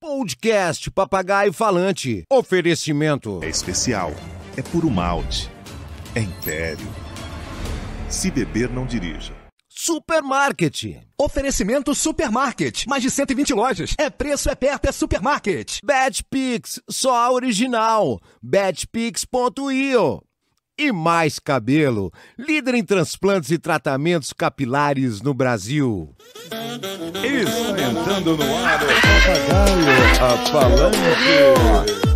Podcast Papagaio Falante. Oferecimento. É especial, é puro malte, é império. Se beber, não dirija. Supermarket. Oferecimento Supermarket. Mais de 120 lojas. É preço, é perto, é supermarket. Betpix, só a original. Betpix.io. E mais cabelo, líder em transplantes e tratamentos capilares no Brasil. Está entrando no ar o papagaio a falante.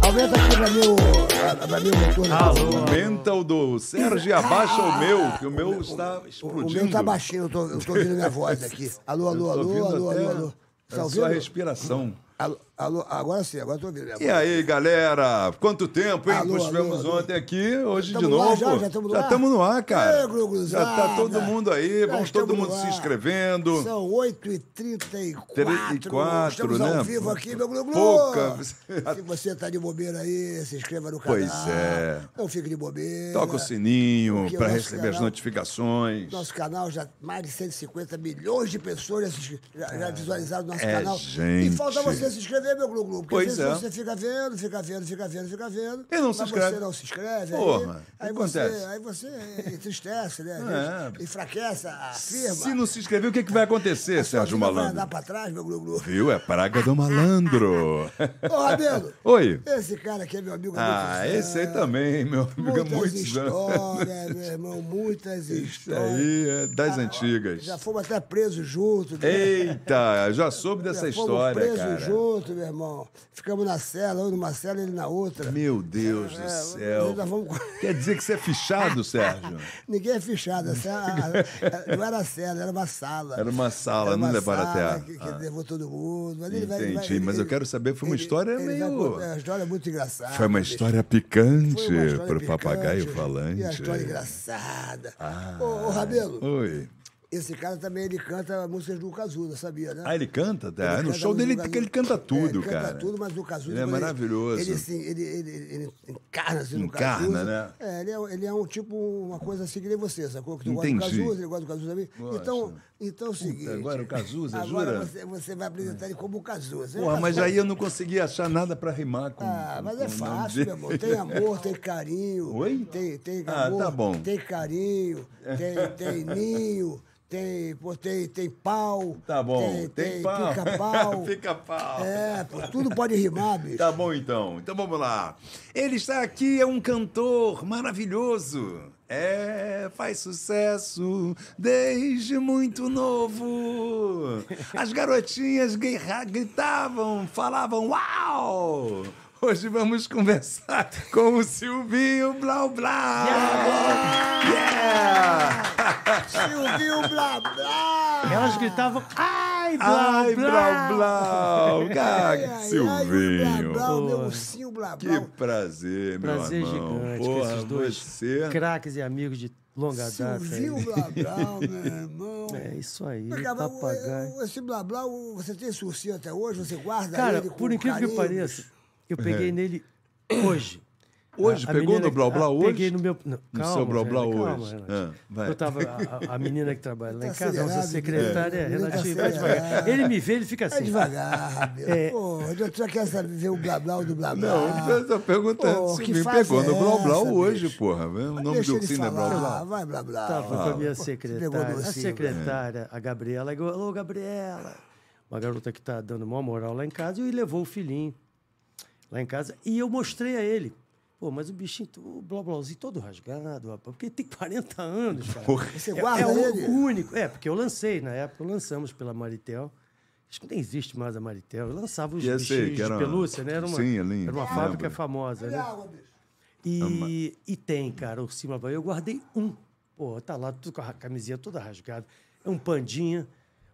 Aumenta aqui pra mim o, pra mim o retorno. Ah, Aumenta o do Sérgio e abaixa o meu, que o meu está o explodindo. meu tá baixinho, eu tô, eu tô ouvindo minha voz aqui. Alô, alô, Estou alô, ouvindo alô, até alô, alô. Tá a ouvindo? sua respiração. Alô, alô, agora sim, agora eu tô ouvindo minha E voz. aí, galera? Quanto tempo, hein? Alô, Nós Estivemos alô, alô. ontem aqui, hoje Já de tamo no ar, novo. já? Já tamo no ar? tamo no ar, cara. Ê, já Gluguzada. tá todo mundo aí, Já vamos todo estamos mundo no se ar. inscrevendo. São 8h34. 34, Estamos né? ao vivo aqui, meu Glu Glu. Pouca- Se você tá de bobeira aí, se inscreva no canal. Pois é. Não fique de bobeira. Toca o sininho Porque o para nosso receber as canal- notificações. Nosso canal já mais de 150 milhões de pessoas já, se inscre- já, já visualizaram o nosso É, canal. gente. E falta você se inscrever, meu Glu Glu. Porque Pois às vezes é. você fica vendo, fica vendo, fica vendo, fica vendo. E não se mas inscreve. você não se inscreve. Porra, aí, aí, o que você, acontece? aí você entristece, né? É. Às vezes Enfraquece a firma. Se não se inscrever, o que, é que vai acontecer, Sérgio Vai Malandro? andar pra trás, meu Glu Glu. Viu? É praga do malandro. Ô, Rabelo. Oi. Esse cara aqui é meu amigo. há Ah, muitos esse aí anos. também, meu amigo, é Muitas muito histórias, meu irmão, muitas Isso histórias. aí é das Ah, antigas. Já fomos até presos juntos. né? Eita, já soube Já dessa fomos história, presos cara. juntos, meu irmão. Ficamos na cela, eu numa cela, ele na outra. Meu Deus do céu. É, Ainda vamos- Quer dizer que você é fichado, Sérgio? Ninguém é fechado. Essa, a- a- não era cela, era uma sala. Era uma sala, Era não uma levaram até a- sala Que, que ah. levou todo mundo. Mas ele vai, ele vai- Entendi, mas eu ele- quero saber, foi uma ele- história ele vai meio... contar- É uma história muito engraçada. Foi uma bicho. história picante Foi uma história para o picante, papagaio E uma falante. Ah. história engraçada. Ô, ô, Rabelo, Oi. esse cara também ele canta músicas do Cazuza, sabia, né? Ah, ele canta? Tá? Ele no canta show muito dele Cazuza. ele canta tudo, ele é, canta cara. tudo, mas o Cazuza... Ele é quando maravilhoso. Ele, assim, ele, ele, ele, ele encarna assim, Encarna, no Cazuza. né? É, ele é, ele é um tipo, uma coisa assim que nem você, sacou? Que tu gosta do Entendi. Cazuza, ele gosta do Cazuza também. Gosto. Então, então é o seguinte... agora o Cazuza, agora jura? Você, você vai apresentar ele como o Cazuza. Porra, É, mas Cazuza. aí eu não consegui achar nada pra rimar com. Ah, mas com é o nome fácil, dele. meu amor. Tem amor, tem carinho. Oi? Tem, tem Ah, amor, tá bom. tem carinho, tem, tem ninho, tem, pô, tem, tem pau. Tá bom, tem, pau. pica-pau. Pica-pau. É, pô, tudo pode rimar, bicho. Tá bom então, então vamos lá. Ele está aqui, é um cantor maravilhoso. É, faz sucesso desde muito novo. As garotinhas guirra- gritavam, falavam uau! Hoje vamos conversar com o Silvinho Blau Blau! Yeah! Silvio Blá Blá. Elas gritavam, ai, blá, Ah. Ai, blá, Blau Blau! Ai, ai, Cara, ai, o Ah, Silvinho! Blá, Blá, o meu Pô. ursinho Blá Que Blá. prazer, meu Prazer irmão. gigante com Porra, esses dois você... é craques e amigos de longa tá, data. Silvio aí. Blá Blá, meu irmão. É isso aí, Vem cá, mas o- papagaio. o- Esse blá blá, o- você tem esse ursinho até hoje? Você guarda Cara, ele com por incrível que carinho, pareça, bicho? eu peguei nele hoje. É. Hoje? A- a Pegou no menina- Blau Blau ah, hoje? Peguei no meu. Não, No calma, seu Blau Blau Renato, hoje. calma, Renato. Ah, vai. Eu tava. A, a- a menina que trabalha lá em Tá casa, a nossa acelerado, né? secretária, é, Ele tá Renatinho, vai acelerado. devagar. Ele me vê, ele fica É assim. devagar, Rabelo. É. Pô, eu só quero saber ver o blá blá do blá blá. Não, você tá perguntando Pô, se que me fase pegou no é Blau Blau essa, hoje, bicho? porma. O nome Deixa do ele ursinho é Blau falar, Blau. Vai blá blá. Tava com a minha Pô, assim, pegou secretária. no A ursinho, secretária, a Gabriela, igual, alô, Gabriela. Uma garota que tá dando maior moral lá em casa e levou o filhinho lá em casa. E eu mostrei a ele. Pô, mas o bichinho, o blá blauzinho todo rasgado, rapaz, porque ele tem 40 anos, cara. Você É- guarda é, o ele? único. É, porque eu lancei na época, lançamos pela Maritel. Acho que nem existe mais a Maritel. Eu lançava os Eu bichinhos sei, que era de uma- pelúcia, né? Era uma, Sim, ali, era uma lembro. fábrica famosa, né? Água, bicho. E, e tem, cara, o Cima Eu guardei um. Pô, tá lá tudo com a camiseta toda rasgada. É um pandinha,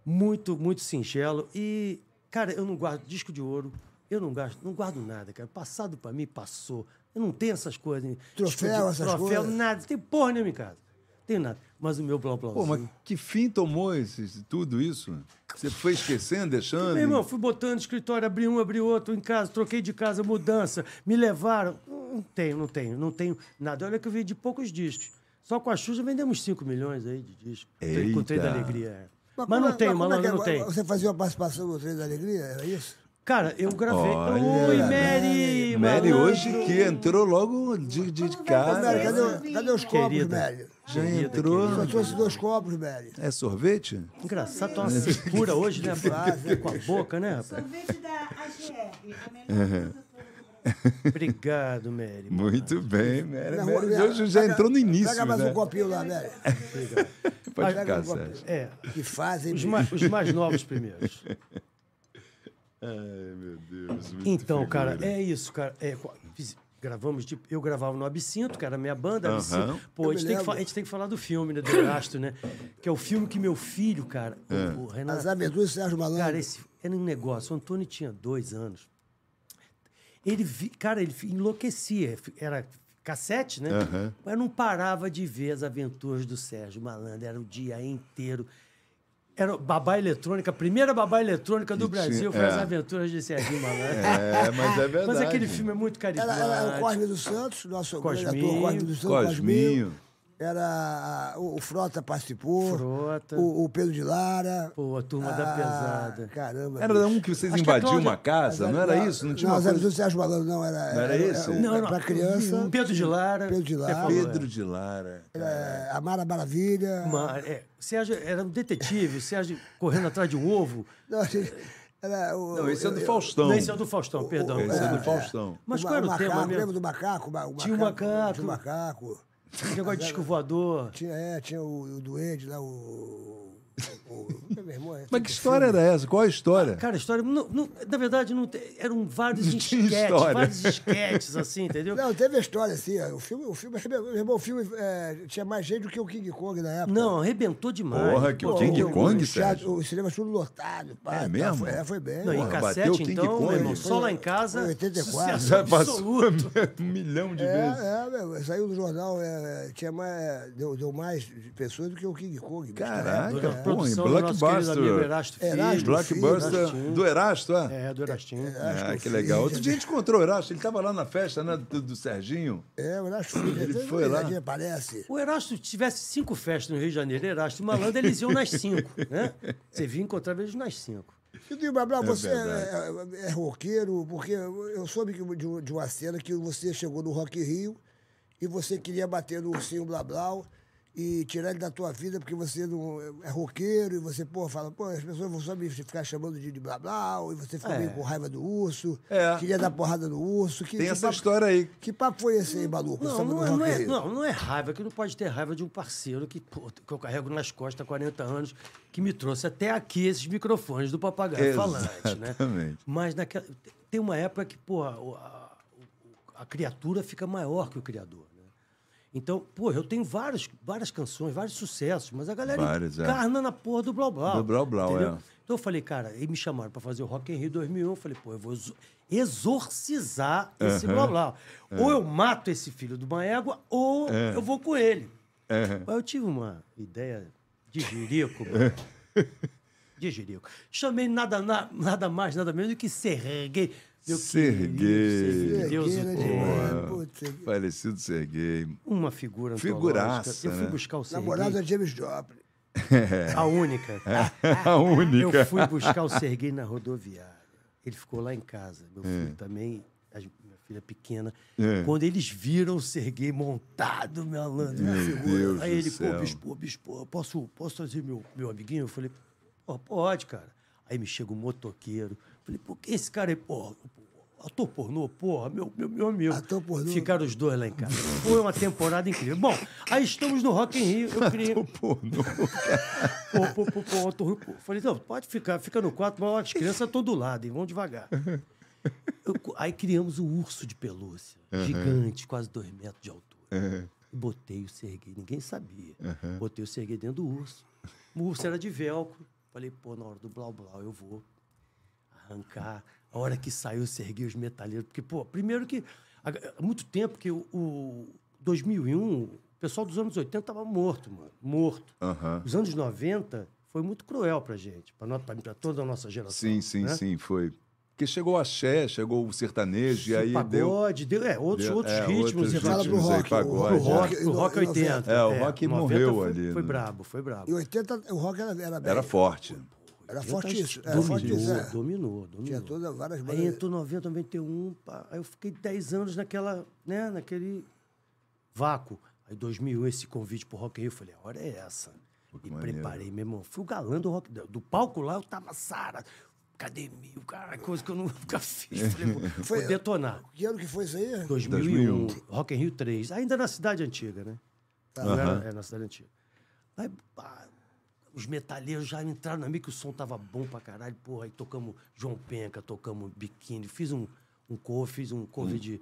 muito, muito singelo. E, cara, eu não guardo disco de ouro. Eu não guardo, não guardo nada, cara. Passado pra mim, passou. Eu não tenho essas coisas. Troféu, Disco de- essas Troféu, coisas? nada. Não tem porra nenhuma em casa. Não tenho nada. Mas o meu blá blá. Pô, mas que fim tomou esse, tudo isso? Você foi esquecendo, deixando? Meu irmão, fui botando escritório, abri um, abri outro em casa, troquei de casa, mudança, me levaram. Não tenho, não tenho, não tenho nada. Olha que eu vendi poucos discos. Só com a Xuxa vendemos 5 milhões aí de discos. Com o Trem da Eita. Alegria. é. Mas, como não é- tenho, como é malandro, que é? não tenho. Você fazia uma participação no Trem da Alegria, era isso? Cara, eu gravei. Olha. Oi, Mary Mary! malandro. hoje que entrou logo de, de Ô, Mary, cadê, cara. o- cadê os copos, Querida. velho? Já Querida, entrou. Só trouxe dois copos, velho. É sorvete? Engraçado, tá uma secura hoje, né? Frase. Com a boca, né, rapaz? Sorvete da AGR, a melhor produtora do Brasil. Obrigado, Mary. Muito bem, Mary. Na Mary rua, de hoje já pega- entrou no início, Pega mais né? um copinho lá, velho. Pode Pega ficar, um Sérgio. copinho. É, Que fazem... os mais, os mais novos primeiros. Ai, meu Deus. muito Então, figura. cara, é isso, cara. É, co- fiz- gravamos, tipo, eu gravava no Absinto, cara, minha banda, Absinto. Aham. Pô, Eu a gente, me tem que lembro. fa- a gente tem que falar do filme, né, do Erastro, né? Que é o filme que meu filho, cara, É. o- o Renato... As aventuras do Sérgio Malandro. Cara, esse era um negócio. O Antônio tinha dois anos. Ele, vi- cara, ele fi- enlouquecia. Fi- Era cassete, né? Mas não parava de ver as aventuras do Sérgio Malandro. Era o dia inteiro. Era babá eletrônica, a primeira babá eletrônica do Que tinha- Brasil foi é. as aventuras de Sérgio Malandro. É, mas é verdade. Mas aquele filme é muito Era, era o carismático. Cosme dos Santos, nosso grande Cosminho. ator Cosme dos Santos. Cosminho. Cosminho. Era a- o, o Frota participou. Frota. O, o Pedro de Lara. Pô, a turma Ah, da pesada. Caramba. Era bicho. um que vocês Acho que a invadiam Cláudia- uma casa, não era isso? Não tinha não, uma as coisa... aventuras do Sérgio Malandro, não. Era, Não era esse? um- Não, não. Pra criança. Pedro de Lara. Pedro de Você Lara. falou, é. assim. Pedro de Lara. é, a Mara Maravilha. Uma- é, o Sérgio era um detetive, o Sérgio correndo atrás de um ovo. Não, era o- Não, esse é do eu- Faustão. Não, esse é o do Faustão, perdão. Esse é do Faustão. Mas o qual era o macaco, tema Lembra mesmo? do macaco? Ma- O um Tinha Tinha o o macaco. O negócio de disco voador. Tinha, é, tinha o, o duende lá, o. o, o meu irmão, é- Mas que história era essa? Qual a história? Cara, a história. Não, não- na verdade, não tem- eram vários Não tinha esquetes, história. vários esquetes, assim, entendeu? Não, Não, teve a história assim. ó, O filme, o filme, meu irmão, o filme é, tinha mais gente do que o King Kong na época. arrebentou demais. Porra, que o Pô, King o- Kong, o teatro- Sérgio? O cinema tudo lotado. pá, É tá, mesmo? Foi, é, foi bem. Não, Porra, e Porra, cassete, bateu o King então, meu Kong. irmão, só lá em casa. Foi 84. sucesso Já passou absoluto. um milhão de vezes. é, é, meu, saiu do jornal, é, tinha mais, deu, deu mais pessoas do que o King Kong. bicho, na Caraca, época, né? pô. Produção em do nosso querido Blockbuster. amigo Erasto Filho. Erasto. ah, Blockbuster do Erasto, é? É, do Erastinho. Ah, que legal. Outro dia a gente encontrou o Erasto, ele estava lá na festa né, do, do Serginho. É, eu acho que Ele até- foi lá. ele Aparece. O Erasto tivesse cinco festas no Rio de Janeiro, Erasto e Malandro, eles iam nas cinco, né? Você vinha encontrar eles nas cinco. Eu digo, Bablau, você é, é, é roqueiro, porque eu soube que de, um- de uma cena que você chegou no Rock in Rio e você queria bater no ursinho Blá Blau e tirar ele da tua vida porque você não é roqueiro e você, pô, fala, pô, as pessoas vão só me ficar chamando de, de Blá Blau e você fica É. meio com raiva do urso, É. queria dar porrada no urso. Que, Tem que essa papo- história aí. Que papo foi esse aí, maluco? Não, samba do não, é- Rock não in é, Rio? não, não é raiva, que não pode ter raiva de um parceiro que, pô, que eu carrego nas costas há 40 anos, que me trouxe até aqui esses microfones do papagaio falante, né? Exatamente. Mas naquela, tem uma época que, pô, a, o- a- o- a criatura fica maior que o criador, né? Então, pô, eu tenho várias, várias canções, vários sucessos, mas a galera Vários, é. encarna na porra do Blau Blau. Do Blau Blau, entendeu? é. Então eu falei, cara, e me chamaram pra fazer o Rock in Rio 2001. Eu falei, pô, eu vou exo- exorcizar esse blá blá. É. Ou eu mato esse filho de uma égua, ou eu vou com ele. É. Aí eu tive uma ideia de jirico, mano. de jirico. Chamei nada, na- nada mais, nada menos do que Serguei. Meu Serguei. querido Serguei, Deus Serguei, o né, tenha. É, putz, Falecido Serguei. Uma figura Figuraça, antológica. Eu fui né? buscar o Serguei, Namorado é James Joplin. a única. A única. Eu fui buscar o Serguei na rodoviária. Ele ficou lá em casa. Meu É. filho também, a gen- minha filha pequena. Quando eles viram o Serguei montado, meu malandro, uma figura. Deus Aí do ele, céu. pô, bispo, bispo, posso, posso trazer meu, meu amiguinho? Eu falei, pô, pode, cara. Aí me chega um motoqueiro. Falei, pô, que esse cara aí, pô, ator pornô, porra, meu, meu, meu amigo. Ator pornô. Ficaram os dois lá em casa. Foi uma temporada incrível. Bom, aí estamos no Rock in Rio. Eu queria... Pô, não. Pô, pô, pô, pô, outro- pô. Falei, não, pode ficar, fica no quarto, mas as crianças estão do lado, hein? Vão devagar. Eu co- aí criamos um urso de pelúcia, gigante, quase dois metros de altura. E botei o Serguei, ninguém sabia. Botei o Serguei dentro do urso. O urso era de velcro. Falei, pô, na hora do blau blau eu vou arrancar. A hora que saiu, serguei os metaleiros. Porque, pô, primeiro que. Há há muito tempo que o, o 2001, o pessoal dos anos 80 tava morto, mano. Morto. Aham. Os anos 90 foi muito cruel pra gente, pra, nós, pra, pra toda a nossa geração. Sim, sim, né? sim, foi. Porque chegou o axé, chegou o sertanejo, e aí deu. pagode, deu, é, outros, deu- outros é, ritmos. outros e fala tal. pro ritmos aí, rock, o- Pro pagode, é. rock, pro É, rock em 80. noventa. É, o rock 90 morreu foi, ali, Foi né? brabo, foi brabo. Em 80, o rock era, era bem. Era forte. Era Ela tá- fortíssimo. Era Dominou, fortíssimo. é. dominou, dominou. Tinha todas várias Aí bandas. entrou 90, 91, pá, aí eu fiquei 10 anos naquela, né, naquele vácuo. Aí 2000, esse convite pro Rock in Rio, eu falei, a hora é essa. que e maneiro. preparei, meu irmão. Fui o galã do rock, do palco lá, eu tava Sara, academia, o cara, coisa que eu nunca fiz. Falei, vou, Foi- vou detonar. Que ano que foi isso aí? 2001, Né? Rock in Rio 3, ainda na cidade antiga, né? Não era- é, na cidade antiga. Aí, pá, os metaleiros já entraram na minha que o som tava bom pra caralho, porra, aí tocamos João Penca, tocamos Biquíni, fiz um, um cover, fiz um cover de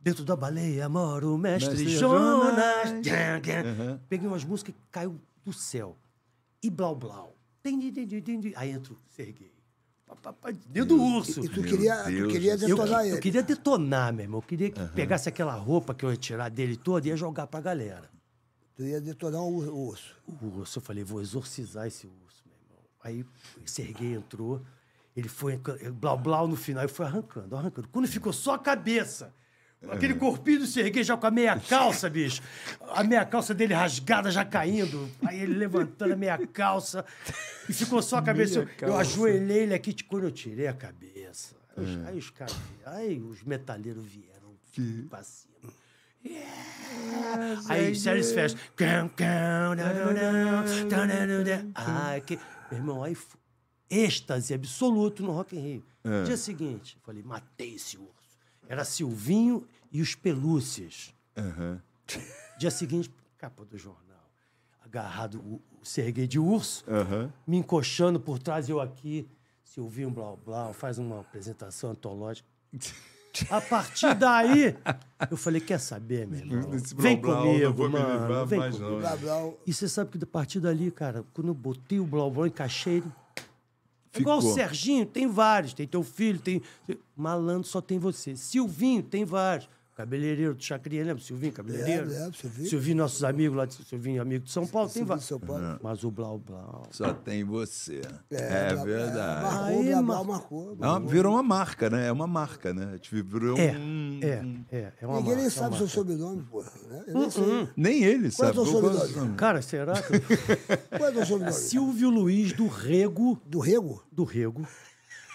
Dentro da Baleia mora o Mestre, Hum. Mestre Jonas. Jonas. Tchan, tchan. Peguei umas músicas que caiu do céu. E Blau Blau. Din, din, din, din, din, din. Aí entra o Serguei. Pá, pá, pá, Dentro do urso. E tu queria, tu Deus queria do Eu, detonar eu ele. queria detonar, meu irmão. Eu queria que pegasse aquela roupa que eu ia tirar dele toda e ia jogar pra galera. Tu ia detonar o o urso. O urso, eu falei, vou exorcizar esse urso, meu irmão. Aí o Serguei entrou, ele foi, arranca- blau, blau no final, e foi arrancando, arrancando. Quando ficou só a cabeça, aquele corpinho do Serguei já com a meia calça, bicho. A meia calça dele rasgada, já caindo. Aí ele levantando a meia calça, e ficou só a cabeça. Eu, eu ajoelhei ele aqui, tipo, quando eu tirei a cabeça. Aí, os- aí os caras, aí os metaleiros vieram pra cima. Aí Sérgio Fest. Cão, cão, nananã, tananã. Ai, que... Meu irmão, aí f- êxtase absoluto no Rock in Rio. Dia seguinte, falei, matei esse urso. Era Silvinho e os pelúcias. Dia seguinte, capa do jornal. Agarrado o, o Serguei de urso, me encoxando por trás, eu aqui. Silvinho, blá, blá, faz uma apresentação antológica. A partir daí, eu falei, quer saber, meu irmão? Esse blá, Vem blá, eu não comigo, vou me livrar mano. Vem mais comigo. Blá, blá. E você sabe que a partir dali, cara, quando eu botei o Blau Blau, encaixei ele. É Igual o Serginho, tem vários. Tem teu filho, tem. Malandro só tem você. Silvinho, tem vários. Cabeleireiro do Chacrinha, lembra? Silvinho, cabeleireiro. É, Lembro, lembro, Silvinho. nossos amigos lá, de Silvinho, amigo de São Paulo, tem vários. São Paulo. Mas o Blau Blau. Só tem você. É, É, blá, blá, verdade. Marcou, Aí, blá, blá, ma- marcou. É uma- virou uma marca, né? É uma marca, né? Te Virou É, um. é, é. é uma Ninguém nem marca, sabe é seu uma marca. sobrenome, porra. né? Eu Hum, nem sei. Nem ele, Qual é o sabe? assim. seu Eu gosto- sobrenome? Cara, será que. Qual é o seu sobrenome? Silvio Luiz do Rego. Do Rego? Do Rego.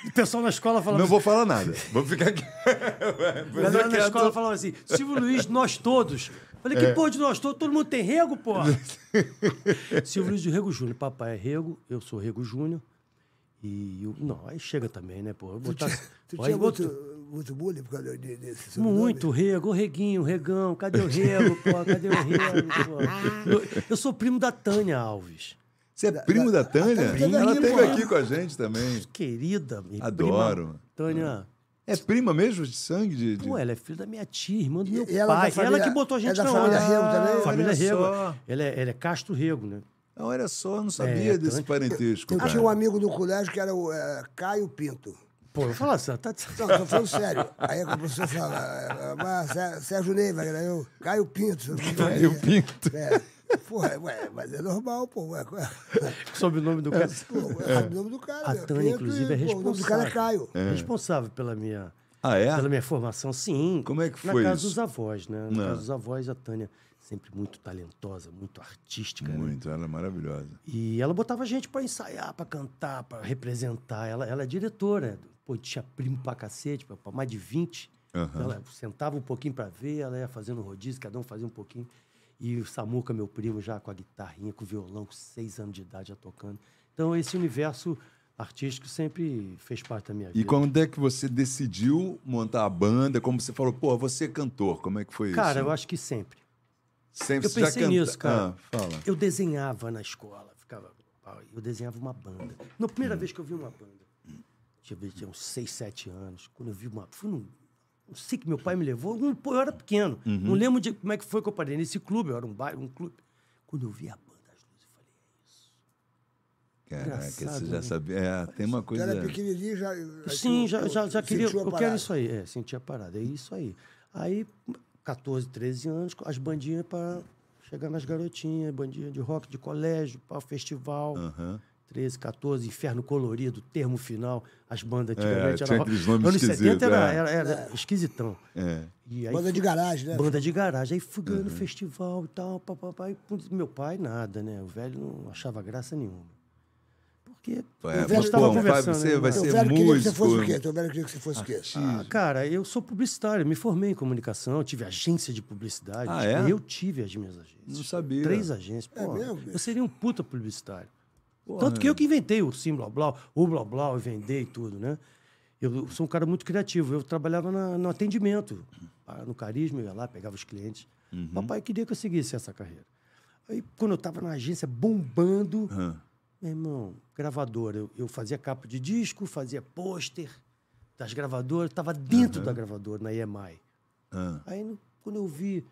O pessoal na escola falava Não vou falar nada. Vou ficar aqui. A galera na escola falava assim, Silvio Luiz, nós todos. Falei, que porra de nós todos? Todo mundo tem rego, porra. Silvio Luiz de Rego Júnior. Papai é rego, eu sou rego Júnior. E eu, não, aí chega também, né, porra? Botar, Tu Aí tinha muito, outro- muito bullying por causa de- desse sobrenome? muito rego, ô reguinho, regão, cadê o rego, porra? Cadê o rego, porra? Eu- Eu sou primo da Tânia Alves. Você é primo da Tânia? Tânia teve Ela aqui, esteve pô. aqui com a gente também. Querida, minha Adoro. prima. Tânia, É prima mesmo de sangue? De, Hum. de... pô, ela é filha da minha tia, irmã do meu E ela é da pai. família- ela que botou a gente é da na família onda. Rego também? Família Olha Rego. só. Ela é, ela é Castro Rego, né? Ah, Olha só, eu não sabia É, desse Tânia. parentesco. Eu cara. tinha um amigo no colégio que era o eh, Caio Pinto. Pô, eu vou falar assim, tá... Não, tô falando sério. Aí a professora fala, eh, mas Sé- Sérgio Ney, vai ganhar eu. Caio Pinto. né? Eu pinto. É. Porra, ué, mas é normal, pô. Ué, ué. sob o nome do cara. Pô, ué, sabe o nome do cara. É. A né? Tânia, Pinto inclusive, é e, pô, O nome do cara é responsável. Caio. Responsável pela minha, Ah, é? pela minha formação, sim. Como é que Na foi casa isso? dos avós, né? Na casa dos avós, a Tânia sempre muito talentosa, muito artística. né? Muito, ela é maravilhosa. E ela botava gente pra ensaiar, pra cantar, pra representar. Ela, ela é diretora. Pô, tinha primo pra cacete, pra, pra mais de 20. Aham. Ela sentava um pouquinho pra ver, ela ia fazendo rodízio, cada um fazia um pouquinho. E o Samuca, meu primo, já com a guitarrinha, com o violão, com seis anos de idade já tocando. Então, esse universo artístico sempre fez parte da minha vida. E quando é que você decidiu montar a banda? Como você falou, pô, você é cantor, como é que foi isso? Cara, eu acho que sempre. Sempre Eu você já pensei canta- nisso, cara. Ah, fala. Eu desenhava na escola, ficava. Eu desenhava uma banda. Na primeira vez que eu vi uma banda, tinha, tinha uns 6, 7 anos. Quando eu vi uma. Fui num. Não sei que meu pai me levou. não- pô, eu era pequeno. Não lembro de como é que foi que eu parei nesse clube. Eu era um bairro, um clube. Quando eu vi a banda, as luzes, eu falei. Caraca, você Engraçado, já né? sabia. É, tem uma Tu coisa. era pequenininho já... Sim, já, já, já queria. sentiu a Eu quero parada. isso aí. É, senti a parada. É isso aí. Aí, 14, 13 anos, as bandinhas para chegar nas garotinhas, bandinha de rock, de colégio, para festival. 13, 14, Inferno Colorido, termo final. As bandas antigamente É, tinha eram. aqueles nomes anos 70 esquisitos, era, é. era, era esquisitão. É. E aí Banda de fui- garagem, né? Banda de garagem. Aí fui ganhando Uhum. festival e tal, papai. Meu pai, nada, né? O velho não achava graça nenhuma. Por Porque É, a velho- gente estava Bom, conversando. você vai né? ser Teu velho queria que você músico. fosse o quê? Teu velho queria que você fosse o quê? Ah, cara, eu sou publicitário, me formei em comunicação, tive agência de publicidade. Ah, é? Eu tive as minhas agências. Não sabia. Três agências. É Pô, mesmo, bicho? eu seria um puta publicitário. Tanto que eu que inventei o Sim Blá Blá, o Blá Blá, eu vendei tudo, né? Eu sou um cara muito criativo. Eu trabalhava na- no atendimento, ah, no carisma, eu ia lá, pegava os clientes. Papai queria que eu seguisse essa carreira. Aí, quando eu tava na agência bombando, meu irmão, gravadora. Eu, eu fazia capa de disco, fazia pôster das gravadoras, estava dentro da gravadora, na EMI. Aí, no- quando eu vi,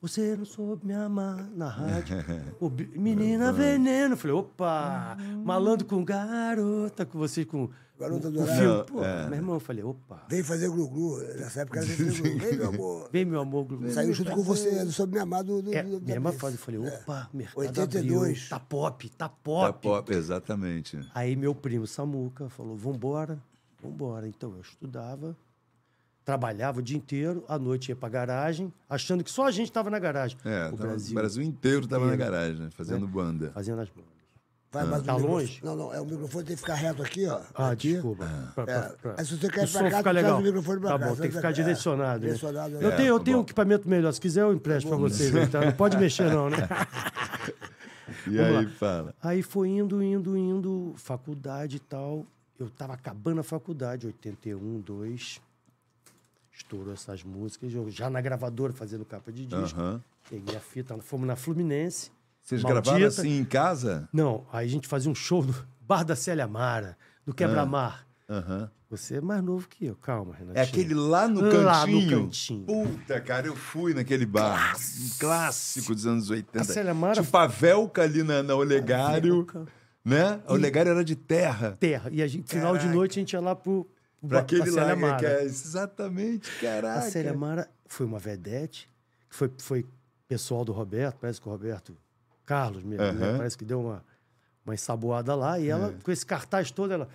você não soube me amar na rádio. o bi- menina veneno. Eu falei, opa, malandro com garota, com vocês com. Uhum. Garota com dourada. filme. Pô, meu irmão, eu falei, opa. Vem fazer glu-glu. Nessa época era fazer glu-glu. Vem, meu amor. Vem, meu amor. Globo. Saiu junto com você, não soube me amar do... do, É, do- da mesma Miss. fase. Eu falei, opa, mercado 82. abriu. Tá pop, tá Tá pop. pop, exatamente. Aí meu primo Samuca falou: vambora, vambora. Então eu estudava, trabalhava o dia inteiro, à noite ia pra garagem, achando que só a gente estava na garagem. É, o tava- Brasil, inteiro estava na inteiro, garagem, né? fazendo banda. fazendo as bandas. Vai, mas o Tá microfone- longe? Não, não. É, o microfone tem que ficar reto aqui, ó. É, Ah, aqui. desculpa. Pra- pra- É, pra- aí se você quer o ir pra som cá, fica tu traz legal. o microfone pra cá, tá bom, senão tem que fica- ficar é, direcionado. né? direcionado, Eu é, tenho, eu tá tenho um bom. equipamento melhor. Se quiser, eu empresto pra vocês. aí, tá? Não pode mexer, não, né? E Vamos aí, lá. fala. Aí foi indo, indo, indo, faculdade e tal. Eu tava acabando a faculdade, 81, 2. Estourou essas músicas. Eu já na gravadora fazendo capa de disco. Aham. Peguei a fita, fomos na Fluminense. Vocês Maldita. gravaram assim em casa? Não, aí a gente fazia um show no Bar da Célia Amara, do Quebra-Mar. Aham. Você é mais novo que eu, calma, Renatinho. Ah. É aquele lá no cantinho. Lá no cantinho. Puta, cara, eu fui naquele bar. Um clássico dos anos 80. A Célia Mara- Tinha o Pavelka ali na, na Olegário. Pavelka. Né? A Olegário era de terra. Terra. E a gente, final de Caraca. noite a gente ia lá pro. Pra pro Bar- pra aquele Célia lá. Amara. Que é, exatamente, A caraca. Célia Mara foi uma vedete, que foi, foi pessoal do Roberto, parece que o Roberto Carlos mesmo, né? Aham. É. parece que deu uma, uma ensaboada lá, e ela, com esse cartaz todo, ela...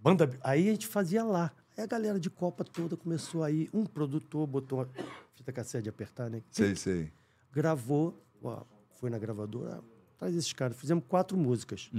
Banda... Aí a gente fazia lá. Aí a galera de Copa toda começou aí, um produtor botou uma fita cassete de apertar, né? Sei, sei. Gravou, ó, foi na gravadora, ah, traz esses caras. Fizemos quatro músicas.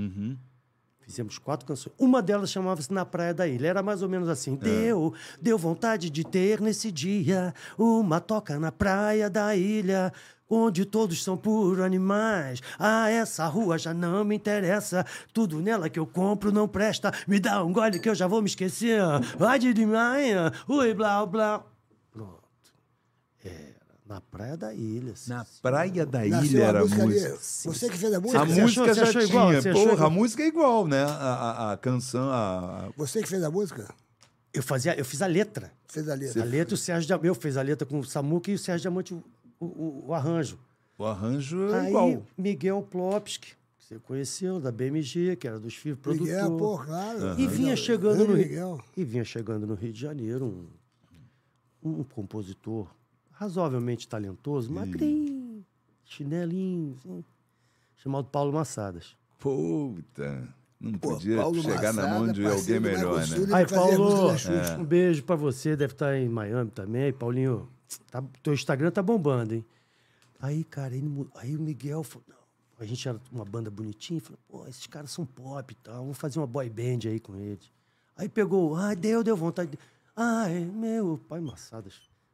Fizemos quatro canções. Uma delas chamava-se Na Praia da Ilha. Era mais ou menos assim. Deu, deu vontade de ter nesse dia uma toca na praia da ilha, onde todos são puro animais. Ah, essa rua já não me interessa. Tudo nela que eu compro não presta. Me dá um gole que eu já vou me esquecer. Vai de manhã, ui, blá, blá. Pronto. Era na praia da ilha. sim, Na senhor. Praia da Nasceu Ilha a era a música ali. música. Você que fez a música? A Você música achou- já você achou tinha. igual? Você achou Porra, igual? a música é igual, né? A, a- a canção, a, a- Você que fez a música? Eu, fazia, eu fiz a letra. Fez a A letra. letra, o Sérgio Diamante. Eu fiz a letra com o Samuca e o Sérgio Diamante o, o- o arranjo. o arranjo é Aí, igual. Miguel Plopsky, que você conheceu, da BMG, que era dos filhos, produtor. Miguel, pô, claro. Então, E vinha chegando no Miguel. Rio. E vinha chegando no Rio de Janeiro um, um compositor razoavelmente talentoso, Hum. magrinho, chinelinho, assim, chamado Paulo Massadas. Puta. Não Pô, podia Paulo chegar na Massada, mão de parceiro alguém do melhor, Marcos Sul, né? ele Aí, fazia Paulo, música da Xuxa. um beijo pra você. Deve estar em Miami também. Paulinho, tá, teu Instagram tá bombando, hein? Aí, cara, ele mu- aí o Miguel falou, não, a gente era uma banda bonitinha. Falou, pô, esses caras são pop e tal. Vamos fazer uma boy band aí com eles. Aí pegou, ai, deu, deu vontade. de- Ai, meu pai, maçadas.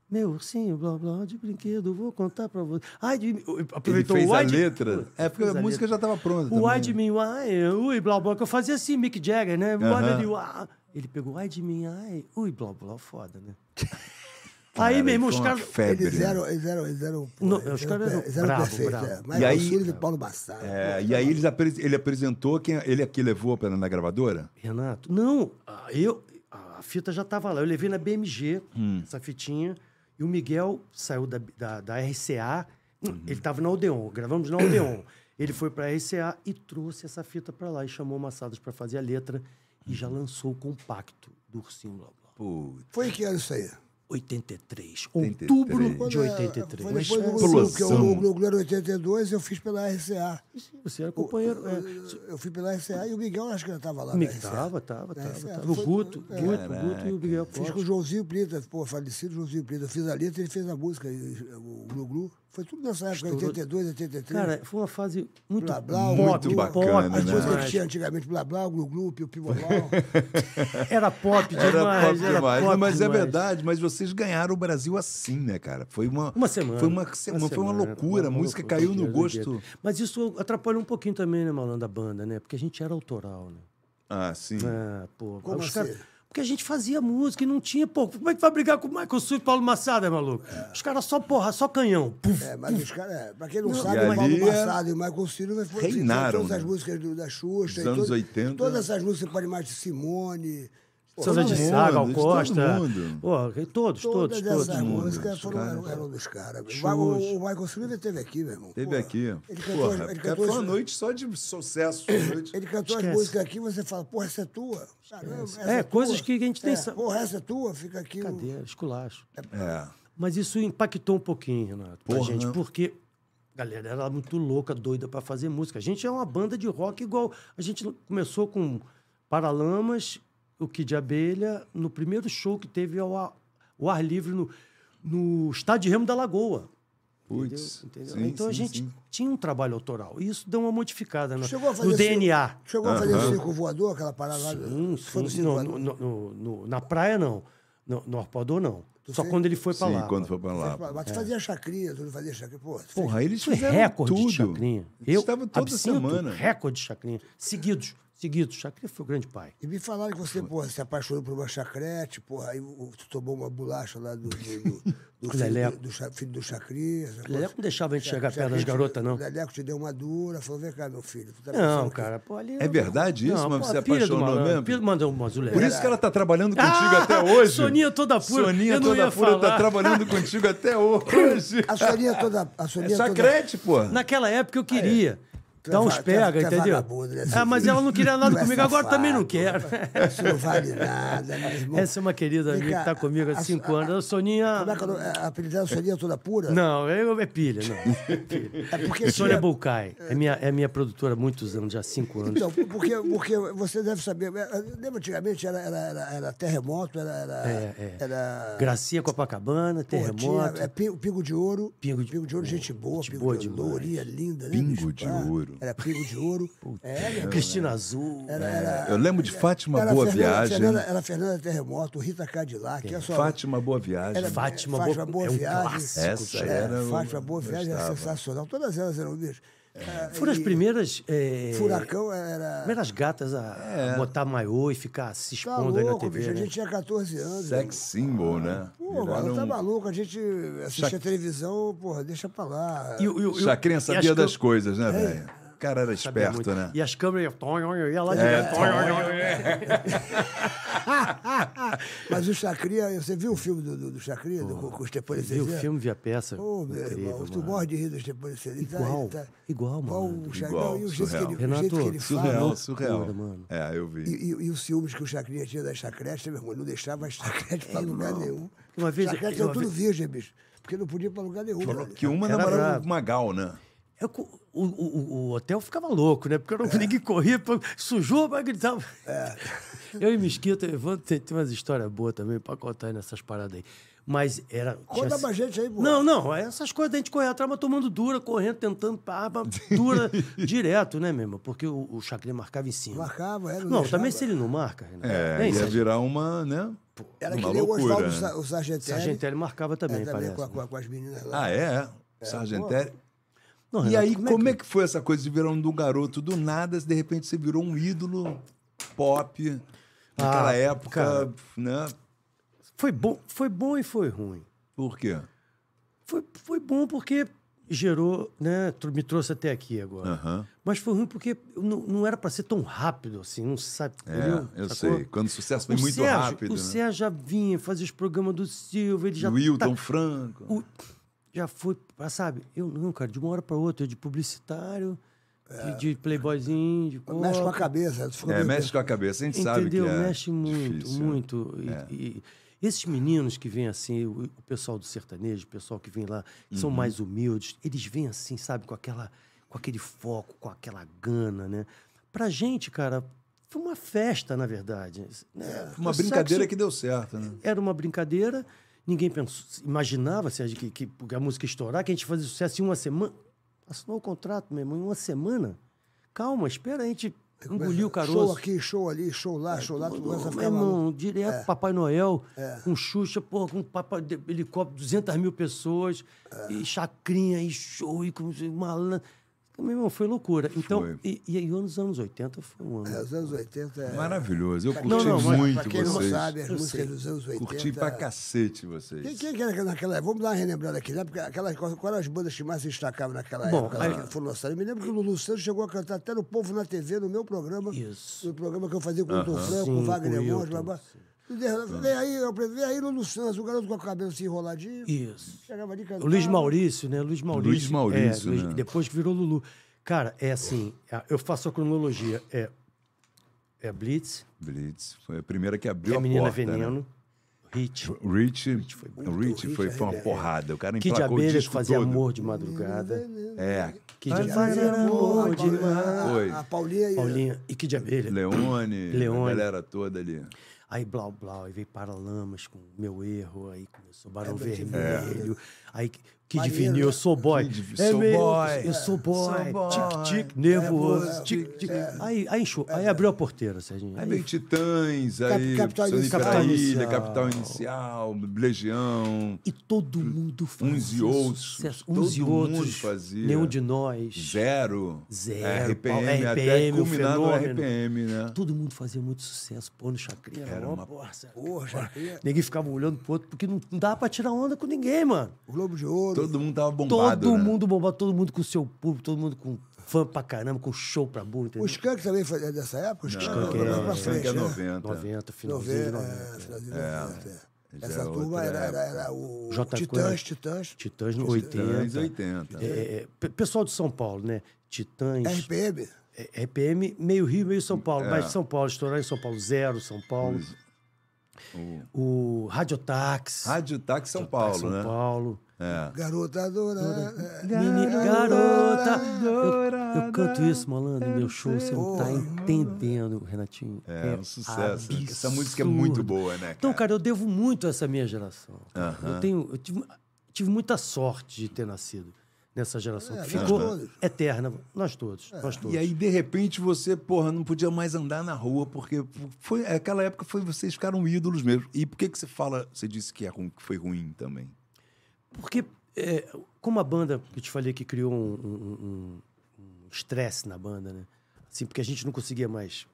Meu ursinho, blá, blá, de brinquedo, vou contar pra você. Ai, de... mim- Aproveitou fez o a ai de- letra? É, porque fez a música já tava pronta O também. ai de mim, ai, ui, blá, blá, que eu fazia assim, Mick Jagger, né? Aham. Uhum. De, uá. Ele pegou, ai de mim, ai, ui, blá, blá, foda, né? aí, meu irmão, os Foi uma caras... febre, Eles né? eram, eles eram, eles eram, pô, Não, eles os eram, caras eram pe- eles eram bravo, perfeitos. bravo. É. E Michael aí- Sullivan e Paulo Massaro. É, e aí eles apre- ele apresentou quem ele é que levou pra- na gravadora? Renato, não, ah, eu... A fita já tava lá, eu levei na BMG, Hum. essa fitinha, e o Miguel saiu da, da, da RCA, Hum, Uhum. ele tava na Odeon, gravamos na Odeon. Ele foi pra RCA e trouxe essa fita pra lá, e chamou o Massadas pra fazer a letra, e já lançou o compacto do Ursinho Blá, blá. Pô, Foi em que ano isso aí? 83. 83. Outubro de Quando, é, Foi 83. depois do Glu-Glu, porque o Glu-Glu era 82 eu fiz pela RCA. Você era companheiro. É. Eu fui pela RCA e o Miguel acho que estava lá. na Miguel RCA. tava, tava, É, tava. isso é, tava. O foi- Guto, é. Guto, o Guto e o Miguel Fiz com o Costa. Joãozinho Prita, pô, falecido Joãozinho Prita. Eu fiz a letra, ele fez a música, e- o Glu-Glu. Foi tudo nessa época, 82, 83. Cara, foi uma fase muito Blá, blá, pop, muito pop, bacana, as né? músicas demais. que tinha antigamente, blá blá, o glu glu, piu piu blá, blá. Era pop demais. Era pop era demais. pop mas é demais. verdade, mas vocês ganharam o Brasil assim, né, cara? Foi uma. Uma semana. Foi uma, se- uma- foi uma semana, loucura. A uma música loucura, caiu no doideira, gosto. doideira. Mas isso atrapalha um pouquinho também, né, Malandro, da banda, né? Porque a gente era autoral, né? Ah, sim. Ah, pô. Como os assim? caras- Porque a gente fazia música e não tinha, pô. Como é que vai brigar com o Michael Sul e Paulo Massada, maluco? É. Os caras só porra, só canhão. Puf. É, mas os caras, é, pra quem não, Não, sabe, e o Paulo ali é- Massado e o Michael Ciro foram- Reinaram, todas as né? músicas do- da Dos Xuxa. e anos todo- 80. Todas essas músicas, você pode mais de Simone. Pô, Sandra de todas- mundo, Sá, Gal de todo Costa. mundo. Pô, todos, todos, Todas todos. essas mundo. músicas os foram, caras, eram, cara. eram dos caras. O, Xuxa. o Michael Silva teve aqui, meu irmão. Teve Porra, aqui. Ele cantou, Porra, é ele cara, cantou, foi uma as- noite só de sucesso. É, uma noite- ele cantou as Esquece. músicas aqui, você fala, porra, essa é tua. Caramba, essa É, coisas tua. que a gente nem É, sabe. Porra, essa é tua, fica aqui. o- Cadê? Esculacho. É. Mas isso impactou um pouquinho, Renato, pra Porra, gente, né? porque a galera era muito louca, doida pra fazer música. A gente é uma banda de rock igual. A gente começou com Paralamas, o Kid Abelha, no primeiro show que teve ao ar, o ar livre no, no Estádio de Remo da Lagoa. entendeu? Putz. Entendeu? sim, então a sim, gente sim. tinha um trabalho autoral. E isso deu uma modificada no, Chegou a fazer no circo- DNA. Chegou a fazer o circo voador, aquela parada lá. Sim, Tu foi no sim. circo Não, voador? no- no- no- no- na praia, não. No, no Arpoador, não. Só fez? quando ele foi pra Sim, lá. quando foi pra lá. Mas É. tu fazia chacrinha, tu não fazia chacrinha. Pô, tu fez- Porra, eles Isso é fizeram recorde tudo. de chacrinha. Eles Eu estavam toda absinto, semana. Recorde de chacrinha. Seguidos, seguidos. Chacrinha foi o grande pai. E me falaram que você, porra, se apaixonou por uma chacrete, porra, aí o- tu tomou uma bolacha lá do, do, do, do filho, Leleco. do, do cha- filho do chacrinha. essa coisa. Leleco não deixava a gente chegar perto das Chacrinha te- garotas, não. O Leleco te deu uma dura, falou, vem cá, meu filho. Tu tá Não, pensando que- cara, pô, ali... É verdade isso, mas você apaixonou mesmo? Mandou um azulé. Por isso que ela tá trabalhando contigo Ah, até hoje. Soninha toda pura. Soninha é Eu não toda ia pura tá falar. trabalhando contigo até hoje. A sorinha toda... A É sorinha toda... sacrete, pô. Naquela época Ah, eu queria. Tu é Dar uns va- tu é- pega, tu é entendeu? vagabundo, né, ah, mas Silvio? ela não queria nada Tu é comigo, agora safado. também não quero. Isso não vale nada, meu irmão. Essa é uma querida Vem amiga cá, que tá comigo há a- cinco a- anos. A Soninha. Como é que eu não- a apelidada sorinha toda pura? Não, eu, é pilha, não. É pilha. É porque... Sônia Bulcai. É minha, é minha produtora há muitos anos, já há cinco anos. Então, porque, porque você deve saber. eh, eh, Lembra antigamente era, era, era, era terremoto, era. Era. É, é. era Gracia Copacabana, porra, Terremoto. tinha, eh, Pingo, Pingo de ouro. Pingo Pingo de- de, ouro, gente boa. gente Pingo boa de ouro. demais. Lourinha linda, né? Pingo bicho? de Ah, ouro. Era pingo de ouro. é, né? Cristina Azul. Eu lembro de Fátima Era Boa Fernanda- Viagem. Fernanda- era Fernanda Terremoto, Rita Cadillac. É. olha só, Fátima Boa Viagem. Era, eh, Fátima Fátima Boa- Boa é um Viagem. clássico, né? Essa É, era. o- Fátima Boa Viagem era gostava. sensacional. Todas elas eram bicho. É. Ah, Foram as e primeiras. é, Furacão era. Primeiras gatas a a botar maiô e ficar se Tá expondo aí na louco, TV. bicho. A né? gente tinha 14 anos. Sex symbol, né? Pô, mano, tá um Viraram- maluco? A gente assistia televisão, porra, deixa pra lá. E o- e o- e o- Chacrinha e sabia as das câ- coisas, né, velho? O cara era É. sabia esperto, muito. né? E as câmeras. Tom, eu ia lá direto. tom, tom, Mas o Chacria, você viu o filme do, do, do Chacria, do, com o Stepone Vi o Cezinha? filme, vi a peça. Pô, meu Incrível, irmão, tu mano. morre de rir do Stepone Cezinha. Igual, igual, mano. tá o Chacria, Igual, e o jeito que ele, surreal. o jeito que ele Renato, fala. Surreal, surreal. Loucura, mano. É, eu vi. E, e- e os ciúmes que o Chacria tinha das chacretes, meu irmão, não deixava as chacretes pra lugar nenhum. É, Uma vez- chacrete uma era tudo vez- virgem, bicho. Porque não podia ir pra lugar nenhum. É, Falou velho. que uma Era namorava bravo. com o Magal, né? Eu co- o, o- o hotel ficava louco, né? É. Porque eu não, ninguém corria, pô, sujou, mas gritava. Eu e Mesquita, Evandro, tem, tem umas histórias boas também pra contar aí nessas paradas aí. Mas era. Conta tinha- pra gente aí, pô. Não, não, é essas coisas da gente correr atrás, mas tomando dura, correndo, tentando, pá, pá, dura direto, né, mesmo? Porque o, o Chacrinha marcava em cima. Marcava, né? era. Não, também deixava. se ele não marca, Renan. É, nem ia se- virar uma, né? Era que uma nem o loucura. Oswaldo Sa- né? o Sargentelli. Sargentelli marcava também, É, também parece. né? com, a- com a- com as meninas lá. Ah, é? é. Sargentelli. Não, E Renato, aí, como, é que foi essa coisa de virar um do garoto do nada, de repente você virou um ídolo pop naquela Ah, época, cara. né? Foi bom, foi bom e foi ruim. Por quê? Foi, foi bom porque gerou, né? tro- Me trouxe até aqui agora. Aham. Mas foi ruim porque não, não era para ser tão rápido assim, não sabe? É, entendeu? eu Sacou? sei. Quando o sucesso vem O muito Sérgio- rápido, O né? Sérgio já vinha, fazia os programas do Silva, ele já. Wilton tá- Franco. o- já foi, pra- sabe? Eu não, cara, de uma hora para outra, eu de publicitário, de, de playboyzinho, de copo, Mexe com a cabeça. tu fica É, meio- mexe com a cabeça, a gente sabe que Entendeu? é Mexe muito, difícil, né? muito. E- e esses meninos que vêm assim, o, o pessoal do sertanejo, o pessoal que vem lá, que Uhum. são mais humildes, eles vêm assim, sabe, com aquela, com aquele foco, com aquela gana, né? Pra gente, cara, foi uma festa, na verdade. né? É, Uma O sexo brincadeira que deu certo, né? Era uma brincadeira Ninguém pensou, imaginava, Sérgio, que, que a música ia estourar, que a gente fazia sucesso em uma semana. Assinou o contrato, meu irmão, em uma semana. Calma, espera, a gente É, engoliu o caroço. Show aqui, show ali, show lá, show lá, tu começa a Meu ficar maluco. irmão, um direto, É. Papai Noel, com Xuxa, porra, com papai, de- helicóptero, 200 mil pessoas, É. e chacrinha, e show, e com malandro. Meu irmão, foi loucura. Então, Foi. e, e aí nos anos 80 foi um É, ano. os anos 80 é... Maravilhoso. Eu curti Não, não, mas- muito Pra quem não vocês. sabe, as Eu músicas sei. dos anos 80... Curti pra cacete vocês. Quem, quem que é? era naquela época? Vamos dar uma relembrada aqui, né? Porque aquelas, quais eram as bandas que mais se destacavam naquela Bom, época? aí- Aí... Foram lançadas. Eu me lembro que o Lulu Santos chegou a cantar até no Povo na TV, no meu programa. Isso. No programa que eu fazia com o Tom Franco, Sim, com o Wagner com o Monte, Hilton, blá blá. E de- Vem aí, eu aprendi- vem aí, Lulu Santos, o garoto com o cabelo assim enroladinho. Isso. Chegava ali cantando. O Luiz Maurício, né? Luiz Maurício. Então, Luiz Maurício, é, Luiz- né? Depois que virou Lulu. Cara, é assim, é, eu faço a cronologia. É, é Blitz, Blitz. Foi a primeira que abriu é a Menina porta. né? Veneno, Hit, Rich, o Rich foi, foi uma porrada. O cara Kid de emplacou o Abelha que disco fazia todo. amor de madrugada. É. Kid de Fazer Abelha. amor de mar. Oi. A, a Paulinha e... Paulinha e Kid de Abelha. Leone, Leone. a galera toda ali. Aí Blau Blau, aí veio Paralamas com Meu Erro, aí começou Barão Vermelho, aí Kid Maneiro, Vinil, Eu Sou Boy. É Kid- Sou mesmo, boy. Eu Sou Boy, Sou boy. tic tic, nervoso, Nervoso, É. tic tic. Aí, aí enxou, aí abriu a porteira, Serginho. Aí veio Titãs, aí Capital Sonho Inicial. pra Capital Ilha, Inicial. Capital Inicial, Legião, E todo mundo fazia Uns e outros, sucesso. todo Uns e mundo outros. fazia. Nenhum de nós. Zero. Zero, É, RPM, Paulo, até RPM, o culminar no fenômeno. RPM, né? Todo mundo fazia muito sucesso. Pô, no Chacrinha era uma porra. Porra, Chacrinha. Ninguém ficava olhando pro outro, porque não, não dava pra tirar onda com ninguém, mano. O Globo de Ouro. Todo mundo tava bombado, Todo né? mundo bombado, todo mundo com seu público, todo mundo com fã pra caramba, com show pra burro, entendeu? O Skank também foi dessa época? O Skank Skank é é- mais pra Skank frente, é né? 90. 90, finalzinho de 90. Noventa, finalzinho de 90. Já Essa é turma outra era, era, época. era o J. Titãs, Quest. Titãs, é. Titãs no 80. Titãs, 80. É, é, pe- pessoal de São Paulo, né? Titãs, RPM. é, RPM, meio Rio, meio São É. Paulo. Mas São Paulo, estourar em São Paulo, zero, São Paulo. O Radiotax. Rádio Táxi São Paulo, Radiotax São né? Paulo. Garota né? É. adorada. Menina, garota, eu, eu canto isso, malandro, no meu show, você não tá entendendo, Renatinho. É, um sucesso, né? Essa música é muito boa, né, É. Então, cara? cara, eu devo muito a essa minha geração. cara. Eu, tenho, eu tive, tive muita sorte de ter nascido nessa geração. que nós ficou todos. eterna, nós todos, nós todos. E aí, de repente, você, porra, não podia mais andar na rua, porque foi aquela época foi vocês ficaram ídolos mesmo. E por que, que você fala, você disse que, é ruim, que foi ruim também? Porque, é, como a banda, que eu te falei que criou um- um um- um estresse na banda, né? Assim, porque a gente não conseguia mais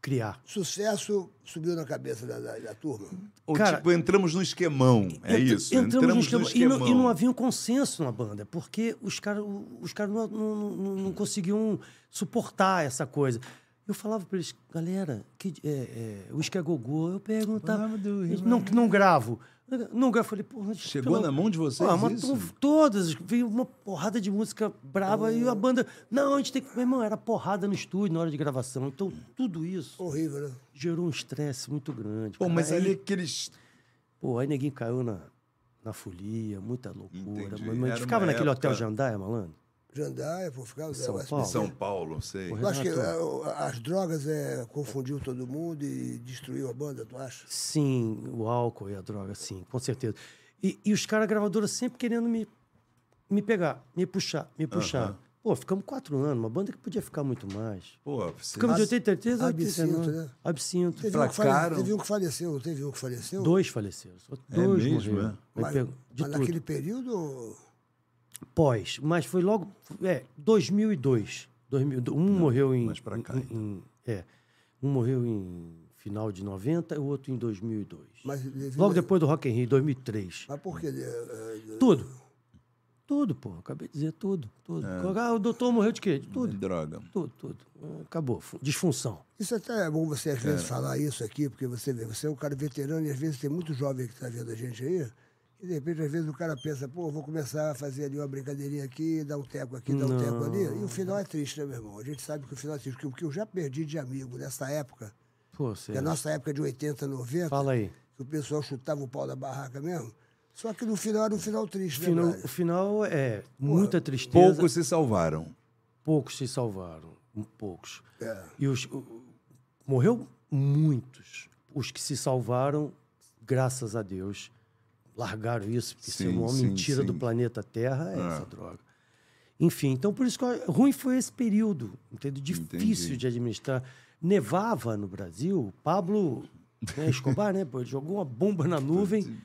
criar. Sucesso subiu na cabeça da, da, da turma. Ou Cara, tipo, entramos no esquemão, é Entra- isso? Entramos, no E esquemão. não, e não havia um consenso na banda, porque os caras os cara não, não, não- não conseguiam suportar essa coisa. Eu falava pra eles, galera, que, é, é, o uísque é gogô. Eu perguntava, eles, não, que não gravo. Não gravo. Eu falei, porra... Chegou na mão de vocês Pô, mas isso? tu- todas, veio uma porrada de música brava e a banda... Não, a gente tem que... Meu irmão, era porrada no estúdio na hora de gravação. Então, tudo isso Horrível, né? gerou um estresse muito grande. Pô, cara. é mas Aí- ali aqueles. Pô, aí ninguém caiu na, na folia, muita loucura. Entendi. Mas a Era gente ficava uma naquele época- hotel Jandaia, malandro. Jandaia, pô, ficava... São eu acho- Paulo. né? São Paulo, sei. Eu acho que eh, as drogas eh, confundiu todo mundo e destruiu a banda, tu acha? Sim, o álcool e a droga, sim, com certeza. E, e os caras gravadoras sempre querendo me, me pegar, me puxar, me puxar. Pô, ficamos quatro anos, uma banda que podia ficar muito mais. Pô, você... Ficamos de 83 a Absinto, 89. né? Absinto. Teve um, que fale- Placaram. teve um que faleceu, não teve um que faleceu? Dois faleceram. só Dois mesmo, é? morreram. Aí Mas, pegou de mas tudo. naquele período... pós, mas foi logo. É, 2002. 2000, um morreu em. mais pra cá, em- em- é. Um morreu em final de 90 e o outro em 2002. Mas devido logo a- depois do Rock in Rio, 2003. Mas por quê? Eh, eh, Tudo. Tudo, pô. Acabei de dizer tudo. tudo. Ah, o doutor morreu de quê? De tudo. Droga. Tudo, tudo. Acabou. fu- Disfunção. Isso até é bom você, às vezes, falar isso aqui, porque você vê, você é um cara veterano e às vezes tem muito jovem que está vendo a gente aí. E de repente, às vezes, o cara pensa, pô, vou começar a fazer ali uma brincadeirinha aqui, dar um teco aqui, dar um teco ali. E o final é triste, né, meu irmão? A gente sabe que o final é triste, porque o que eu já perdi de amigo nessa época, Pô, você. que é a nossa época de 80, 90, Fala aí. que o pessoal chutava o pau da barraca mesmo. Só que no final era um final triste, O final, né, o brother? final é muita tristeza. Poucos se salvaram. poucos se salvaram, um- poucos. É. E os o- o- morreu muitos. Os que se salvaram, graças a Deus, largaram isso, porque isso é Sim, uma sim, mentira do sim. planeta Terra, é essa droga. Enfim, então por isso que eu- ruim foi esse período, entendeu? Difícil Entendi. de administrar. Nevava no Brasil, Pablo né, Escobar, né? pô, jogou uma bomba na nuvem,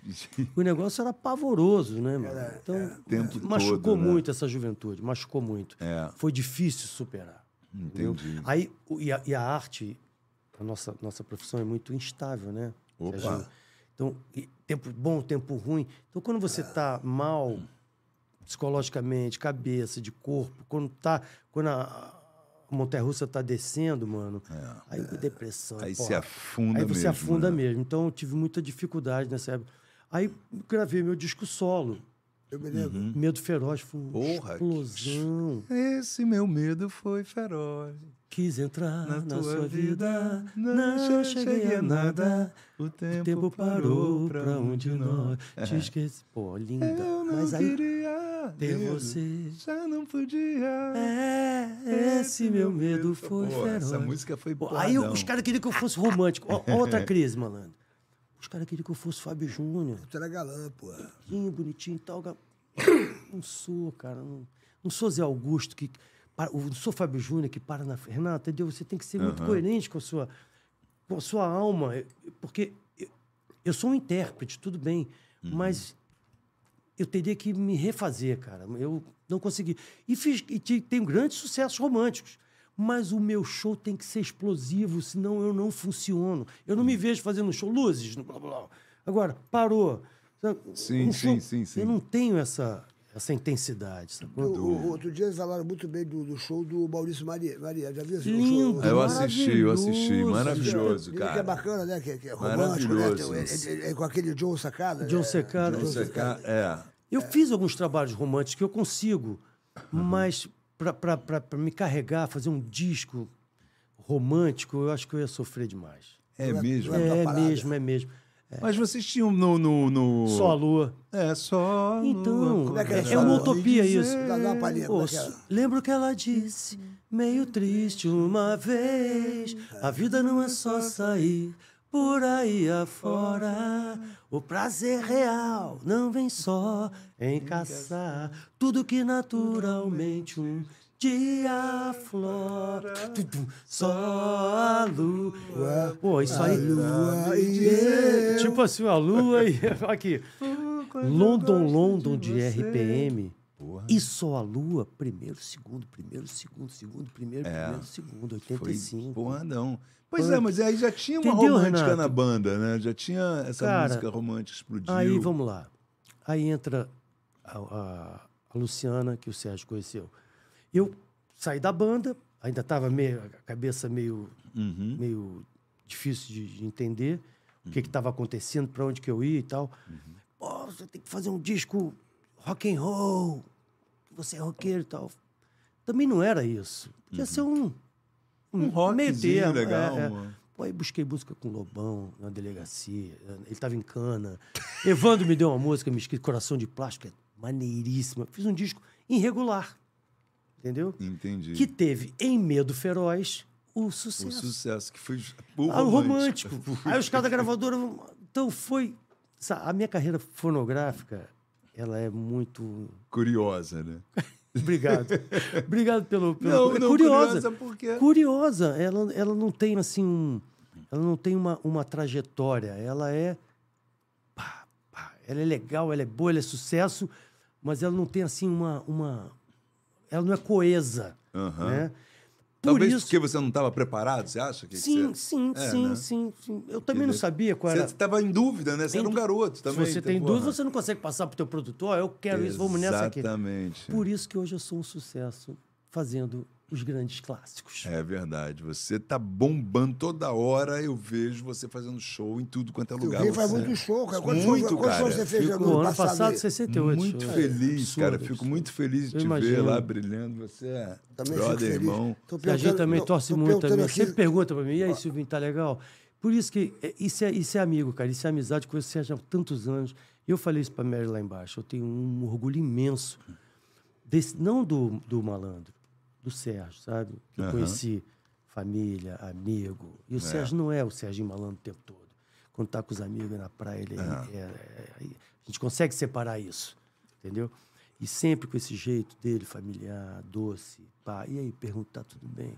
o negócio era pavoroso, né, mano? Então, tempo machucou todo, né? muito essa juventude, machucou muito. É. Foi difícil superar. entendeu? Entendi. Aí, o- e, a, e a arte, a nossa, nossa profissão é muito instável, né? Opa. Sérgio? Então, e tempo bom, tempo ruim. Então, quando você está mal psicologicamente, cabeça, de corpo, quando tá. Quando a montanha russa tá descendo, mano, aí depressão. É. é Aí porra. se afunda Aí você mesmo, afunda né? mesmo. Então eu tive muita dificuldade nessa época. Aí gravei meu disco solo. Eu me lembro. Medo Feroz foi uma Hum. Porra, que- explosão. Esse meu medo foi feroz. Quis entrar Ah, na, Na tua sua vida, vida, não cheguei a nada. O O tempo, tempo parou pra onde nós te É. esqueci. Pô, linda. Eu não Mas aí queria ter medo, você. Já não podia. É, esse meu medo foi Pô, feroz. Essa música foi Pô, boa. aí os caras queriam que eu fosse romântico. Ó, outra crise, malandro. Os caras queriam que eu fosse Fábio Júnior. Tu era galã, pô. Bonitinho, bonitinho e tal. gar- Não sou, cara. Não, não sou Zé Augusto, que. para- não sou Fábio Júnior que para na. Renata, entendeu? Você tem que ser muito coerente com a sua, com a sua alma. eh, Porque eu, eu sou um intérprete, tudo bem. Uhum. Mas eu teria que me refazer, cara. Eu não consegui. E, fiz, e ti- tenho grandes sucessos românticos. Mas o meu show tem que ser explosivo, senão eu não funciono. Eu Uhum. não me vejo fazendo um show, luzes, blá, blá, blá. Agora, parou. Sabe? Sim, Um sim, sim, sim. Eu não tenho essa, essa intensidade, sacou? O- o- outro dia eles falaram muito bem do, do show do Maurício Maria. Maria já viu esse Lindo, show? Ah, Eu assisti, eu assisti. maravilhoso. Maravilhoso, Dizem que é cara. bacana, né? Que, que é romântico, né? Maravilhoso. Tem- é- é- é com aquele John Sacada. John né? Secada. John Você Secada. ca- É. Eu fiz alguns trabalhos românticos que eu consigo, Uhum. mas para me carregar, fazer um disco romântico, eu acho que eu ia sofrer demais. É mesmo. Outra É parada. mesmo, é mesmo. Mas vocês tinham no. no, no... Só a lua. É só. Então, Como é que ela é uma fala? utopia Dizer- isso. Dá- dá uma palhinha, como é que Ouço, ela- lembro que ela disse, meio triste uma vez, a vida não é só sair por aí afora. O prazer real não vem só em caçar tudo que naturalmente um dia aflora. Tum, tum, Só a lua. Pô, isso aí. Lua e É, Tipo assim, a lua e. Aqui. London, London de, RPM. E só a lua, primeiro, segundo, primeiro, segundo, segundo, primeiro, primeiro, segundo, É. Foi 85. porra, não. Pois é, mas aí já tinha uma Entendeu, romântica Renato? na banda, né? Já tinha essa Cara, música romântica explodiu. Aí vamos lá. Aí entra a, a- a Luciana, que o Sérgio conheceu. Eu saí da banda, ainda estava meio, a cabeça meio, meio difícil de, de entender o que estava acontecendo, para onde que eu ia e tal. Pô, você tem que fazer um disco rock and roll, que você é roqueiro e tal. Também não era isso. Podia ser um, Um rockzinho termo, legal, é, é. mano. Pô, aí busquei música com o Lobão na delegacia. Ele tava em cana. Evandro me deu uma música, me escrito Coração de Plástico, é maneiríssima. Fiz um disco irregular. Entendeu? Entendi. Que teve em Medo Feroz o O sucesso. sucesso que foi Ah, o romântico. Aí os caras da gravadora. Então foi. sa- A minha carreira fonográfica, ela é muito. Curiosa, né? Obrigado. Obrigado pelo. pelo... Não, é não, curiosa, é- curiosa. porque- Curiosa. Ela, ela não tem, assim, um. Ela não tem uma, uma trajetória. Ela é. pá, pá. Ela é legal, ela é boa, ela é sucesso, mas ela não tem, assim, uma. uma... Ela não é coesa. Aham. Né? Por Talvez isso. porque você não estava preparado, você acha? Que Sim, que você... sim, É, sim, né? sim, sim. Eu também não Entendeu? sabia qual era. Você estava em dúvida, né? Você era um Tem- garoto também. Se você então, tem porra. dúvida, você não consegue passar pro teu produtor. "Ó, Eu quero isso, vamos nessa aqui. Exatamente. Por isso que hoje eu sou um sucesso fazendo os grandes clássicos. É verdade. Você tá bombando toda hora. Eu vejo você fazendo show em tudo quanto é Tu lugar. vê, faz você- muito show, cara. Quantos shows- muito, quantos cara. shows você fez Fico ano No ano passado? passado, aí? 68. muito É, feliz, absurdo, cara. Fico absurdo. muito feliz de Eu te ver imagino. lá brilhando. Você é Também fico brother, feliz. irmão. Tô A gente perguntando- também não, torce tô muito perguntando também. aqui- Sempre pergunta pra mim, e aí, Silvinho, tá legal? Por isso que é, isso é, isso é amigo, cara. Isso é amizade, conheço o Sérgio há tantos anos. E eu falei isso pra Mary lá embaixo. Eu tenho um orgulho imenso. desse- não do, do malandro, do Sérgio, sabe? Que eu conheci família, amigo. E o Sérgio não é o Sérgio é malandro o tempo todo. quando tá com os amigos na praia, ele, é- é- é- a gente consegue separar isso, entendeu? E sempre com esse jeito dele, familiar, doce, pá. E aí, perguntar tudo bem.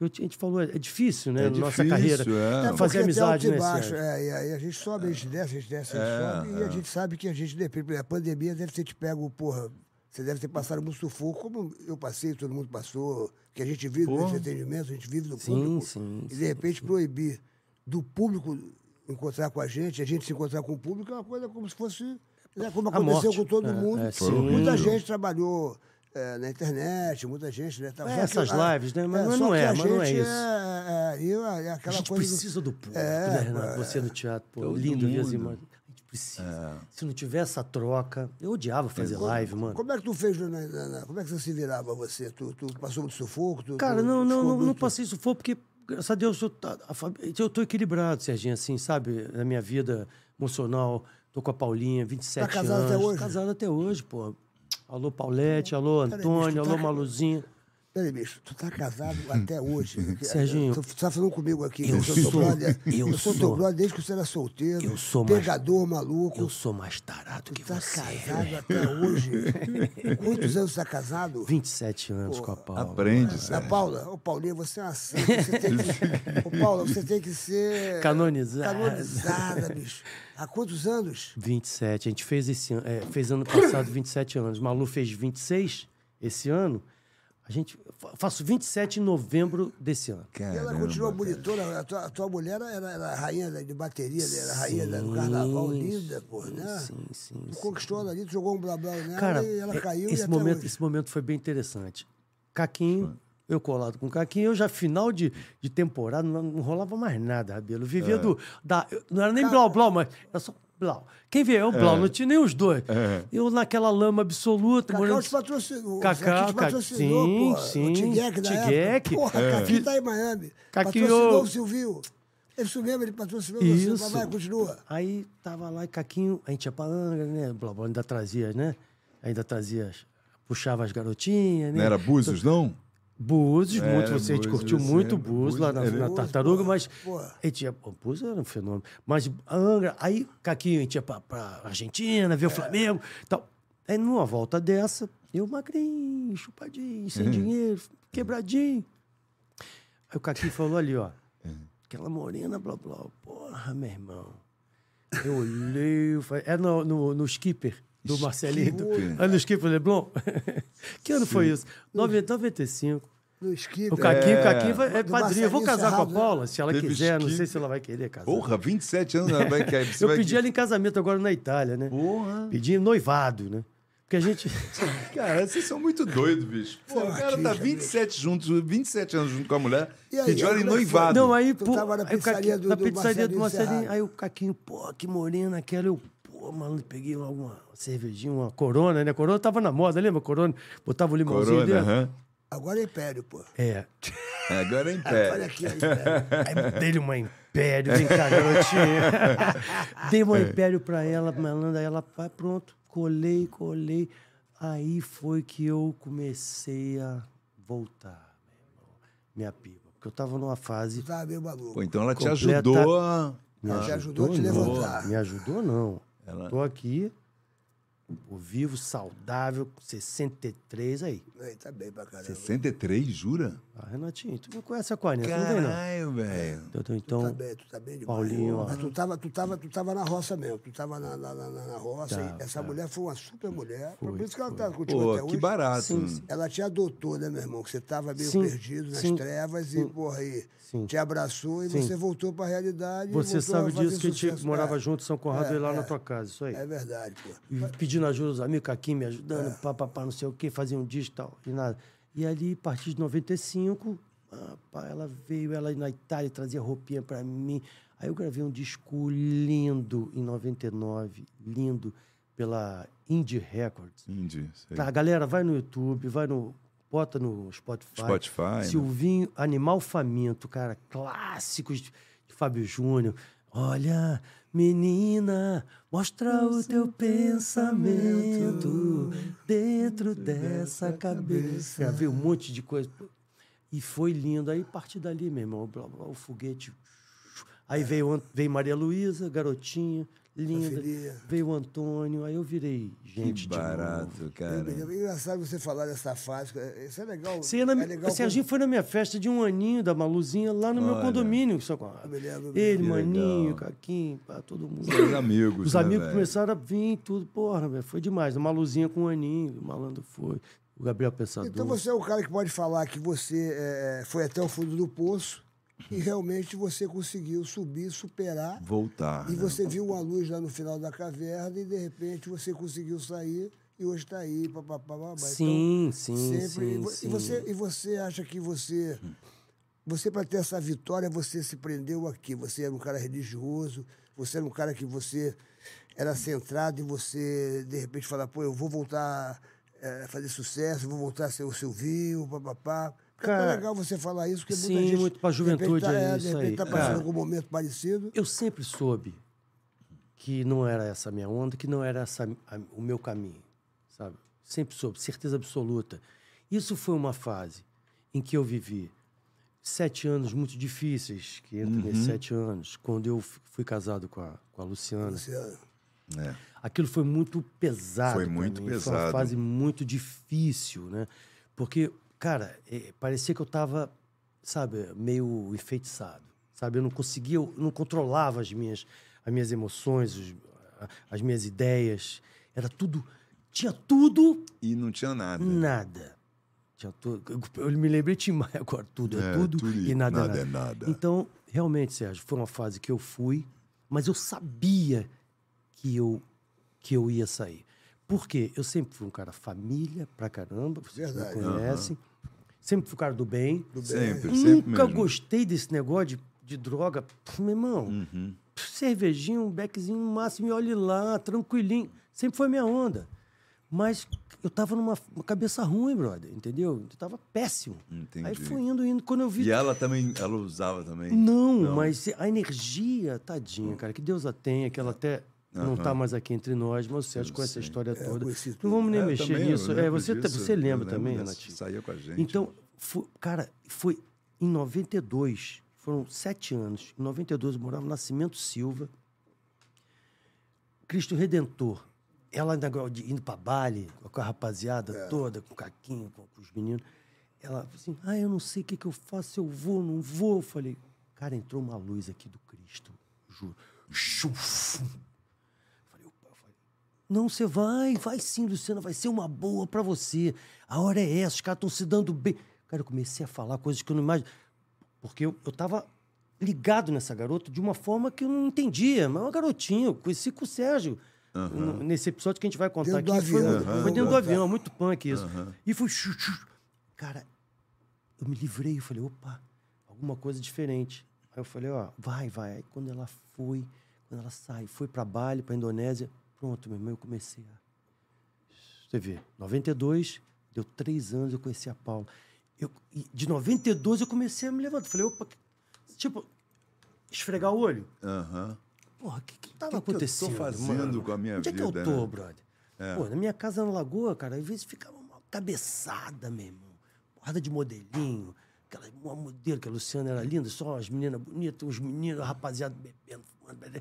Eu te- a gente falou, é é difícil, né? É na Nossa difícil, carreira. é. É porque Fazer tem amizade, alto né? e baixo, Sérgio? é, e aí a gente sobe, a gente desce, a gente desce, a gente sobe, e a gente sabe que a gente depende. A pandemia deve ter te pego, porra, você deve ter passado muito sufoco, como eu passei, todo mundo passou, que a gente vive do entretenimento, a gente vive do Sim, público. sim, e de sim, repente proibir do público encontrar com a gente, a gente se encontrar com o público, é uma coisa como se fosse. né, como A aconteceu morte. com todo É, mundo. é, sim. muita Foi. gente trabalhou. é, na internet, muita gente, né? tava- É, só que essas a- lives, né, mas não só é, que a mas não é gente isso. é, é, eu, é aquela a gente coisa do- precisa do público, É, né, Renato? é. Você no teatro, pô, Todo lindo ver as mundo. imagens. A gente precisa. Se não tiver essa troca, eu odiava fazer live, mano. Como é que tu fez, na- na- na- como é que você se virava você? Tu, tu passou muito sufoco? Tu, Cara, tu não, não, ficou não, não muito- passei isso for porque, graças a Deus, eu, tá- a fa- eu tô equilibrado, Serginho, assim, sabe? Na minha vida emocional, tô com a Paulinha, 27 Tá casado anos. até hoje? Casado até hoje, pô. Alô, Paulette, alô, Peraí, bicho, Antônio, tu alô, tá- Maluzinho. Peraí, bicho, tu tá casado até hoje. Serginho, Tu tá falando comigo aqui. eu teu sou- brother. eu sou teu sou- brother desde que você era solteiro. Eu sou mais- Pegador, maluco. Eu sou mais tarado que tá você. é. casado até hoje. Quantos anos tá casado? 27 anos com a Paula. Aprende, Na é. Sérgio. Paula, ô Paulinho, você é uma santa. Você tem que, ô Paula, você tem que ser. Canonizada. Canonizada, bicho. Há quantos anos? 27. A gente fez esse ano, é, fez ano passado 27 anos. Malu fez 26 esse ano. A gente fa- faço 27 em novembro desse ano. E ela continua bonitona. A tua, a tua mulher era, era a rainha da- de bateria, né? era a rainha da- do carnaval, linda, pô, né? Sim, sim. Tu sim. conquistou ela ali, tu jogou um blá blá nela Cara, e ela é- caiu e esse até momento, hoje. esse momento foi bem interessante. Caquinho, eu colado com o Caquinho, eu já final de, de temporada não, não rolava mais nada, Rabelo. Eu Vivia do da, eu- não era nem blau blau, mas era só blau. Quem vê eu blau, não tinha nem os dois. Eu naquela lama absoluta, Cacau morando te patrocinou. Cacau, te Ca- patrocinou, sim, porra. sim, O Tiguec da Tiguec. época. Porra, É. Caqui tá em Miami. Caqui, Patrocinou ô. o Silvio. Isso mesmo, ele patrocinou Isso. você. Vai, vai, continua. Aí tava lá e Caquinho, a gente ia pra Angra, né? Blá, blá, ainda trazia, né? Ainda trazia, as- puxava as garotinhas, né? Não era Búzios, não? Búzios, muito. Era Você a gente Búzios, curtiu você muito lembra? Búzios lá na, Búzios, na Búzios, Tartaruga, pô, mas pô. a gente ia... pô, Búzios era um fenômeno. Mas Angra, aí Caquinho, a gente ia pra, pra Argentina, ver o Flamengo e tal. Aí numa volta dessa, eu magrinho, chupadinho, sem dinheiro, quebradinho. Aí o Caquinho falou ali, ó. Aquela morena, blá, blá. Porra, meu irmão. Eu olhei, eu falei, é no, no, no Skipper, do Marcelinho. do- Skipper. Ah, no Skipper Leblon. que ano foi isso? 90, 95. No skip. O Caquinho, o Caquinho vai- é Do padrinho. Eu vou Marcelinho casar Serrado, com um né? a Paula, se ela Teve quiser. Não sei Skipper. se ela vai querer casar. Porra, 27 anos ela vai cair. Você Eu vai pedi que- ela em casamento agora na Itália, né? Porra. Pedi noivado, né? Porque a gente... Cara, vocês são muito doidos, bicho. Pô, é um o cara tá artista, 27 juntos, 27 anos junto com a mulher, E aí, pediu ela em como é que foi? noivado. Não, aí, Tu pô, tava na aí o pizzaria Caquinho, do- na do pizzaria do Marcelinho Marcelinho. Serrado. Aí o Caquinho, pô, que morena aquela. Eu, pô, maluco, peguei alguma cervejinha, uma corona, né? Corona tava na moda, lembra? Corona, botava o limãozinho Corona, dentro. aham. Agora é império, pô. É. Agora é em Olha pé. aqui, é império. Aí dei-lhe uma império, vem cá, garotinha. Dei uma império pra ela, malandra, aí ela, pá, pronto, colei, colei. Aí foi que eu comecei a voltar, meu irmão, minha piba. Porque eu tava numa fase. Tava Tá meio maluco. Pô, então ela te Completa- ajudou a... Me Te ajudou a te levantar. Me ajudou, não. Ela- Tô aqui, pô, vivo, saudável, com 63 aí. Aí, tá bem pra caramba. 63, jura? Ah, Renatinho, tu não conhece a 40, É não vem não. Caralho, velho. Entendeu? Tá Então, bem, tu tá bem demais. Paulinho, ó. Mas tu tava, tu, tava, tu tava na roça mesmo, tu tava na, na, na, na- na roça. Tá, e essa mulher foi uma super mulher. por isso que ela tá contigo até Pô, hoje. que barato. Ela te adotou, né, meu irmão? Que você tava meio Sim, perdido nas sim, trevas e, porra, aí Sim. te abraçou e Sim. você voltou pra realidade. e você voltou a sabe fazer disso que a gente sucesso. morava É, junto em São Conrado é, e lá na é. tua casa, isso aí. É verdade, pô. E pedindo ajuda aos amigos, Caquinho me ajudando, pá, pá, pá, não sei o quê, fazia um disco e tal, e nada. E ali, a partir de 95, ah, pá, ela veio, ela na Itália trazia roupinha pra mim. Aí eu gravei um disco lindo em 99, lindo, pela Indie Records. Entendi. sei. Tá, galera, vai no YouTube, vai no. Bota no Spotify. Spotify, né? Silvinho, Animal Faminto, cara, clássicos de Fábio Júnior. Olha, menina, mostra o teu pensamento dentro dessa cabeça. Gravei um monte de coisa. E foi lindo. Aí, a partir dali, meu irmão, blá, blá, o foguete. Aí veio, Ant- veio Maria Luísa, garotinha, linda. Filhinha. Veio o Antônio, aí eu virei gente Que de novo. barato, Eu cara. me lembro- É Engraçado você falar dessa fase. eh, Isso é legal. Cena, é legal Serginho foi na assim, minha festa de um aninho da Maluzinha lá no meu Olha. condomínio. Só com... me lembro, eu me Ele, Que Maninho, legal. Caquinho, pá, todo mundo. Seus amigos, Os né, amigos velho? começaram a vir e tudo. Porra, velho, foi demais. A Maluzinha com o aninho, o malandro foi. O Gabriel Pensador. Então você é o cara que pode falar que você eh, foi até o fundo do poço e realmente você conseguiu subir, superar. Voltar. E né? você viu uma luz lá no final da caverna e de repente você conseguiu sair e hoje está aí. Pá, pá, pá, pá, pá. Sim, sim, é então. sempre. e, sim, vo- e sim. você, e você acha que você. Você, para ter essa vitória, você se prendeu aqui. Você era um cara religioso, você era um cara que você era centrado e você, de repente, fala, pô, eu vou voltar eh, a fazer sucesso, vou voltar a ser o Silvinho, papapá. Cara, é legal você falar isso, porque muita sim, gente. muito pra de repente, juventude tá, é de isso repente aí, tá passando cara. algum momento parecido. Eu sempre soube que não era essa a minha onda, que não era essa a- o meu caminho, sabe? Sempre soube, certeza absoluta. Isso foi uma fase em que eu vivi sete anos muito difíceis, que entra nesses sete anos, quando eu f- fui casado com a, com a Luciana. Luciano. É. Aquilo foi muito pesado. Foi pra muito mim. Foi uma pesado. fase muito difícil, né? Porque, cara, eh, parecia que eu tava, sabe, meio enfeitiçado, sabe? Eu não conseguia, eu não controlava as minhas, as minhas emoções, os- a- as minhas ideias. Era tudo, tinha tudo, E não tinha nada. nada. Tinha tudo. Eu me lembrei de Maia agora, tudo é, É, tudo, tudo e nada, nada é é nada. Então, realmente, Sérgio, foi uma fase que eu fui, mas eu sabia que eu que eu ia sair. Por quê? Eu sempre fui um cara família pra caramba, vocês Verdade. me conhecem. Sempre fui um cara do bem. Sempre, sempre Nunca mesmo. gostei desse negócio de, de droga. Pff, meu irmão, Uhum. pff, cervejinha, um beckzinho no máximo, e olhe lá, tranquilinho. Sempre foi minha onda. Mas eu tava numa uma cabeça ruim, brother, entendeu? Eu tava péssimo. Entendi. Aí fui indo, indo. Quando eu vi. E ela também, ela usava também. Não, mas a energia, tadinha, cara, que Deus a tenha, que ela até não tá mais aqui entre nós, mas o Sérgio conhece a história toda. conheci Não tudo. vamos nem É, eu mexer também, eu nisso. É, lembro você, disso, você eu lembra lembro também, dessa- Renatinho? saiu com a gente. né? Então, fo- cara, foi em 92, foram sete anos. Em 92 eu morava no Nascimento Silva, Cristo Redentor. Ela ainda agora de- indo pra Bali, com a rapaziada toda, com o Caquinho, com, com os meninos. Ela falou assim, ah, eu não sei o que, que eu faço, eu vou, não vou. Eu falei, cara, entrou uma luz aqui do Cristo, juro. Chuf. Falei, opa, eu falei, não, você vai, vai sim, Luciana, vai ser uma boa pra você. A hora é essa, os caras estão se dando bem. Cara, eu comecei a falar coisas que eu não imagino. Porque eu, eu tava ligado nessa garota de uma forma que eu não entendia. Mas é uma garotinha, eu conheci com o Sérgio. n- Nesse episódio que a gente vai contar Dentro do aqui. Foi, um avião, foi né? dentro Aham. do avião, muito punk isso. E foi. chu, chu. Cara, eu me livrei, eu falei, opa, alguma coisa diferente. Aí eu falei, ó, vai, vai. Aí quando ela foi, quando ela sai, foi pra Bali, pra Indonésia, pronto, meu irmão, eu comecei a. Você vê, 92, deu três anos, eu conheci a Paula. Eu, e de 92 eu comecei a me levantar. Falei, opa, que- tipo, esfregar o olho. Aham. Porra, o que, que que tava eu tô acontecendo? fazendo mano? com a minha Onde Onde vida, é que eu tô, né? brother? Pô, na minha casa na Lagoa, cara, às vezes ficava uma cabeçada, meu irmão. Porrada de modelinho. Aquela, uma modelo que a Luciana era linda, só as meninas bonitas, os meninos, a rapaziada bebendo, fumando. blá, blá.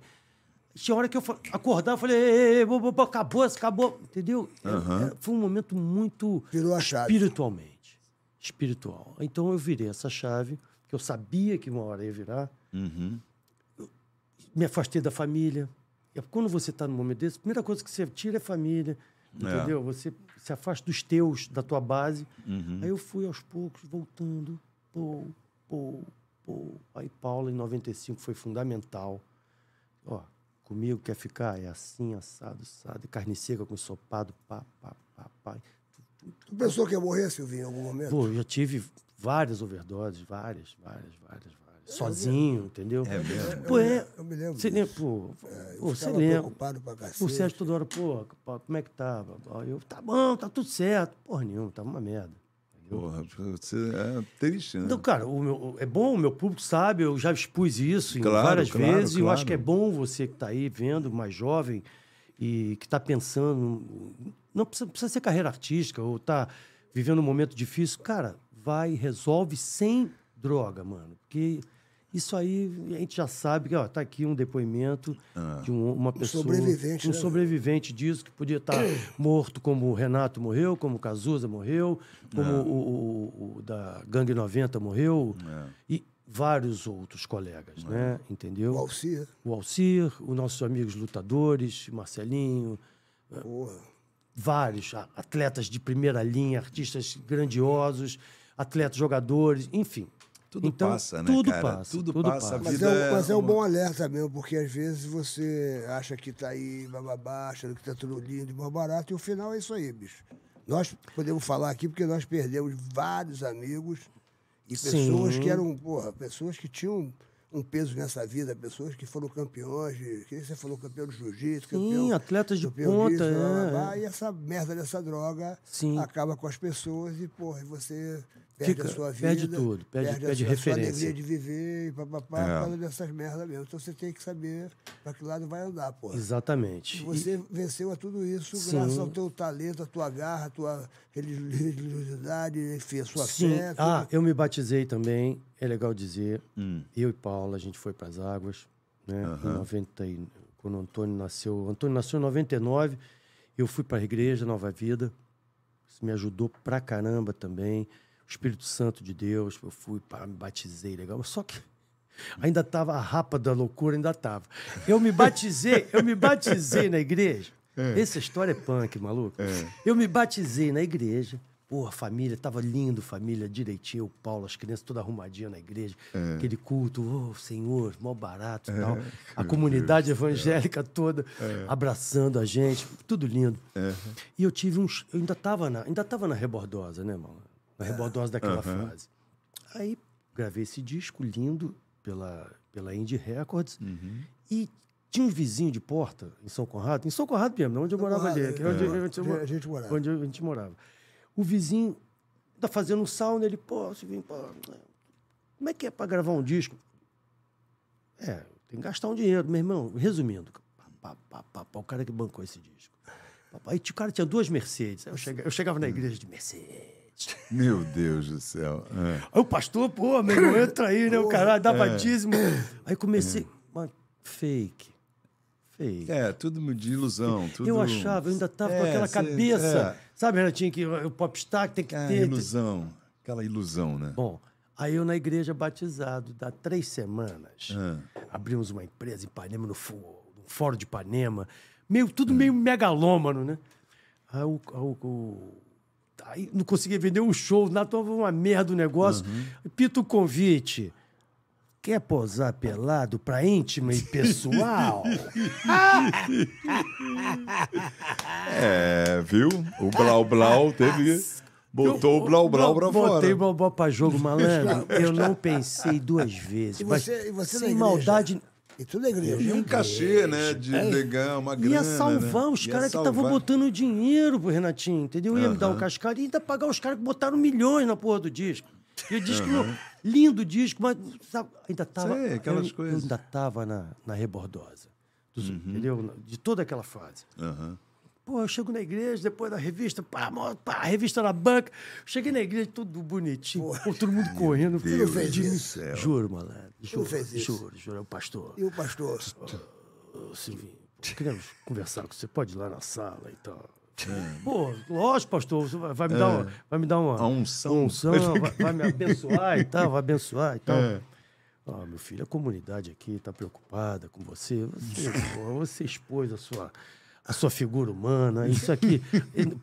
Tinha hora que eu fa- acordava, eu falei, ei, ei, ei, bo- bo- bo- acabou, acabou, entendeu? Era- era- foi um momento muito Virou a chave. espiritualmente. Espiritual. Então eu virei essa chave, que eu sabia que uma hora ia virar. Eu Me afastei da família. É quando você está num momento desse, a primeira coisa que você tira é família. Entendeu? Você se afasta dos teus, da tua base. Aí eu fui aos poucos, voltando. Pô, pô, pô. Aí Paula, em 95, foi fundamental. Ó, comigo quer ficar? É assim, assado, assado. Carne seca com ensopado, pá, pá, pá, pá. Tu pensou que ia morrer, Silvinho, em algum momento? Pô, eu já tive várias overdoses, várias, várias, várias, várias. Sozinho, entendeu? É mesmo. Pô, é. Eu me lembro Você disso. É, lembra, pô, Eu pô, você ficava lembra. preocupado pra cacete. O Sérgio toda hora, pô, pô, como é que tá? Aí Eu, tá bom, tá tudo certo. Porra nenhuma, tava uma merda. Porra, você é triste, né? Então, cara, o meu- é bom, o meu público sabe, eu já expus isso em Claro, várias claro, vezes, e eu acho claro. que é bom você que está aí vendo, mais jovem, e que está pensando, não precisa, precisa ser carreira artística, ou tá está vivendo um momento difícil, cara, vai, resolve sem droga, mano, porque Isso aí a gente já sabe que ó, tá aqui um depoimento Ah. de um- uma pessoa. sobrevivente, Um né? sobrevivente disso, que podia estar morto como o Renato morreu, como o Cazuza morreu, como É. o, o- o- o da Gangue 90 morreu, É. e vários outros colegas, né? Entendeu? O Alcia. o Alcir, os nossos amigos lutadores, Marcelinho, vários a- atletas de primeira linha, artistas grandiosos, atletas, jogadores, enfim. Tudo Então, passa, né, tudo cara? Passa, Tudo tudo, passa, passa. a Mas, vida é, um- mas é um uma- bom alerta mesmo, porque às vezes você acha que tá aí bababá, achando que tá tudo lindo, mais barato, e o final é isso aí, bicho. Nós podemos falar aqui porque nós perdemos vários amigos e pessoas Sim. que eram, porra, pessoas que tinham um peso nessa vida, pessoas que foram campeões, de, que nem você falou campeão do jiu-jitsu, campeão. atletas de campeão disso, ponta, blá, blá, é. blá, E essa merda dessa droga Sim. acaba com as pessoas e, porra, e você perde Fica- a sua vida. perde tudo, perde- a perde sua- a sua referência. alegria de viver e papapá, É. por causa dessas merdas mesmo. Então você tem que saber pra que lado vai andar, pô. Exatamente. E Você venceu a tudo isso graças ao teu talento, à tua garra, à tua religi- religiosidade, enfim, a sua Sim. fé. tudo. Ah, eu me batizei também, é legal dizer. Eu e Paula, a gente foi para as águas, né? Em 90, e- quando o Antônio nasceu. O Antônio nasceu em 99, eu fui para a igreja Nova Vida. Isso me ajudou pra caramba também. O Espírito Santo de Deus, eu fui para me batizei, legal. Só que ainda tava a rapa da loucura, ainda tava. Eu me batizei, eu me batizei na igreja. Essa história é punk, maluco. Eu me batizei na igreja. Porra, a família, tava lindo, família, direitinho, o Paulo, as crianças toda arrumadinha na igreja, aquele culto, ô Senhor, mó barato e tal. A comunidade evangélica toda abraçando a gente, tudo lindo. E eu tive uns. Eu ainda tava na, ainda tava na rebordosa, né, mano? Na rebordosa daquela fase. Aí gravei esse disco lindo pela, pela Indie Records. E tinha um vizinho de porta em São Conrado, em São Conrado mesmo, onde eu morava Conrado, ali, que é onde, é. eu- onde eu Onde a gente morava. Onde eu- a gente morava. O vizinho tá fazendo um sauna, ele, pô, Silvinho, pô, como é que é pra gravar um disco? É, tem que gastar um dinheiro, meu irmão. Resumindo, pá, pá, pá, pá, pá, o cara que bancou esse disco. Pá, pá. Aí o cara tinha duas Mercedes. Aí eu chega- eu chegava na igreja de Mercedes. Meu Deus do céu. É. Aí o pastor, pô, meu irmão, entra aí, né? O caralho dá batismo. Aí comecei. Mas fake. Fake. É, tudo de ilusão. Tudo... Eu achava, eu ainda tava com É, aquela cê- cabeça. Sabe, Renatinho, que o popstar que tem que É, é, ter. ilusão. Aquela ilusão, né? Bom, aí eu na igreja batizado, dá três semanas, Ah. abrimos uma empresa em Ipanema, no, fu- no Fórum de Ipanema, meio, tudo Ah. meio megalômano, né? Aí, o- o- o- aí não conseguia vender um show, na tava uma merda o negócio. Uhum. Pita o convite. Quer posar pelado pra íntima e pessoal? É, viu? O Blau Blau teve. Botou o Blau Blau pra fora. Botei o Blau Blau pra jogo, malandro. Eu não pensei duas vezes. E mas você- e você na sem igreja? maldade... E tudo é igreja. E um cachê, né? De pegar uma grana. É. Ia salvar né? os Ia caras que salvar. estavam botando dinheiro pro Renatinho, entendeu? Ia me dar um cascalho e ainda pagar os caras que botaram milhões na porra do disco. E o disco, lindo disco, mas sabe, ainda tava. Sei, aquelas eu- eu, coisas. Uhum. ainda tava na, na rebordosa. dos- Entendeu? De toda aquela fase. Pô, eu chego na igreja, depois da revista, pá, mó- pá, a revista na banca. Cheguei na igreja, tudo bonitinho, pô, todo mundo correndo. Deus do céu. Juro, malandro. Juro, fez isso? juro, juro, é o pastor. E o pastor? Ô, Silvinho, queremos conversar com você. Pode ir lá na sala e tal. Pô, lógico, pastor, você vai vai me dar uma. Vai me dar uma A unção. unção, vai, vai me abençoar e tal, vai abençoar e tal. Ah, meu filho, a comunidade aqui está preocupada com você. Você, pô, você expôs a sua, a sua figura humana, isso aqui.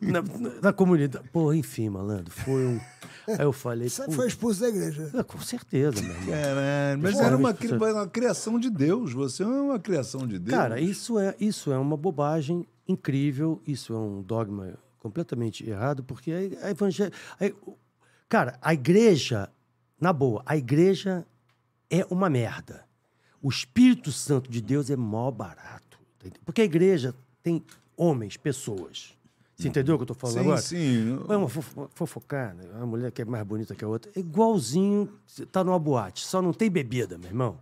Na, na- na comunidade. Pô, enfim, malandro, foi um. Aí eu falei. Sabe, foi expulso da igreja. "Pô, Com certeza, meu irmão. Caralho, É, mas Porra, era uma, mas- cri- uma criação de Deus. Você é uma criação de Deus. Cara, isso é, isso é uma bobagem incrível, isso é um dogma completamente errado, porque a, a evangé- a- o- cara, a igreja, na boa, a igreja é uma merda. O Espírito Santo de Deus é mó barato. entendeu? Porque a igreja tem homens, pessoas. Você entendeu o que eu tô falando sim, agora? sim. É uma fofo- fofocada, uma mulher que é mais bonita que a outra. É Igualzinho, cê tá numa boate, só não tem bebida, meu irmão.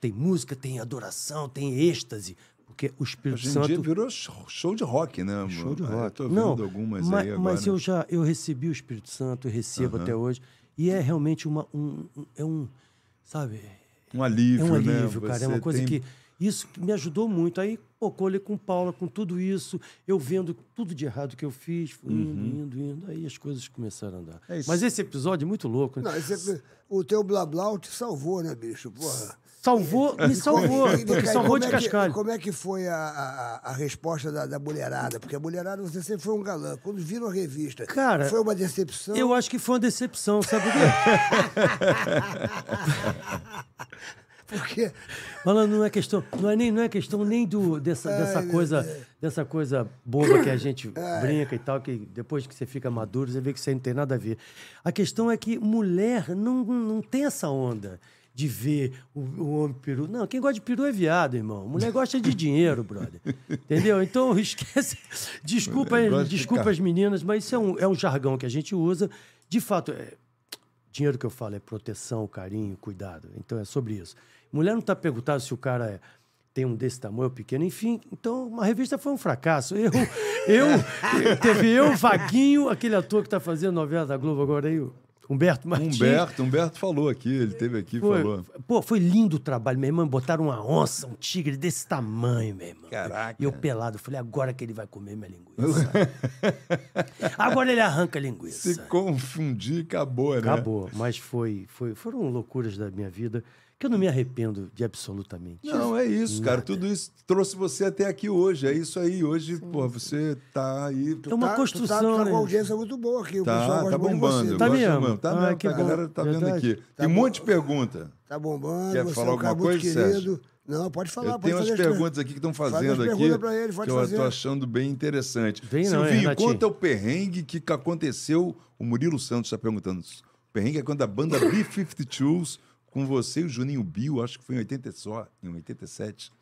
Tem música, tem adoração, tem êxtase. Porque o Espírito Hoje em Santo. dia virou show show de rock, né? amor? Show de Eu rock. tô vendo não, algumas ma- aí agora. né? Mas eu já eu recebi o Espírito Santo, eu recebo até hoje. E é realmente uma, um, um- é um. Sabe? Um alívio, É um né? alívio, cara. É uma Você coisa tem- que. Isso que me ajudou muito. Aí, pô, colhei com Paula, com tudo isso, eu vendo tudo de errado que eu fiz, fui indo, indo, indo. Aí as coisas começaram a andar. Uhum. isso. Mas esse episódio é muito louco. né? Não, esse- o teu blá blá te salvou, né, bicho? Porra. Salvou, é me salvou, E, porque Caio, salvou como de é que- cascalho. Como é que foi a, a, a- a resposta da, da mulherada? Porque a mulherada, você sempre foi um galã. Quando viram a revista, Cara, foi uma decepção. Eu acho que foi uma decepção, sabe por quê? Porque Mas não é questão, não é nem não é questão nem do dessa, dessa coisa, dessa coisa boba que a gente brinca e tal, que depois que você fica maduro, você vê que isso aí não tem nada a ver. A questão é que mulher não, não tem essa onda de ver o, o homem peru. Não, quem gosta de peru é viado, irmão. Mulher gosta de dinheiro, brother. Entendeu? Então esquece. Desculpa, aí, gosta de desculpa as meninas, mas isso é um, é um jargão que a gente usa. De fato, é, Dinheiro que eu falo é proteção, carinho, cuidado. Então é sobre isso. Mulher não está perguntando se o cara é- tem um desse tamanho, pequeno, enfim. Então, uma revista foi um fracasso. Eu, eu, teve eu, Vaguinho, aquele ator que está fazendo novela da Globo agora aí, o Humberto Martins. Humberto, Humberto falou aqui, ele teve aqui, e Foi, falou. pô, foi lindo o trabalho, minha irmã. Botaram uma onça, um tigre desse tamanho, meu irmão. Caraca. E eu pelado, falei, agora que ele vai comer minha linguiça. agora ele arranca a linguiça. Se confundir, acabou, né? Acabou, mas foi, foi, foram loucuras da minha vida que eu não me arrependo de absolutamente. Não, é isso, cara. Tudo isso trouxe você até aqui hoje. É isso aí. Hoje, pô, você tá aí. É uma tá, tu tá, construção, tu tá com né? uma audiência muito boa aqui. O pessoal Tá, gosta tá muito de bombando. você. Tá gosta mesmo? mesmo, Tá Ah, mesmo. que a bom. galera tá vendo Verdade. aqui. Tem um monte de pergunta. Tá bombando. Quer você falar é um cara alguma muito coisa, querido. Sérgio? Não, pode falar. eu pode tenho umas fazer as perguntas aqui que estão faz fazendo as aqui. perguntas pra ele, pode que eu fazer. tô achando bem interessante. Vem não, é, hein, Silvinho, Renatinho? conta o perrengue que aconteceu. O Murilo Santos está perguntando. O perrengue é quando a banda B-52s com você e o Juninho Bill, acho que foi em 80 só, em 87.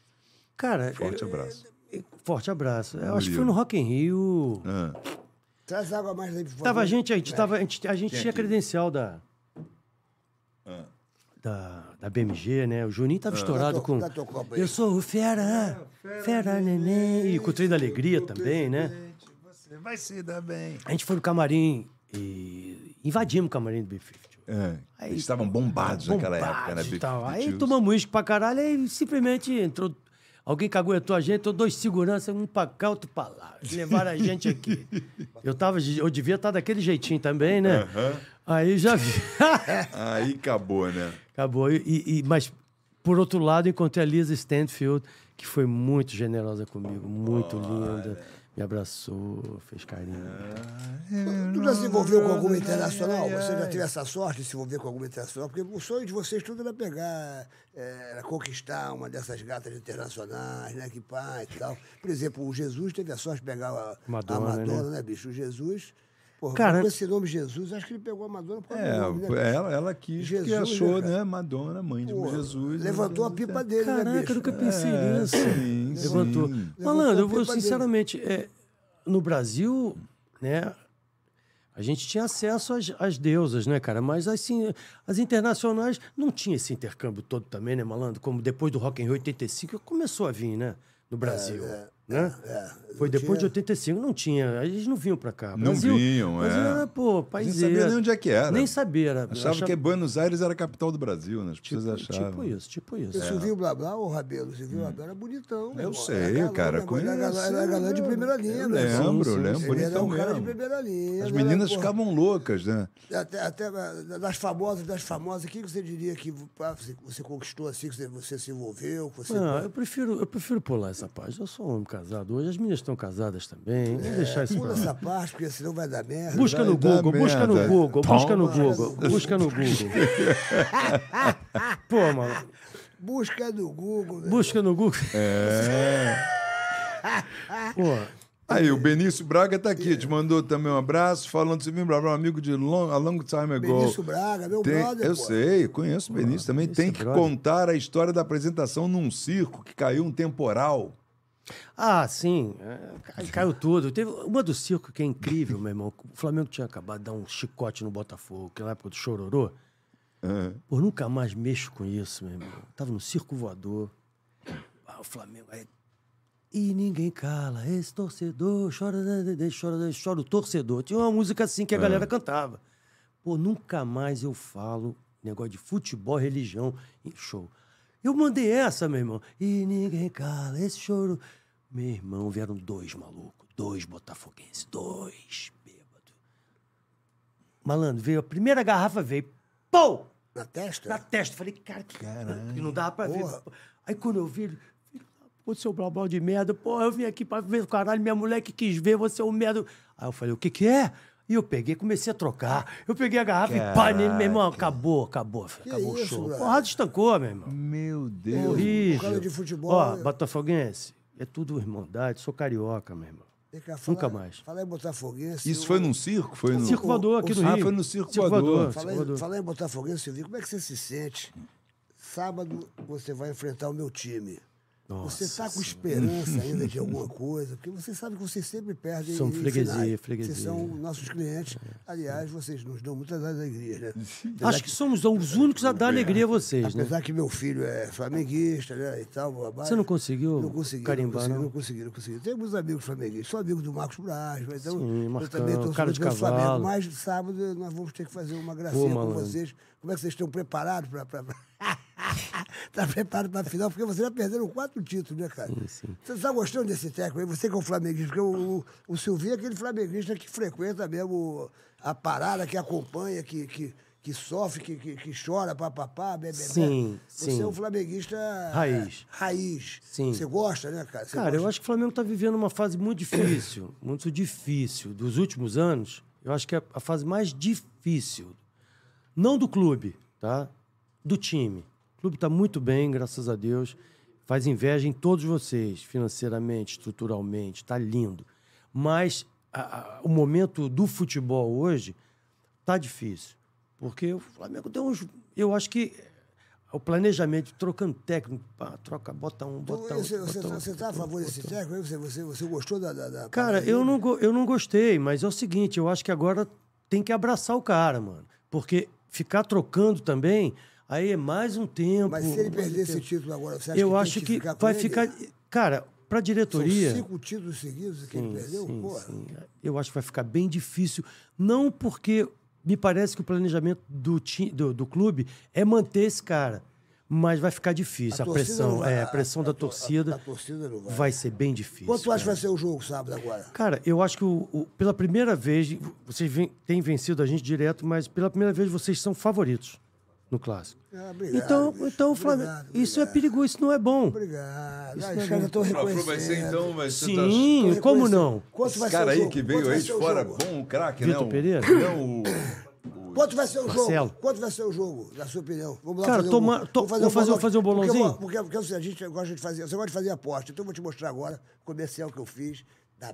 Cara, Forte eu- abraço. eu- forte abraço. Eu acho Murilo. que foi no Rock in Rio. Ah, Traz água a mais aí, por favor. Tava a gente, a gente, tava, a gente, a gente tinha aqui? Ah. credencial da, da, da BMG, né? O Juninho tava estourado Dá teu- com. dá teu copo aí. Eu sou Ah, o Fera, Fera Neném. E com o Trem da Alegria também, né? Você vai se dar bem. A gente foi no camarim e invadimos o camarim do B50. É, Aí- tá eles estavam bombados, naquela bombados época, né? e tal. Aí B-52s. tomamos uísque pra caralho, aí simplesmente entrou. Alguém caguetou a gente, entrou dois seguranças, um pra cá, outro pra lá. Levaram a gente aqui. Eu, tava, de- eu devia estar daquele jeitinho também, né? Aí já vi. um Aí acabou, né? Acabou. E, e- mas, por outro lado, encontrei a Lisa Stanfield, que foi muito generosa comigo, muito linda. Me abraçou, fez carinho. É, Tu já se envolveu com alguma internacional? Você já teve essa sorte de se envolver com alguma internacional? Porque o sonho de vocês tudo era pegar, eh, era conquistar uma dessas gatas internacionais, né? Que pai e tal. Por exemplo, o Jesus teve a sorte de pegar a a Madonna, Madonna, né? bicho? O Jesus. Porra, Cara- com esse nome Jesus, acho que ele pegou a Madonna por É, causa do nome, né? ela, ela quis, Jesus, que achou, né, né? cara? Madonna, mãe de um Porra, Jesus. Levantou a né? pipa dele, né, Caraca, bicho? eu nunca pensei nisso. é, sim, Levantou. sim. Levantou Malandro, a eu vou, pipa dele. sinceramente, é, no Brasil, né? A gente tinha acesso às, às deusas, né, cara? Mas assim, as internacionais não tinha esse intercâmbio todo também, né, malandro? Como depois do Rock in Rio 85 começou a vir, né? No Brasil, É, né? É. Foi depois de 85, não tinha. Eles não vinham pra cá. Não Brasil, vinham, Brasil é. era, pô, Nem paiseira. sabia nem onde é que era. Nem sabia. Era, Achava, que Buenos Aires era a capital do Brasil, né? As pessoas tipo, achavam. É. tipo isso, tipo isso. Você viu o Blá Blá, ô Rabelo? Você viu o Blá Blá? Era bonitão. né, Eu irmão? sei, Era galã, cara, né, irmão? Era galã, era conheço, galã de eu- primeira linha, eu né? lembro, Sim, sim, lembro, Ele era um bonitão cara de mesmo. primeira linha. As ele era, meninas porra, ficavam loucas, né? Até, até ah, das famosas, das famosas, o que você diria que ah, você, você conquistou assim, que você, você se envolveu, que você. tá Não, eu prefiro, eu prefiro pular essa página. Eu sou um homem casado hoje, as meninas estão casadas também. Vamos deixar isso É, pra Pula lá. essa parte, porque senão vai dar merda. Busca no dar Google, busca no merda. Google, busca no Toma. Google, busca no Google. Pô, mano, Busca no Google. né? busca no Google. É. Pô, Aí, o Benício Braga tá aqui, te mandou também um abraço, falando assim, blá, blá, amigo de long, a long time ago. Benício Braga, meu Tem- brother. eu pô. sei, conheço o Benício também. Tem que brother. contar a história da apresentação num circo que caiu um temporal. Ah, sim. é, cai- Caiu tudo. Teve uma do circo que é incrível, meu irmão. O Flamengo tinha acabado de dar um chicote no Botafogo, que na época do Chororô. Pô, nunca mais mexo com isso, meu irmão. Tava no circo voador. Ah, o Flamengo. aí- E ninguém cala. Esse torcedor chora, né, né, chora, chora o torcedor. Tinha uma música assim que a galera cantava. Pô, nunca mais eu falo negócio de futebol, religião e show. Eu mandei essa, meu irmão. E ninguém cala esse choro. Meu irmão, vieram dois malucos, dois botafoguenses, dois bêbados. Malandro, veio a primeira garrafa, veio. Pô! Na testa? Na testa. Falei, cara, que que não dava pra Tá. Porra. ver. Aí quando eu vi ele, filho da puta, seu blá blá de merda, porra, eu vim aqui pra ver o caralho, minha mulher que quis ver, você é um merda. Aí eu falei, o que que é? E eu peguei, comecei a trocar. Eu peguei a garrafa e pá nele, meu irmão, acabou, acabou, filho, Que acabou o isso, show. brother? Porrada estancou, meu irmão. Meu Por Deus. Horrível. causa de futebol, Ó, né? Botafoguense, é tudo irmandade, sou carioca, meu irmão. Vem cá, fala- Nunca mais. Fala em Botafoguense. Isso eu- foi num circo? Foi no... Circo voador aqui o- do ah, Rio. foi no circo voador. Fala em, fala em Botafoguense, Silvio, como é que você se sente? Sábado você vai enfrentar o meu time. você está com esperança ainda de alguma coisa? Porque você sabe que vocês sempre perdem. São em freguesia, finais. freguesia. É, Vocês são nossos clientes. Aliás, vocês nos dão muitas alegrias, né? Acho que somos os únicos a dar alegria a vocês, né? Apesar que meu filho é flamenguista, né? E tal, babá. Você não conseguiu Não consegui, carimbar, não consegui, não? não consegui, não consegui. Tem alguns amigos flamenguistas, sou amigo do Marcos Braz, mas eu- Sim, eu, Marcão, também torço cara de muito pelo cavalo. Flamengo. Mas sábado nós vamos ter que fazer uma gracinha com malandro. vocês. Como é que vocês estão preparados para. Pra... tá preparado para a final? Porque vocês já perderam quatro títulos, né, cara? sim. Você está gostando desse técnico aí? Você que é um flamenguista, porque o, o, o Silvinho é aquele flamenguista que frequenta mesmo a parada, que acompanha, que. que que sofre, que, que, que chora, papapá, bebê. Sim, Você sim. é um flamenguista Raiz. Raiz. Sim. Você gosta, né, cara? Você Cara, eu gosta. acho que o Flamengo está vivendo uma fase muito difícil, muito difícil. Dos últimos anos, eu acho que é a fase mais difícil. Não do clube, tá? Do time. O clube está muito bem, graças a Deus. Faz inveja em todos vocês, financeiramente, estruturalmente, está lindo. Mas a- a- o momento do futebol hoje tá difícil. Porque o Flamengo deu uns. Eu acho que o planejamento, trocando técnico, pá, troca, bota um, Então, bota você, um. você, bota um, você tá a bota um, favor desse bota um. técnico? aí? Você, você, você gostou da. da, da Cara, parada eu aí? não, go- eu não gostei, mas é o seguinte, eu acho que agora tem que abraçar o cara, mano. Porque ficar trocando também, aí é mais um tempo. Mas se ele mais um perder esse tempo. título agora, você acha Eu que acho tem que ficar com vai ele? ficar. Cara, pra São diretoria. cinco títulos seguidos que ele perdeu? Sim, Porra. sim. Eu acho que vai ficar bem difícil. Não porque me parece que o planejamento do, ti- do, do clube é manter esse cara. Mas vai ficar difícil. A A, torcida não pressão, vai- é, a pressão da a- a- a torcida, torcida não vai. ser bem difícil. Quanto tu acha que cara. vai ser o jogo sábado agora? Cara, eu acho que o- o- pela primeira vez, vocês vem- têm vencido a gente direto, mas pela primeira vez vocês são favoritos no clássico. Ah, obrigado, então, bicho. então Flamengo, Obrigado, isso é obrigado. perigoso, isso não é bom. Obrigado. Isso Ah, não os é caras estão reconhecendo. Vai ser então, vai ser... Tão Sim, reconhecendo. como não? Quanto vai Esse ser o cara aí jogo? que Quanto veio vai aí ser de o fora, jogo? um bom craque, né? Vitor O- Pereira? Não, o... Quanto vai ser o Marcelo. jogo? Quanto vai ser o jogo, na sua opinião? Vamos Cara, fazer toma- um- to- vou fazer- bolão. fazer um Porque eu vou- bolãozinho? Porque, porque, é o seguinte, a gente gosta de fazer. Você gosta de fazer aposta. Então eu vou te mostrar agora o comercial que eu fiz da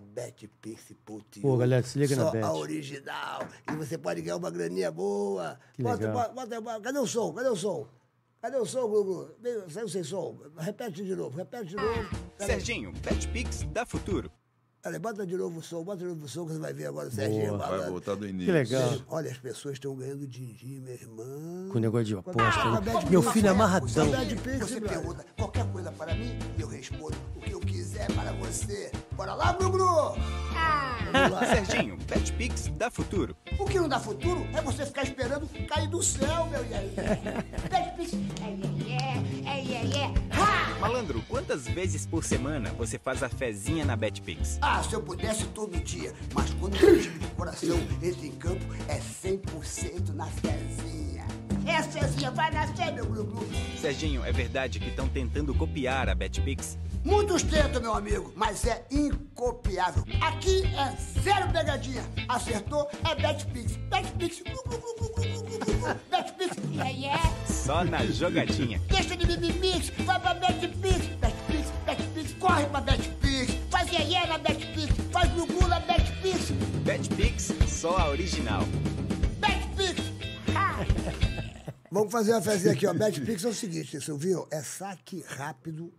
BetPix.io. Pô, galera, se liga na Só Bet. a original. E você pode ganhar uma graninha boa. Que bota, legal. bota, bota- cadê o som? Cadê o som? Cadê o som, Gugu? Veio- Saiu sem som. Repete de novo, repete de novo. Peraí. Serginho, BetPix dá futuro. Peraí, bota de novo o som, bota de novo o som que você vai ver agora, Serginho. Vai malandro. voltar do Que início. legal. Olha, as pessoas estão ganhando din-din, meu irmão. Com o negócio de aposta. Ah, né? Bad Meu Pix, filho é né? amarradão. Bad Pix, Você brother. pergunta qualquer coisa para mim, eu respondo o que eu quiser para você. Bora lá, Bruno! Serginho, BetPix dá futuro. O que não dá futuro é você ficar esperando cair do céu, meu iaí. É, Malandro, quantas vezes por semana você faz a fezinha na BetPix? Ah, se eu pudesse todo dia, mas quando o time de coração entra em campo, é 100% na Cezinha. É Cezinha, vai nascer, meu Bruno. Serginho, é verdade que estão tentando copiar a BetPix? Muitos tentam, meu amigo, mas é incopiável. Aqui é zero pegadinha. Acertou, é Betpix. Betpix. Uh, uh, uh, uh, uh, uh, uh. Betpix. É, é. Só na jogadinha. Deixa de mimimix. Vai pra Betpix. Betpix, Betpix. Corre pra Betpix. Faz iê iê na Betpix. Faz gugu na Betpix. BetPix, só a original. Betpix. Ha! Vamos fazer uma fezinha aqui, ó. BetPix é o seguinte, você ouviu? É saque rápido,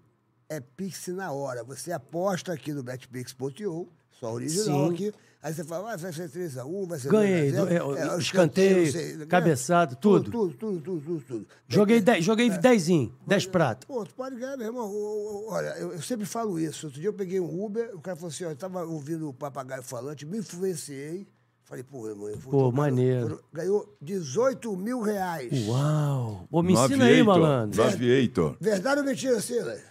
é Pix na hora. Você aposta aqui no BetPix.io, só original Sim. aqui. Aí você fala, ah, vai ser 3x1, vai ser Ganhei, 2 a 0. do- é, o escanteio, sei, cabeçada, tudo. Tudo, tudo, tudo, tudo. tudo. Joguei 10, joguei 10 10 prata. Pô, tu pode ganhar, meu irmão. O- o- Olha, eu, eu sempre falo isso. Outro dia eu peguei um Uber, o cara falou assim: ó, eu tava ouvindo o papagaio falante, me influenciei, Falei, pô, irmão, eu vou Pô, tocar no- maneiro. Ganhou 18 mil reais. Uau! Pô, me ensina aí, malandro. 98. Verdade ou mentira, Silas?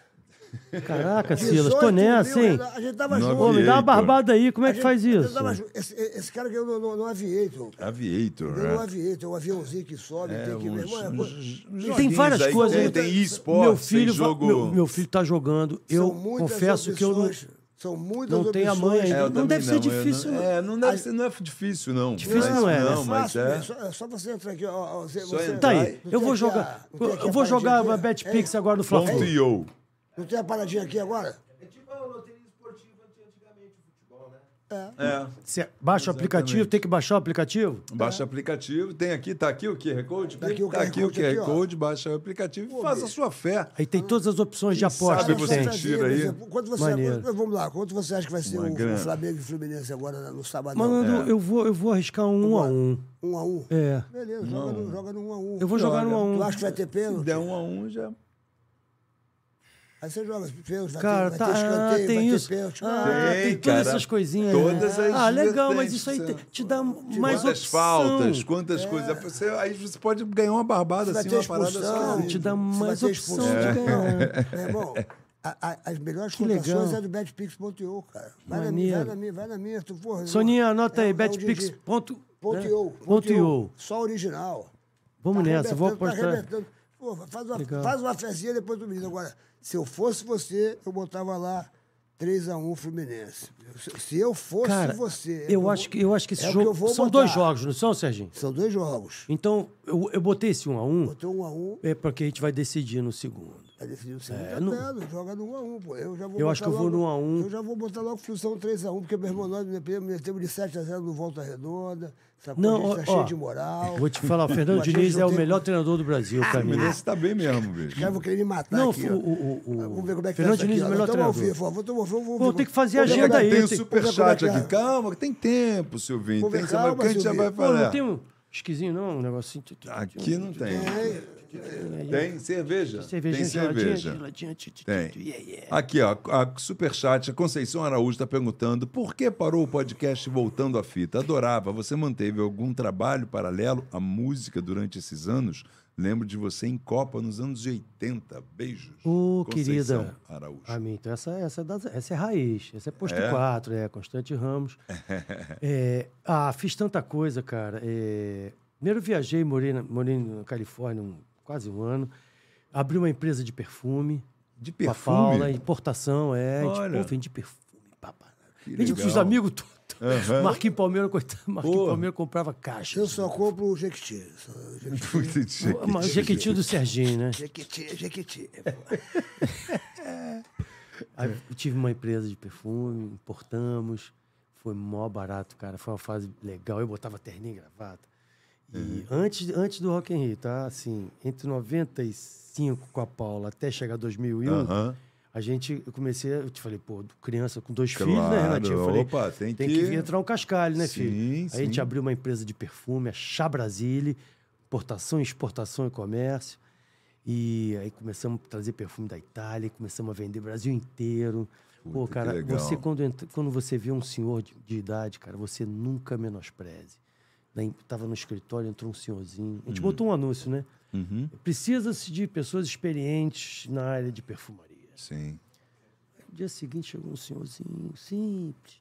Caraca, 18 Silas, tô nessa, mil hein? reais. A gente tava Nove junto. Pô, me dá uma Aviator. barbada aí, como A é que gente- faz a gente isso? tava junto. Esse, esse cara ganhou no, no, no Aviator. cara. Aviator, Ganhou no né? Aviator, um aviãozinho que sobe, tem que... meu irmão, é coisa- E tem várias aí, coisas. tem- né? tem esporte, meu filho, tem va- jogo- meu, meu filho tá jogando. Eu são muitas confesso que eu não. opções, São muitas não tenho a opções. mãe ainda. É, eu Não também deve ser eu difícil, não- não. É, não deve ser, não é difícil, não. Difícil Mas- não é, Não, mas Fácil, é. é só, é só você entrar aqui, ó. ó, você, você- entrar Tá aí. aí, Não tem eu vou aqui a- jogar. não tem aqui Eu vou paradinha jogar aqui? a BetPix É, agora no Bom Fla-Flu. CEO. Não tem a paradinha aqui agora? É. Você baixa o aplicativo, tem que baixar o aplicativo? Baixa o aplicativo, tem aqui, tá aqui o QR Code? Tá aqui o o QR Code QR aqui, ó. Code, baixa o aplicativo e faz a sua fé. Aí tem todas as opções de aposta sabe que você tem. Mas, tira aí. Quanto você, Maneiro. quanto- vamos lá, quanto você acha que vai ser Uma o, grana. o Flamengo e o Fluminense agora no sabadão? Malandro, eu vou, eu vou arriscar um, um a É. lá. um. Um a um? É. Beleza, joga, No, joga no um a um. Eu vou jogar um a um. Tu acha que vai ter Se pênalti? der um a um, já. Aí você joga pênalti, vai Cara, ter, tá, vai ter ah, escanteio, tem vai isso. ter pênalti. Ah, Ah, tem, Tem, todas cara. essas coisinhas. Todas né? as Ah, legal, mas vertentes, isso aí te, é. te dá mais quantas opção. É. faltas, quantas coisas. Você- aí você pode ganhar uma barbada vai assim, ter uma parada expulsão. assim. Te dá Se mais vai ter opção expulsão, É. de ganhar. Meu irmão, a- a- as melhores Que cotações legal. é do betpix.io, cara. Vai na minha, vai Maneiro. na minha, vai na minha. Tu, porra, Soninha, anota aí, é um betpix. Didi. Ponto, Ponto né? .io. Ponto io. Só original. Vamos Tá nessa, vou arrebentando, tá apostar. arrebentando. Pô, faz, uma, Legal. faz uma fezinha depois do menino. Agora, se eu fosse você, eu botava lá 3x1 Fluminense. Se, se eu fosse Cara, você. eu, acho que, eu acho que esse é o jogo. eu vou são botar. dois jogos, não são, Serginho? São dois jogos. Então, eu, eu botei esse um a um, Botou 1x1, é porque a gente vai decidir no segundo. Tá decidido o segundo É, tá não- belo, joga no 1x1, pô. Eu, já vou Eu botar acho que eu vou logo, no 1x1. Eu já vou botar logo função 3x1, porque meu irmão, nós metemos de 7x0 no Volta Redonda. Essa Não, coisa ó, tá ó, cheia de moral. um Vou te falar, o Fernando Mas a gente Diniz não é o tem- melhor treinador do Brasil pra Ah, O mim. Fluminense tá bem mesmo, bicho. Os caras vão querer me matar Não, aqui, o- ó. o- o- Vamos ver como é que Fernando tá isso aqui, Diniz é ó. Nós o melhor tamo treinador. Ao vivo, ó. Vou, vamos, vamos, Vou ter que fazer a vamos ver agenda como é aí. tem o tem- superchat Vamos ver como é aqui. que é. Calma, que tem tempo, Silvinho. Vamos Tem, ver, você vai- calma, que a gente já vai Silvinho. Pô, não falar. tem um esquisinho, não? Um negocinho. tu- tu- tu- Aqui não tem. aí, Tem cerveja. Cervejinha tem geladinha, cerveja. geladinha. tu- tu- Tem. tu- yeah, yeah. Aqui, ó, a Superchat, a Conceição Araújo está perguntando por que parou o podcast voltando à fita? Adorava. Você manteve algum trabalho paralelo à música durante esses anos? Lembro de você em Copa nos anos 80. Beijos. Ô, Conceição querida. Araújo. Ah, minha, então essa, essa, é das- essa é raiz, essa é posto É? 4, é Constante Ramos. É, ah, fiz tanta coisa, cara. É, primeiro viajei, morei na, morei na Califórnia um- quase um ano. Abri uma empresa de perfume. De Com a Paula, perfume? importação, é. Olha. Tipo, vende perfume, papá. Vende legal. pros amigos tudo. Aham. Marquinhos Palmeira, coitado. Marquinhos Porra. Palmeira comprava caixa. Eu só compro o Jequiti. só- Jequiti, Puta, Jequiti. Mas o Jequiti do Serginho, né? Jequiti, Jequiti. Aí eu tive uma empresa de perfume, importamos. Foi mó barato, cara. Foi uma fase legal. Eu botava terninho e gravata. E antes, antes do Rock in Rio, tá? Assim, entre 95 com a Paula até chegar 2001, Aham. a gente, eu comecei, eu te falei, pô, criança com dois Claro. filhos, né, Renatinho? Eu falei, Opa, tem tem que- que... vir entrar um cascalho, né, Sim, filho? Aí a gente sim. abriu uma empresa de perfume, a Chá Brasile, importação, exportação e comércio. E aí começamos a trazer perfume da Itália, começamos a vender Brasil inteiro. Pô, Puta, que cara, legal. você quando, entra- quando você vê um senhor de, de idade, cara, você nunca menospreze. Daí, tava no escritório, entrou um senhorzinho. A gente Uhum. botou um anúncio, né? Precisa-se de pessoas experientes na área de perfumaria. Sim. No dia seguinte chegou um senhorzinho simples.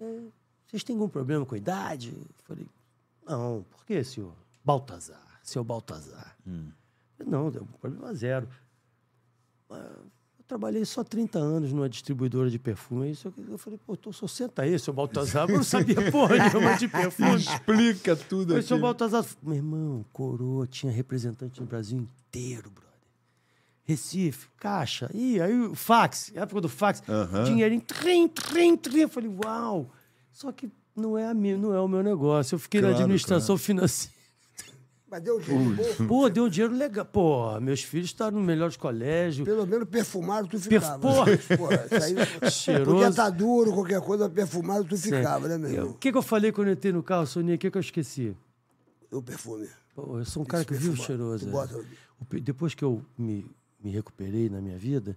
É, vocês têm algum problema com a idade? Eu falei, não, por que, senhor? Baltazar, seu Baltazar. Eu, Não, deu um problema zero. Mas Eu trabalhei só 30 anos numa distribuidora de perfume. é Isso eu- eu falei, pô, então só senta aí, seu Baltazar. Mas Eu não sabia porra nenhuma de perfume. Explica tudo Aí aqui. o senhor Baltazar. Meu irmão, coroa, tinha representante no Brasil inteiro, brother. Recife, caixa, e aí o fax, época do fax, dinheirinho, trim, trim, trim. Eu falei, uau! Só que não é, a minha, não é o meu negócio. Eu fiquei na Claro, administração financeira. Mas deu dinheiro bom. Pô, deu um dinheiro legal. Pô, meus filhos estão nos melhores colégios. Pelo menos perfumado tu ficava. né, Porra. Porra, isso aí, Cheiroso. Podia estar duro, qualquer coisa, mas perfumado tu ficava, né, meu Eu- irmão? O que, que eu falei quando eu entrei no carro, Soninha? O que, que eu esqueci? Eu perfume. Pô, eu sou um cara que vive perfumado. cheiroso. Tu é. bota- O pe- Depois que eu me, me recuperei na minha vida,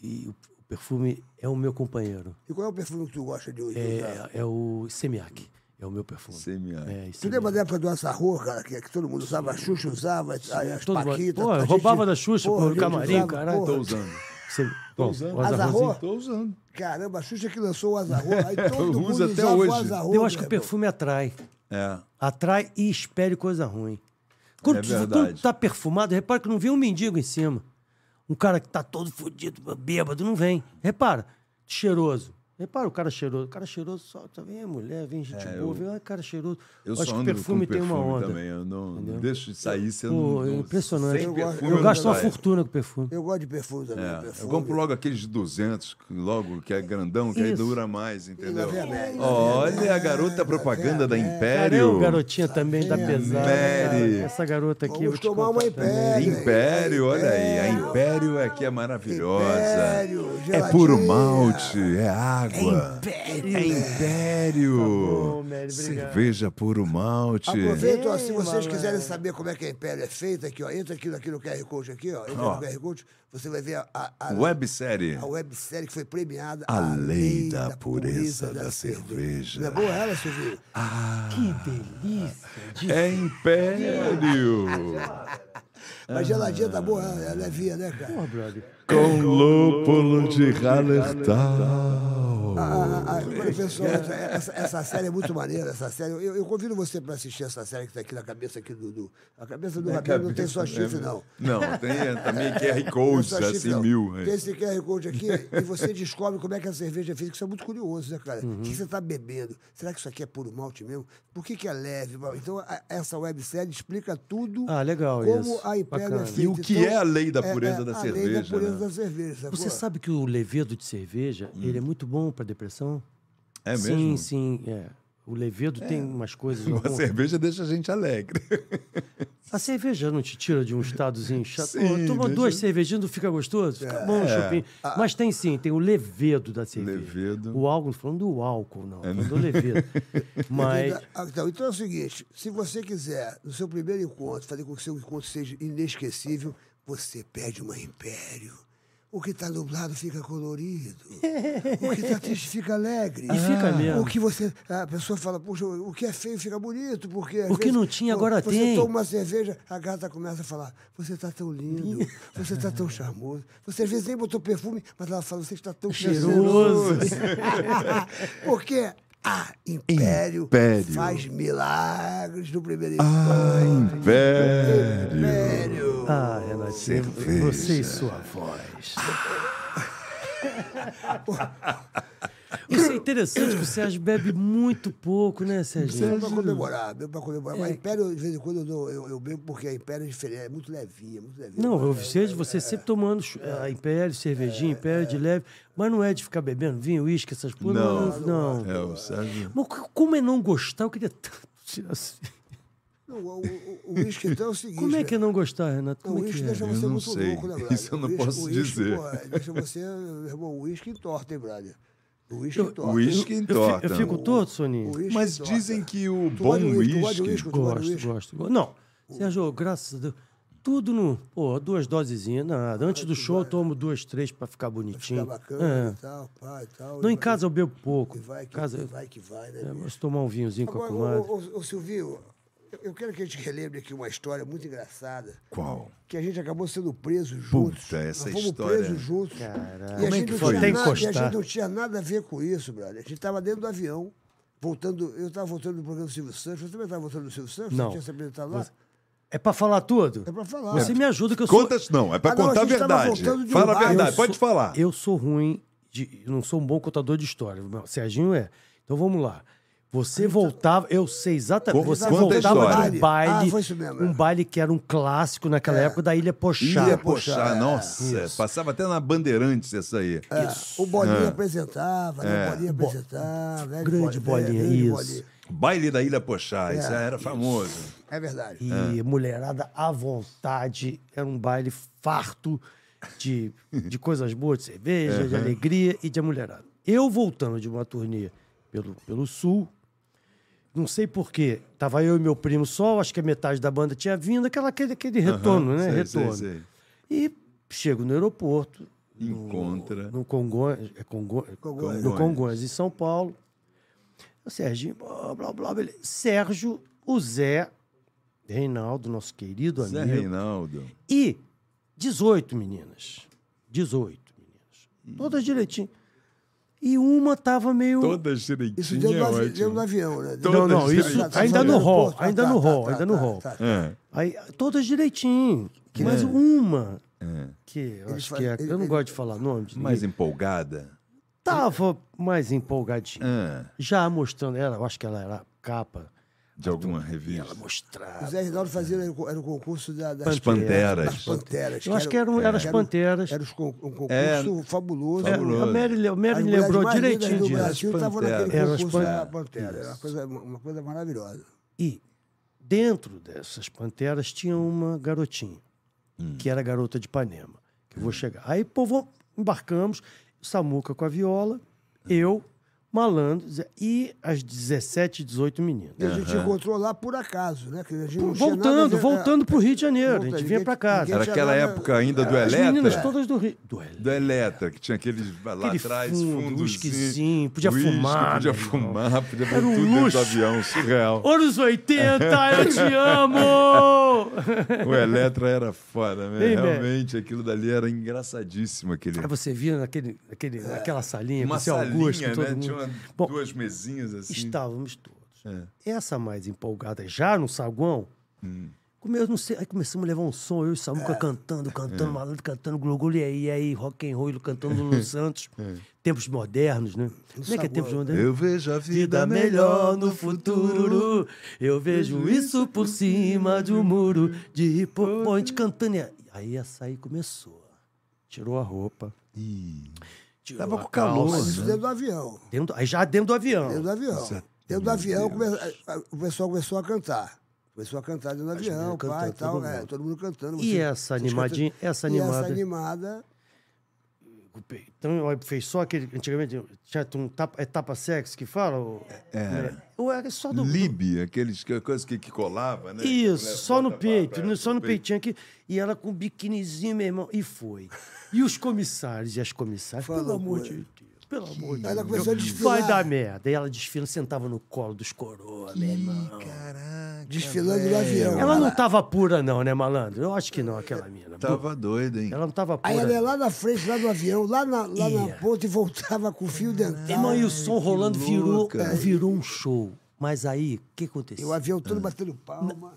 e o, o perfume é o meu companheiro. E qual é o perfume que tu gosta de hoje? É, é o Semiac. É o meu perfume. Semiac. É, Tu lembra da época do Assarro, cara, que, que todo mundo usava, a Xuxa usava, as, as Todo mundo- Paquitas. Pô, a gente- roubava da Xuxa, pô, no a gente camarim, usava, caralho. porra. Tô usando. Sem... Bom, usando. o Azarrozinho. Azarro? Tô usando. Caramba, a Xuxa que lançou o Azarro, aí todo Eu mundo uso até usava hoje. o Azarro. Eu acho que o perfume atrai. É. Atrai e espere coisa ruim. Quando, É tu, verdade. quando tu tá perfumado, repara que não vem um mendigo em cima. Um cara que tá todo fudido, bêbado, não vem. Repara, cheiroso. Repara o cara cheiroso. O cara cheiroso só, só vem mulher, vem gente boa, vem ah, cara cheiroso. É, Eu acho só que ando perfume com tem uma onda. também. Eu não, não Entendeu? deixo de sair sendo. Pô, é não- impressionante. Sem Eu gosto- perfume, eu Eu gasto uma saio. fortuna com perfume. Eu gosto de perfume também. É, perfume. eu compro logo aqueles de 200, que logo que é grandão, que aí Isso. dura mais, entendeu? Lá vem a né? Mary, lá vem Olha a Mary. garota propaganda da Caramba, Império. garotinha também da pesada. Mary. cara. Essa garota aqui. eu Tá Vamos vou te tomar uma contar também. Império. Império, olha aí, a Império aqui é maravilhosa. Império, É geladinha. puro malte, é água. É Império. Tá bom, Mary, obrigado. Cerveja puro malte. Aproveita, ó, se Ei, vocês malandro. quiserem saber como é que a Império é feita, aqui, ó, entra aqui, aqui no QR Code aqui, ó. Entra Ó. no QR Code, você vai ver a, a, a, Websérie. a websérie que foi premiada. A Lei da Pureza da Cerveja. Não é boa ela, Silvio? Que delícia. de- É Império. Mas geladinha tá boa, ela é levinha, né, cara? Porra, brother. Com lúpulo de Hallertau. Ah, ah, ah, pessoal, essa, essa- essa série é muito maneira, essa série. Eu, eu convido você para assistir essa série que está aqui na cabeça aqui do. do- a cabeça do Rabelo não tem só chifre, né? não. Não, tem também QR Não tem Codes, só chifre, assim, não. mil. é. Tem esse QR Code aqui e você descobre como é que a cerveja é feita, isso é muito curioso, né, cara? Uhum. O que que você está bebendo? Será que isso aqui é puro malte mesmo? Por que, que é leve? Então, a- essa websérie explica tudo. Ah, legal Como isso. a Império é Bacana. feita. E o que Então, é a lei da pureza da a Lei da cerveja, pureza né? da cerveja, sacou? Você sabe que o levedo de cerveja, ele é muito bom para depressão? Hum. É Sim, mesmo? sim, é. O levedo tem umas coisas. A algumas- cerveja deixa a gente alegre. A cerveja não te tira de um estadozinho chato. Sim, Pô, toma deixa- É. duas cervejinhas, não fica gostoso? Fica bom o chupinho. Mas tem sim, tem o levedo da cerveja. Levedo. É O álcool, não tô falando do álcool, não. tô Falando do levedo. Mas. Ah, Então, então é o seguinte: se você quiser, no seu primeiro encontro, fazer com que o seu encontro seja inesquecível, você pede uma império. O que está nublado fica colorido. O que está triste fica alegre. Ah. E fica mesmo. O que você. A pessoa fala, puxa, o que é feio fica bonito, porque. às O que vezes, não tinha, agora você tem. toma uma cerveja, a gata começa a falar: você está tão lindo, você está tão charmoso. Você às vezes nem botou perfume, mas ela fala: você está tão Cheiroso. cheiroso. Porque a Império, Império. faz milagres no primeiro Ah, instante. Império. Império. Ah, Renatinho, Cerveja. você e sua voz. Ah! Isso é interessante que o Sérgio bebe muito pouco, né, Bebo Sérgio? pra comemorar, bebo pra comemorar. É. Mas Império, de vez em quando, eu, dou- eu, eu bebo porque a Império é diferente, é muito levinha, muito levinha. Não, eu sei de você sempre tomando chu- eh, império, cervejinha, império de leve, mas não é de ficar bebendo vinho, uísque, essas coisas. Não, não. É, o Sérgio. Mas co- como é não gostar? Eu queria tanto tirar assim. Não, o- o- O uísque então é o seguinte. Como é que é né? não gostar, Renato? o Como é uísque que é? deixa você não muito sei. louco, né, brother? Isso eu não O uísque- posso o uísque, dizer. pô, é, deixa você, meu irmão, o uísque entorta, hein, brother? O uísque Eu- entorta. Uísque Eu fi- entorta. Eu fico todo, Soninho. O uísque Mas entorta. dizem que o Tu bom gosta de uísque? Tu gosta de uísque. uísque? Tu gosta de Gosto, uísque? gosto, gosto. Não, Sérgio, graças a Deus. Tudo no. Pô, duas dosezinhas, nada. Antes do show eu tomo duas, três pra ficar Fica bonitinho. bacana É. e tal, pá e tal. Não, E vai- em casa eu bebo pouco. Que vai, Em que casa que eu vai, que vai, né? eu bicho? gosto de tomar um vinhozinho com a Agora, comadre. ô, ô, ô, Silvio, eu- eu quero que a gente relembre aqui uma história muito engraçada. Qual? Que a gente acabou sendo preso juntos. Puta, essa Nós fomos história- é presos juntos. Caralho. E a Como é gente que não foi? tinha Tem nada- E a encostar. gente não tinha nada a ver com isso, brother. A gente estava dentro do avião, voltando. Eu estava voltando do programa do Silvio Santos. Você também estava voltando do Silvio Santos? Não. Você tinha se apresentado lá? É pra falar tudo? É pra falar. Você me ajuda que eu sou. Contas não, é pra Ah, não, contar a a gente tava verdade. voltando de um Fala a bar, eu verdade, sou- pode falar. Eu sou ruim, de, não sou um bom contador de história. O Serginho é. Então vamos lá. Você voltava, eu sei exatamente. Conta- Você conta a voltava história. de um Ah, baile, foi isso mesmo, é. um baile que era um clássico naquela época da Ilha Pochá. né? Ia é, puxar, nossa. Passava até na Bandeirantes essa aí. É, O Ah. Bolinha apresentava, É. né? O Bolinha apresentava. né? Grande Bo- bolinha, grande isso. Bolinha. Baile da Ilha Pochá, isso É, era famoso. É verdade. E Ah. mulherada à vontade. Era um baile farto de, de coisas boas, de cerveja, de alegria e de mulherada. Eu voltando de uma turnê pelo, pelo sul, não sei porquê, tava eu e meu primo só, acho que a metade da banda tinha vindo, aquela, aquele, aquele retorno, né? sei, retorno. sei, sei. E chego no aeroporto, Encontra. No Congonhas, é Congo- Congonhas. no Congonhas, em São Paulo. O Serginho, blá, blá, blá. beleza. Sérgio, o Zé, Reinaldo, nosso querido amigo. Zé é Reinaldo. E 18 meninas. 18 meninas. Todas direitinho. E uma tava meio. Todas Isso direitinho deu é no, avi- deu ótimo. no avião, né? Não, Então, não, todas isso direitinho. ainda no hall, Tá, tá, ainda no tá, hall, tá, ainda no tá, hall. tá, tá. É. Aí, todas direitinho. Mas uma, que eu Ele acho fa- que é. ele- Eu não ele- gosto de falar nome de Mais ninguém. empolgada. Tava mais empolgadinha. Ah, Já mostrando, ela, eu acho que ela era capa. de alguma revista. O Mostrava. Zé Rinaldo fazia era o era o concurso da, das, As Panteras. das Panteras. Eu acho que eram, eram as era- Panteras. Era os con- um concurso É. fabuloso. É, Fabuloso. a Mary, le- a As Mary mulheres lembrou mais lindas direitinho do disso. Brasil estavam naquele Eram as concurso da Panteras. Pantera. Era uma coisa, uma coisa maravilhosa. E dentro dessas panteras tinha uma garotinha, Hum. que era a garota de Ipanema, que eu vou chegar. Aí, pô, vamos- embarcamos, Samuca com a Hum. viola, eu, Malandro Zé, e as 17, 18 meninas. E a gente encontrou lá por acaso, né? Que a gente não tinha nada é, a Voltando, ver- voltando pro Rio de Janeiro, a Volta, gente ninguém- vinha pra casa. ninguém Era aquela Tinha nada- época ainda do As meninas Eletra. todas do Rio. Do Eletro. Do Eletra, que tinha aqueles lá Aquele atrás, fundo, fundos. whiskyzinho, podia fumar, Podia meu irmão. fumar, podia pôr Era um tudo dentro luxo. do avião, surreal. Anos 80, eu te amo! O Eletra era foda, né? Ei, velho. Realmente, aquilo dali era engraçadíssimo. Aquele... Aí você via naquele, naquele, naquela salinha, É, Uma com o seu salinha, Augusto, né? todo mundo. Tinha uma- Bom, duas mesinhas assim. É. Estávamos todos. Essa mais empolgada, já no saguão, Hum. come- eu não sei, aí começamos a levar um som, eu e o Samuca É. cantando, cantando, malandro cantando, glugulho, e aí, e aí, rock and roll, cantando Lulu Santos. É. Tempos modernos, né? Como é que é tempos modernos? Eu vejo a Vida melhor no futuro, eu vejo isso por cima de um muro de hipoponte cantando. e- Aí essa aí começou. Tirou a roupa. Tirou Tava a com calor, calça. Mas isso dentro do avião. Dentro- aí já dentro do avião. Dentro É do avião. Dentro do avião, come- a- a- o pessoal começou a cantar. Começou a cantar dentro do avião, meninas pai e cantando, tal, todo né? mundo. Todo mundo cantando. E essa vocês animadinha- cantando. essa E animada- essa animada. O pe- Então, ó, fez só aquele. Antigamente tinha um tapa, é tapa sexo que fala? Ou, é. Ou era só do. Lib, aqueles que, coisas que, que colava, né? do- Isso, Que a mulher só no bota pra- peito, pra- né, só pro no peitinho aqui. E ela com o biquinizinho, meu irmão. E foi. E os comissários e as comissárias, Falou pelo amor com de ele. Deus, pelo amor de Deus. Ela começou a desfilar. Vai dar merda. E ela desfila, sentava no colo dos coroa, meu irmão. Desfilando no avião. é. Ela não tava pura, não, né, malandro? Eu acho que não, aquela mina. Tava doido, hein? Ela não tava pura. Aí ela ia não. lá na frente, lá do avião, lá na, lá na Ia. ponta e voltava com o fio dental. Irmão, e o som rolando virou, louca. virou um show. Mas aí, o Ah. que E aconteceu? o avião todo batendo palma.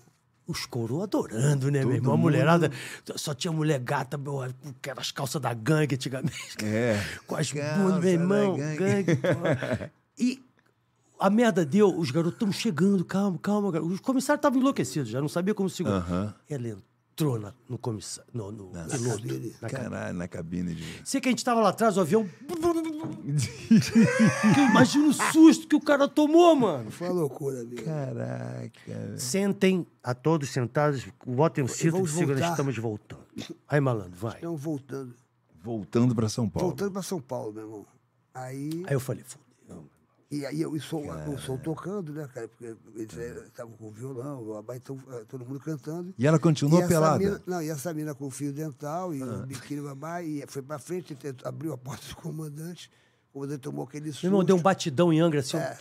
Os coroa adorando, né, meu irmão? A mulherada. Só tinha mulher gata, meu, com aquelas calças da gangue antigamente. É. Com as Calça bundas, meu da irmão. gangue. Gangue, porra. E a merda deu, os garotos estão chegando, calma, calma. garoto." Os comissários estavam enlouquecidos, já não sabia como segurar. Ela entrou na- no comissário, no, no piloto. Na cabine. Caralho, na cabine de. Sei que a gente tava lá atrás, o avião. Que eu imagino o susto que o cara tomou, mano. Foi uma loucura, amigo. Caraca. Sentem a todos sentados, botem o cinto de vamos segurança, voltar. estamos voltando. Aí, malandro, vai. Então, voltando. Voltando pra São Paulo. Voltando pra São Paulo, meu irmão. Aí, Aí eu falei, fudeu. e aí eu, e som, o som tocando, né, cara? Porque eles estavam com violão, o abai, então, eh, todo mundo cantando. É. E ela continuou E essa pelada. Ah. mina- não, e essa mina com fio dental e o biquíni babá, e foi pra frente, tentou- abriu a porta do comandante, o comandante tomou aquele susto. Meu irmão, deu um batidão em Angra, assim, É,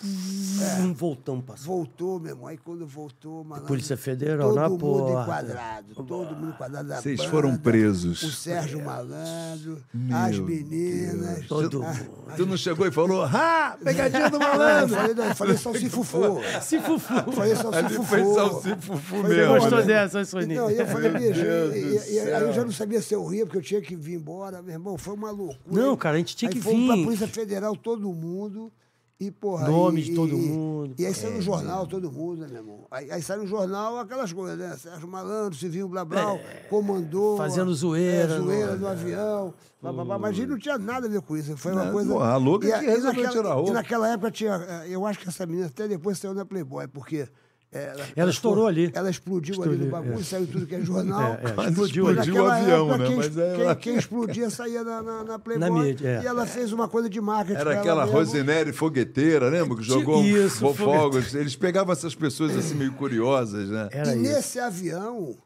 um... voltamos pra cima. Voltou, meu irmão. Aí quando voltou, malandro, Polícia Federal todo na mundo porta. enquadrado, todo mundo enquadrado na Vocês banda, foram presos. O Sérgio Malandro, as meninas. Todo a- mundo. Tu não chegou e falou, ha! Pegadinha do Ah, eu malandro! falei, não, eu falei só se fufô. Se fufu. Falei só se Ali fufô. foi salsifufu Falei, mesmo. porra, Gostou meu- dessa, hein, Soninho? Não, e eu falei, bicho, Deus e- do e- e- aí céu. eu já não sabia se eu ria, porque eu tinha que vir embora. Meu irmão, foi uma loucura. Não, cara, a gente tinha aí que fomos pra vir. Polícia Federal, todo mundo. E, porra, Nome e- de todo e- mundo. E aí saiu no jornal, todo mundo, né, meu irmão? Aí, aí saiu no jornal aquelas coisas, né? Sérgio Malandro, Civinho Blá Blá, comandou. fazendo a- zoeira, é, zoeira no né? avião. blá, blá, blá. Mas a gente não tinha nada a ver com isso. Foi uma Não, coisa. porra, a louca E que a- e resolveu naquela- tirar a roupa. E naquela época tinha. eh, Eu acho que essa menina até depois saiu na Playboy, porque. eh, Ela, estourou foi- ali. Ela explodiu ali Explodiu, no bagulho, é. saiu tudo que é jornal. É, é, Mas explodiu ali. naquela Explodiu o avião, época, né? Quem, Mas aí quem- ela- quem explodia saía na, na- na Playboy. mídia, é. E ela fez uma coisa de marketing. pra Era ela aquela mesma. Rosinelli fogueteira, lembra? Que jogou Isso, um fogos. Eles pegavam essas pessoas assim meio curiosas, né? Era e isso. nesse avião,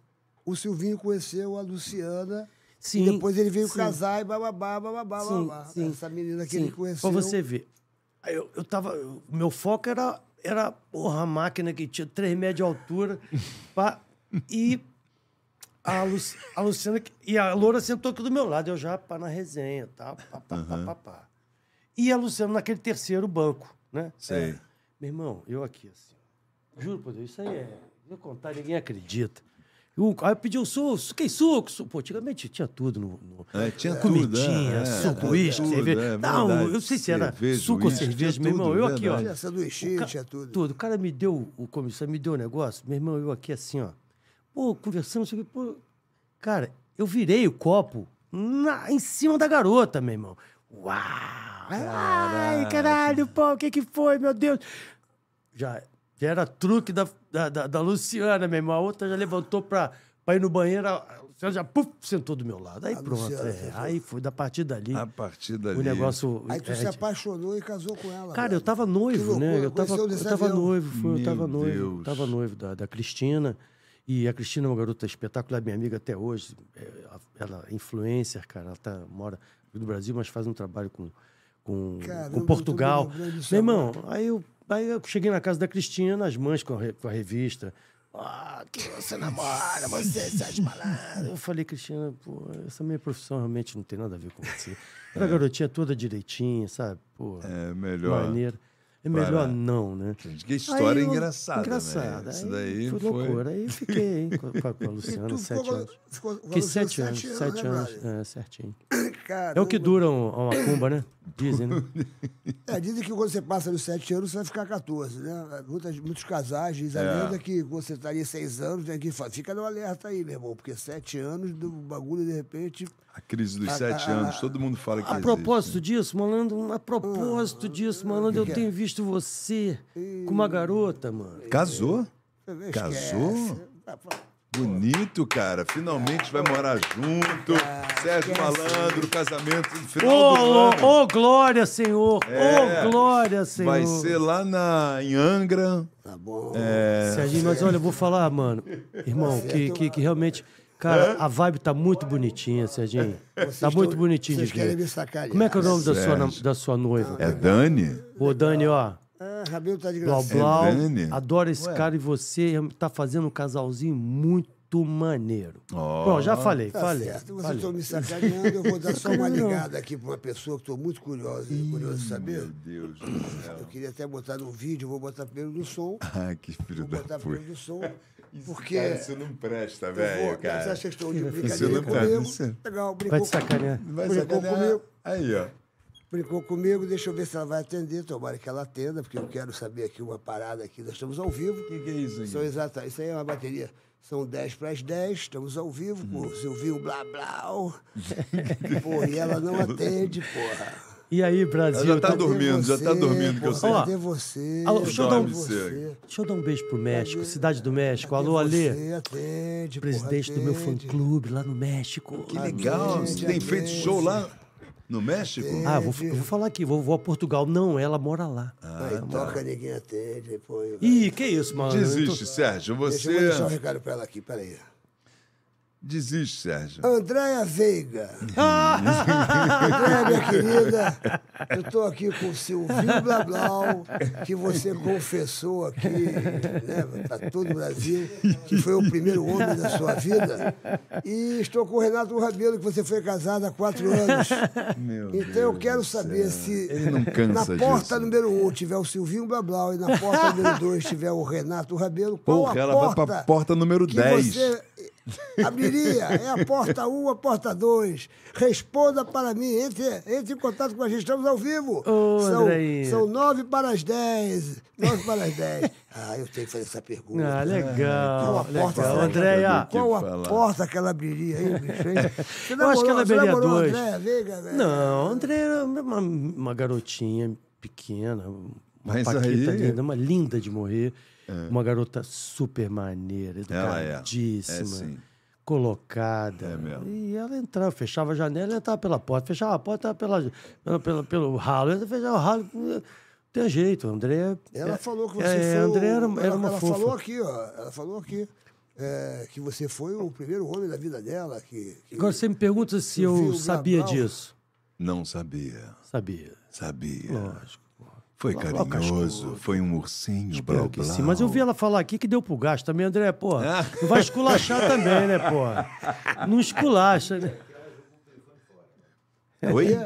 o Silvinho conheceu a Luciana Sim, e depois ele veio sim. casar e bababá, bababá, Sim, babá. sim. Essa menina que Sim, ele conheceu. Pra você ver. Aí Eu, eu tava. eu- meu foco era, era porra, a máquina que tinha 3 metros de altura. pá, e a, Lu, a Luciana. que- E a Loura sentou aqui do meu lado, eu já pá, na resenha, tá? Pá, pá, pá, pá, pá. E a Luciana naquele terceiro banco, né? Sei. Meu irmão, eu aqui, assim. Juro por Deus, isso aí é. Vou contar, ninguém acredita. Eu, aí eu pedi um suco, que suco, suco. Pô, antigamente tinha tudo no. no- É, tinha tudo, Comidinha, é, suco, é, uísque, tudo, cerveja. é não, verdade. eu não sei se era Cerveja, suco ou uísque, cerveja, tinha meu irmão. tudo, é Eu aqui, verdade. ó. Tinha sanduichinho, o ca- tinha tudo. O cara me deu, o comissário me deu o negócio, meu irmão, eu aqui assim, ó. Pô, conversando, sei o quê, pô. Cara, eu virei o copo na- em cima da garota, meu irmão. Uau! Ai, caralho, pô, o que que foi, meu Deus? já, já era truque da, da, da- da Luciana, meu irmão. A outra já levantou pra, pra ir no banheiro, a a Luciana já puf, sentou do meu lado. Aí A pronto. Luciana é. sentou. aí foi da partida ali. A partir dali. é. o negócio. Aí tu é, se apaixonou e casou com ela. Cara, velho. eu tava Que noivo, loucura, né? Eu tava, conheceu eu nesse tava avião. noivo, foi, eu tava Meu noivo. Deus. Tava noivo da, da Cristina. E a Cristina é uma garota espetacular, minha amiga até hoje. É, a- Ela é influencer, cara. Ela tá, mora no Brasil, mas faz um trabalho com, com, Caramba, eu tô com me Portugal. lembrando disso Meu irmão, aí eu, aí eu cheguei na casa da Cristina, as mães com a, re- com a revista. Ah, que você namora, você essas malandras. Eu falei, Cristina, pô, essa minha profissão realmente não tem nada a ver com você. Era garotinha toda direitinha, sabe? Pô, É melhor. maneira. É melhor não, né? Gente, que história Aí eu- engraçada, né? engraçada. Isso Aí daí foi foi- loucura. Aí eu fiquei hein, com, a, com a E Luciana tu sete ficou, anos. ficou com a Fiquei Luciana sete anos, sete né, anos, brother? é, certinho. É Caramba. o que dura um- uma cumba, né? Dizem, né? É, dizem que quando você passa dos 7 anos, você vai ficar 14, né? Muitas, muitos casais É. dizem a lenda que quando você estaria 6 anos, tem que fa- fica no alerta aí, meu irmão, porque 7 anos do bagulho, de repente. A crise dos A- sete a- anos, todo mundo fala que A existe. propósito disso, malandro, a propósito disso, malandro, eu que é? tenho visto você com uma garota, mano. Casou? esquece. Casou? Ah, pô, Bonito, cara. Finalmente vai morar junto. Sérgio Malandro, casamento no Ah, Ô, final ô, do ano. ô, glória, Senhor! Ô, É. glória, Senhor! Vai ser lá na, em Angra. Tá bom. É. Serginho, mas olha, eu vou falar, mano. Irmão, é que, que, que realmente. Cara, a vibe tá muito bonitinha, Serginho. Tá estão- muito bonitinho de vocês querem me ver. sacanear. Como é que é o nome da sua, Sérgio. nam- da sua noiva? É Dani? Ô, Dani, ó. Ah, Rabelo tá de Blau graça. Blau. Dani? Adoro esse cara e você tá fazendo um casalzinho muito maneiro. Bom, já falei, Tá falei. certo. Vocês falei. estão me sacaneando, eu vou dar só uma Não, não. ligada aqui pra uma pessoa que estou muito curiosa, curioso de saber. Meu Deus do céu. Eu queria até botar no vídeo, vou botar primeiro no som. Ah, que filho Vou da botar primeiro puta. no som. Porque. Cara, isso não presta, Eu vou, velho, cara. cara. Vocês estão de Isso brincadeira não tá comigo. certo. Legal, brincou, Vai te sacanear. Vai brincou sacanear. comigo. Aí, ó. Brincou comigo, deixa eu ver se ela vai atender. Tomara que ela atenda, porque eu quero saber aqui uma parada aqui. Nós estamos ao vivo. O que é isso aqui? São exata, isso aí é uma bateria. São 10 para as 10, estamos ao vivo Uhum. com o Silvinho Blá Blá. Pô, e ela não atende, porra. E aí, Brasil? Ela já tá eu tô- dormindo. já tá dormindo, que eu sei. Cadê você? Alô, deixa eu dar um- Cadê você? Deixa eu dar um beijo pro México, Cidade do México. Alô, Alê. Você atende, porra, Presidente do meu atende. fã-clube lá no México. Que legal. Você Ah, é tem feito show lá no México? Ah, vou, eu vou falar aqui, vou, vou a Portugal. Não, ela mora lá. Aí toca, ninguém atende. Pô, e vai. Ih, que isso, mano. Desiste, Sérgio. Deixa eu vou deixar um Você. recado pra ela aqui, peraí. Desiste, Ah, Sérgio. Andréia Veiga. Andréia, minha querida, eu tô aqui com o Silvinho Blablau, que você confessou aqui, né, pra todo o Brasil, que foi o primeiro homem da sua vida. E estou com o Renato Rabelo, que você foi casado há quatro anos. Meu Então Deus eu quero do saber céu. se Ele não cansa na porta disso. número um tiver o Silvinho Blablau e na porta número dois tiver o Renato Rabelo, qual Porra, a ela vai porta pra porta número que 10. você abriria? É a porta 1, a porta 2. Responda para mim, entre, entre em contato com a gente, estamos ao vivo. Ô, são, Andreinha. são 9 para as 10. 9 para as 10. Ah, eu tenho que fazer essa pergunta. Ah, Qual a legal. porta legal. será É, que Andréia. abriu? Qual a falar. porta que ela abriria aí, bicho? hein? Você Eu namorou- acho que ela você abriria namorou a dois. Andréia Veiga, velho? Não, a Andréia era uma, uma garotinha pequena, uma Mas paquita aí- É. linda, uma linda de morrer. Uma garota super maneira, Ela é. É, educadíssima. sim. colocada. É mesmo. E ela entrava, fechava a janela, ela entrava pela porta, fechava a porta, ela pela, pela, pela- pelo ralo, ela fechava o ralo. Não tem jeito, a Andréia. Ela é- falou que você é, foi. um- A Andréia era, ela, era uma ela fofa. falou aqui, ó. Ela falou aqui. é, que você foi o primeiro homem da vida dela. Que, que- Agora você me pergunta se viu eu o sabia Gabral? disso. Não sabia. Sabia. Sabia. Lógico. Foi Blau, carinhoso. Foi um ursinho, blá, Espero que blá. sim. Mas eu vi ela falar aqui que deu pro gasto também, André, É. porra. Não vai esculachar também, né, porra? Não esculacha, né? Oi?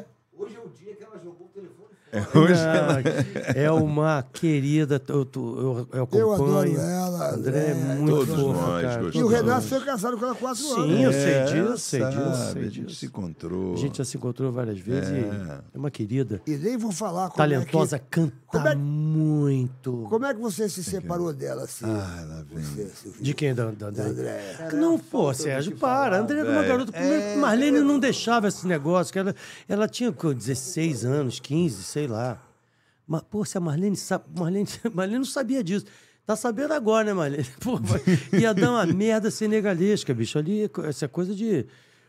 É, Hoje é o dia que ela jogou o telefone fora. Hoje ela... É uma querida, eu, tu- eu, eu acompanho. Eu adoro ela, André é André, muito todos fofo, nós cara. gostamos. E o Renato foi casado com ela há quatro anos. Sim, eu sei disso, eu sei É, sabe, disso, sei A gente disso. se encontrou. A gente já se encontrou várias vezes e é uma querida. E nem vou falar como talentosa, É que, canta como é- muito. como é que você se separou dela assim? Ah, lá vem. você, Silvio? De quem? Da, da, da... André. Não, pô, Sérgio, para. André era uma É. garota. Primeiro, Marlene não deixava esse negócio. Que ela, ela tinha o quê? 16 anos, 15, sei lá. Mas, pô, se a Marlene sabe. Marlene, Marlene não sabia disso. Tá sabendo agora, né, Marlene? Pô, vai- ia dar uma merda senegalesca, bicho. Ali, é co- essa coisa de.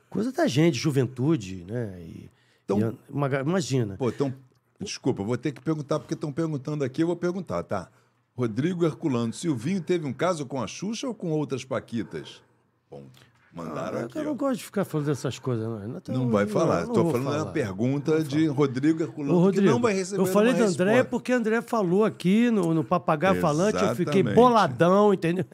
Coisa da gente, juventude, né? E- Então- e a- uma ga- imagina. Pô, então, desculpa, eu vou ter que perguntar, porque estão perguntando aqui, eu vou perguntar, tá? Rodrigo Herculano, Silvinho teve um caso com a Xuxa ou com outras Paquitas? Bom, mandaram aqui, Ah, eu não ó. gosto de ficar falando dessas coisas, não. Então, Não vai falar. não Estou vou falando da falar. pergunta de Rodrigo Herculano, Ô, Rodrigo, que não vai receber eu falei uma do André resposta. porque o André falou aqui no, no Papagaio Falante, eu fiquei Exatamente. boladão, entendeu?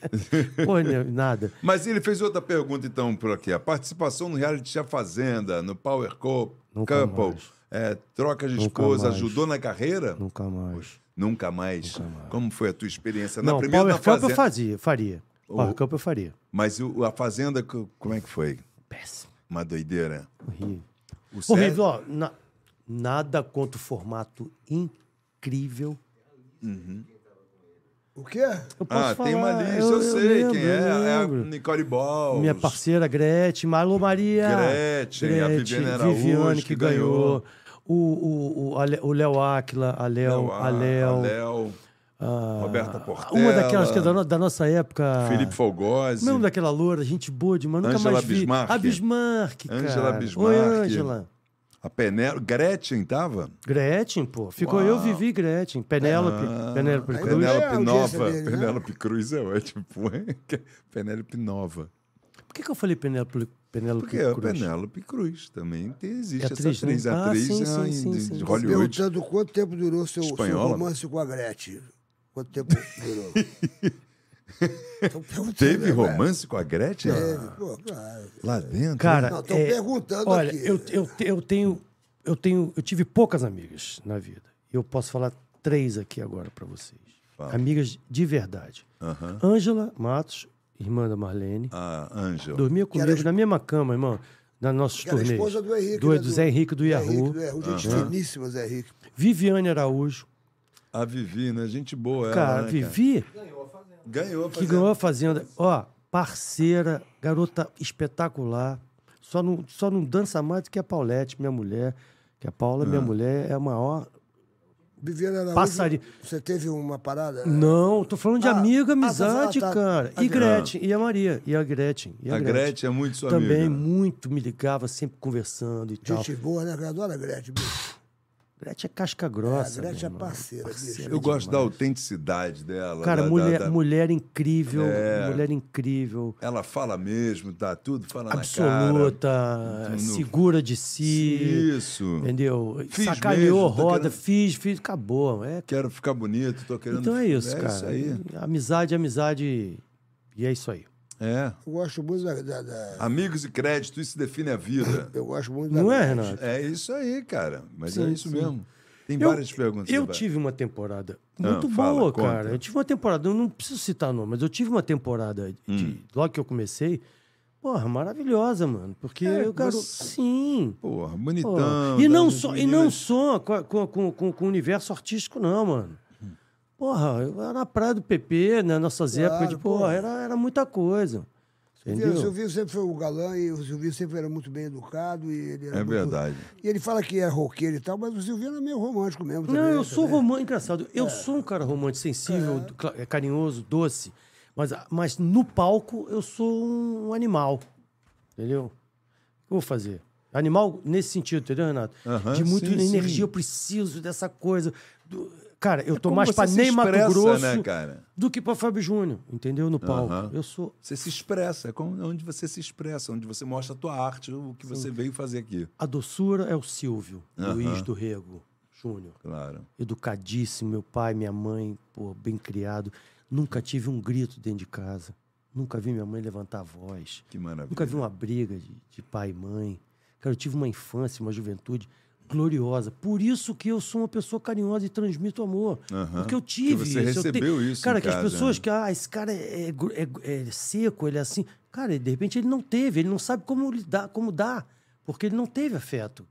Pô, né, nada. Mas ele fez outra pergunta, então, por aqui. A participação no reality da Fazenda, no Power Co- Nunca Couple, mais. é, troca de Nunca esposa, mais. ajudou na carreira? Nunca mais. Nunca mais. Como foi a tua experiência? Não, na o primeira é? Power na Cup eu Fazenda. fazia, faria. Power Cup eu faria. Mas o- a Fazenda, co- como é que foi? Péssimo. Uma doideira. Horrível. O Sérgio- Horrível, ó. na- nada contra o formato incrível. O quê? Eu posso Ah, tem uma falar, lista, eu, sei lembro, quem eu é. É a lembro. Nicole Balls. Minha parceira Gretchen, alô Maria. Gretchen, a Viviane Araújo, Viviane que que ganhou. O, o, o, Ale- o Léo Áquila, a Léo, Léo, a Léo. é Léo, Ah, Roberta Portela. Uma daquelas que é da, no- da nossa Ah. época. Felipe Folgose. Como é o nome daquela loura, gente boa demais, nunca Ângela mais vi. Bismarck. A Bismarck, cara. Ângela Oi, Bismarck. Ângela. A Penelo. Gretchen tava? Gretchen, pô. Ficou eu, Vivi e Gretchen. Penélope. Penélope Cruz. Penélope. Ah, Penélope é a audiência Nova. dele, né? Penélope Cruz é ótimo. pô. Penélope Nova. Por que, que eu falei Penélope, Penélope Porque é a Cruz? Penélope Cruz também tem- existe. É essa atriz, né? atriz, Ah, atriz sim, é sim, sim, de, sim. de Hollywood. Perguntando quanto tempo durou seu, seu Espanhola? né? romance com a Gretchen. Quanto tempo durou? Tão perguntando, Teve né, romance Ah. com a Gretchen? velho? Teve, pô, claro. Lá dentro? né? Cara, Não, tô é, perguntando olha, aqui. Eu, eu, te- eu tenho, eu tenho, eu tive poucas amigas na vida. Eu posso falar três aqui agora pra vocês. Amigas de verdade. Ângela Matos, irmã da Marlene, Ah, Ângela. dormia comigo era- na mesma cama, irmão, na nossos Que era a turnês. esposa do Henrique. Do, né, do Zé Henrique do Yahoo. Henrique, do Yahoo. Gente finíssima, Zé Henrique. Viviane Araújo. A Vivi, né? Gente boa ela, Cara, né, Vivi, Ganhou. que ganhou a Fazenda. Ó, parceira, garota espetacular. Só não, só não dança mais do que a Paulette, minha mulher. Que a Paula, Ah. minha mulher, é a maior Viviana Araújo, Passarinho. você teve uma parada? Não, tô falando de Ah, amiga, ah, tá, amizade, tá, tá. cara. Ah, E tá. Gretchen, e a Maria, e a Gretchen. E a, A Gretchen é muito sua Também amiga. muito me ligava, sempre conversando e tal. Gente boa, né? Eu adoro a Gretchen. bicho. Gretchen é casca A Gretchen grossa. é meu irmão. parceira, bicho. Eu gosto da autenticidade dela. da- Cara, da- mulher, da- mulher incrível, É. mulher incrível, Ela fala mesmo, dá tudo, fala absoluta, no- segura de na cara. si. Isso. Entendeu? Fiz Sacaneou, mesmo, tô roda, querendo- fiz, fiz, acabou. É, Quero ficar bonito, tô querendo... então é isso, é cara. Isso aí. Amizade, amizade. E é isso aí. É. Eu gosto muito da... da- da- Amigos e crédito, isso define a vida. eu gosto muito da Não é, Gretchen. Renato? É isso aí, cara. Mas é Sim, isso sim. mesmo. Tem Eu- várias perguntas. Eu Zé Ba- tive uma temporada Ah, muito fala, boa, conta. cara. Eu tive uma temporada, eu não preciso citar nome, mas eu tive uma temporada de- Hum. logo que eu comecei, porra, maravilhosa, mano. Porque É, eu, cara, você- sim. Porra, pô. bonitão. e, das não só, e não meninas. só com, com, com, com- com o universo artístico, não, mano. Porra, eu era na praia do PP, né? Nossas Claro, épocas de, porra, porra. era, era muita coisa. Viu? O Entendeu? Silvio sempre foi o galã e o Silvio sempre era muito bem educado. E ele era É muito- verdade. E ele fala que é roqueiro e tal, mas o Silvio era meio romântico mesmo. tá Não, também, eu sou né? também. romântico, engraçado. É. Eu sou um cara romântico, sensível, cla- é carinhoso, doce. Mas, ah, mas no palco eu sou um animal. Entendeu? O que eu vou fazer? Animal nesse sentido, entendeu, Renato? Aham, De muita sim, energia, sim. eu preciso dessa coisa. do- Cara, eu tô como mais você pra se Ney Mato expressa, Grosso né, cara? do que pra Fábio Júnior, entendeu? No palco. Aham. Eu sou. Você se expressa, é como- onde você se expressa, onde você mostra a tua arte, o que você veio fazer aqui. A doçura é o Silvio, Aham. Luiz do Rego Júnior. Claro. Educadíssimo, meu pai, minha mãe, pô, bem criado. Nunca tive um grito dentro de casa. Nunca vi minha mãe levantar a voz. Que maravilha. Nunca um- vi uma briga de, de pai e mãe. Cara, eu tive uma infância, uma juventude gloriosa. Por isso que eu sou uma pessoa carinhosa e transmito amor. Aham. Porque eu tive Porque você isso. eu recebeu isso em Cara, que casa, as pessoas né? que, ah, esse cara é, é gru- é gu- é seco, ele é assim. Cara, de repente ele não teve, ele não sabe como lidar, como dar, porque ele não teve afeto.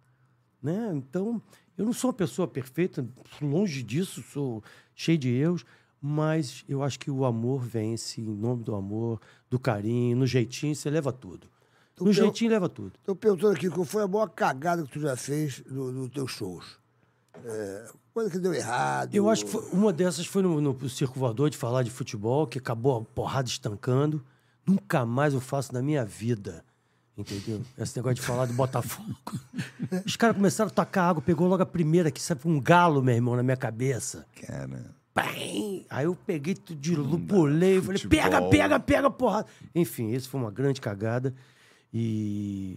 Né? Então, eu não sou uma pessoa perfeita, longe disso, sou cheio de erros, mas eu acho que o amor vence em nome do amor, do carinho, no jeitinho, você leva tudo. Tu no per- jeitinho leva tudo. Tô perguntando aqui qual foi a maior cagada que tu já fez no- nos teus shows. É, coisa que deu errado. Eu acho que foi- uma dessas foi no, no Circo Voador de falar de futebol, que acabou a porrada estancando. Nunca mais eu faço na minha vida. Entendeu? Esse negócio de falar do Botafogo. Os caras começaram a tacar água, pegou logo a primeira, que sabe, um galo, meu irmão, na minha cabeça. Cara. Bem! Aí eu peguei tudo de lupulei, falei, Futebol. pega, pega, pega, porrada. Enfim, isso foi uma grande cagada. E.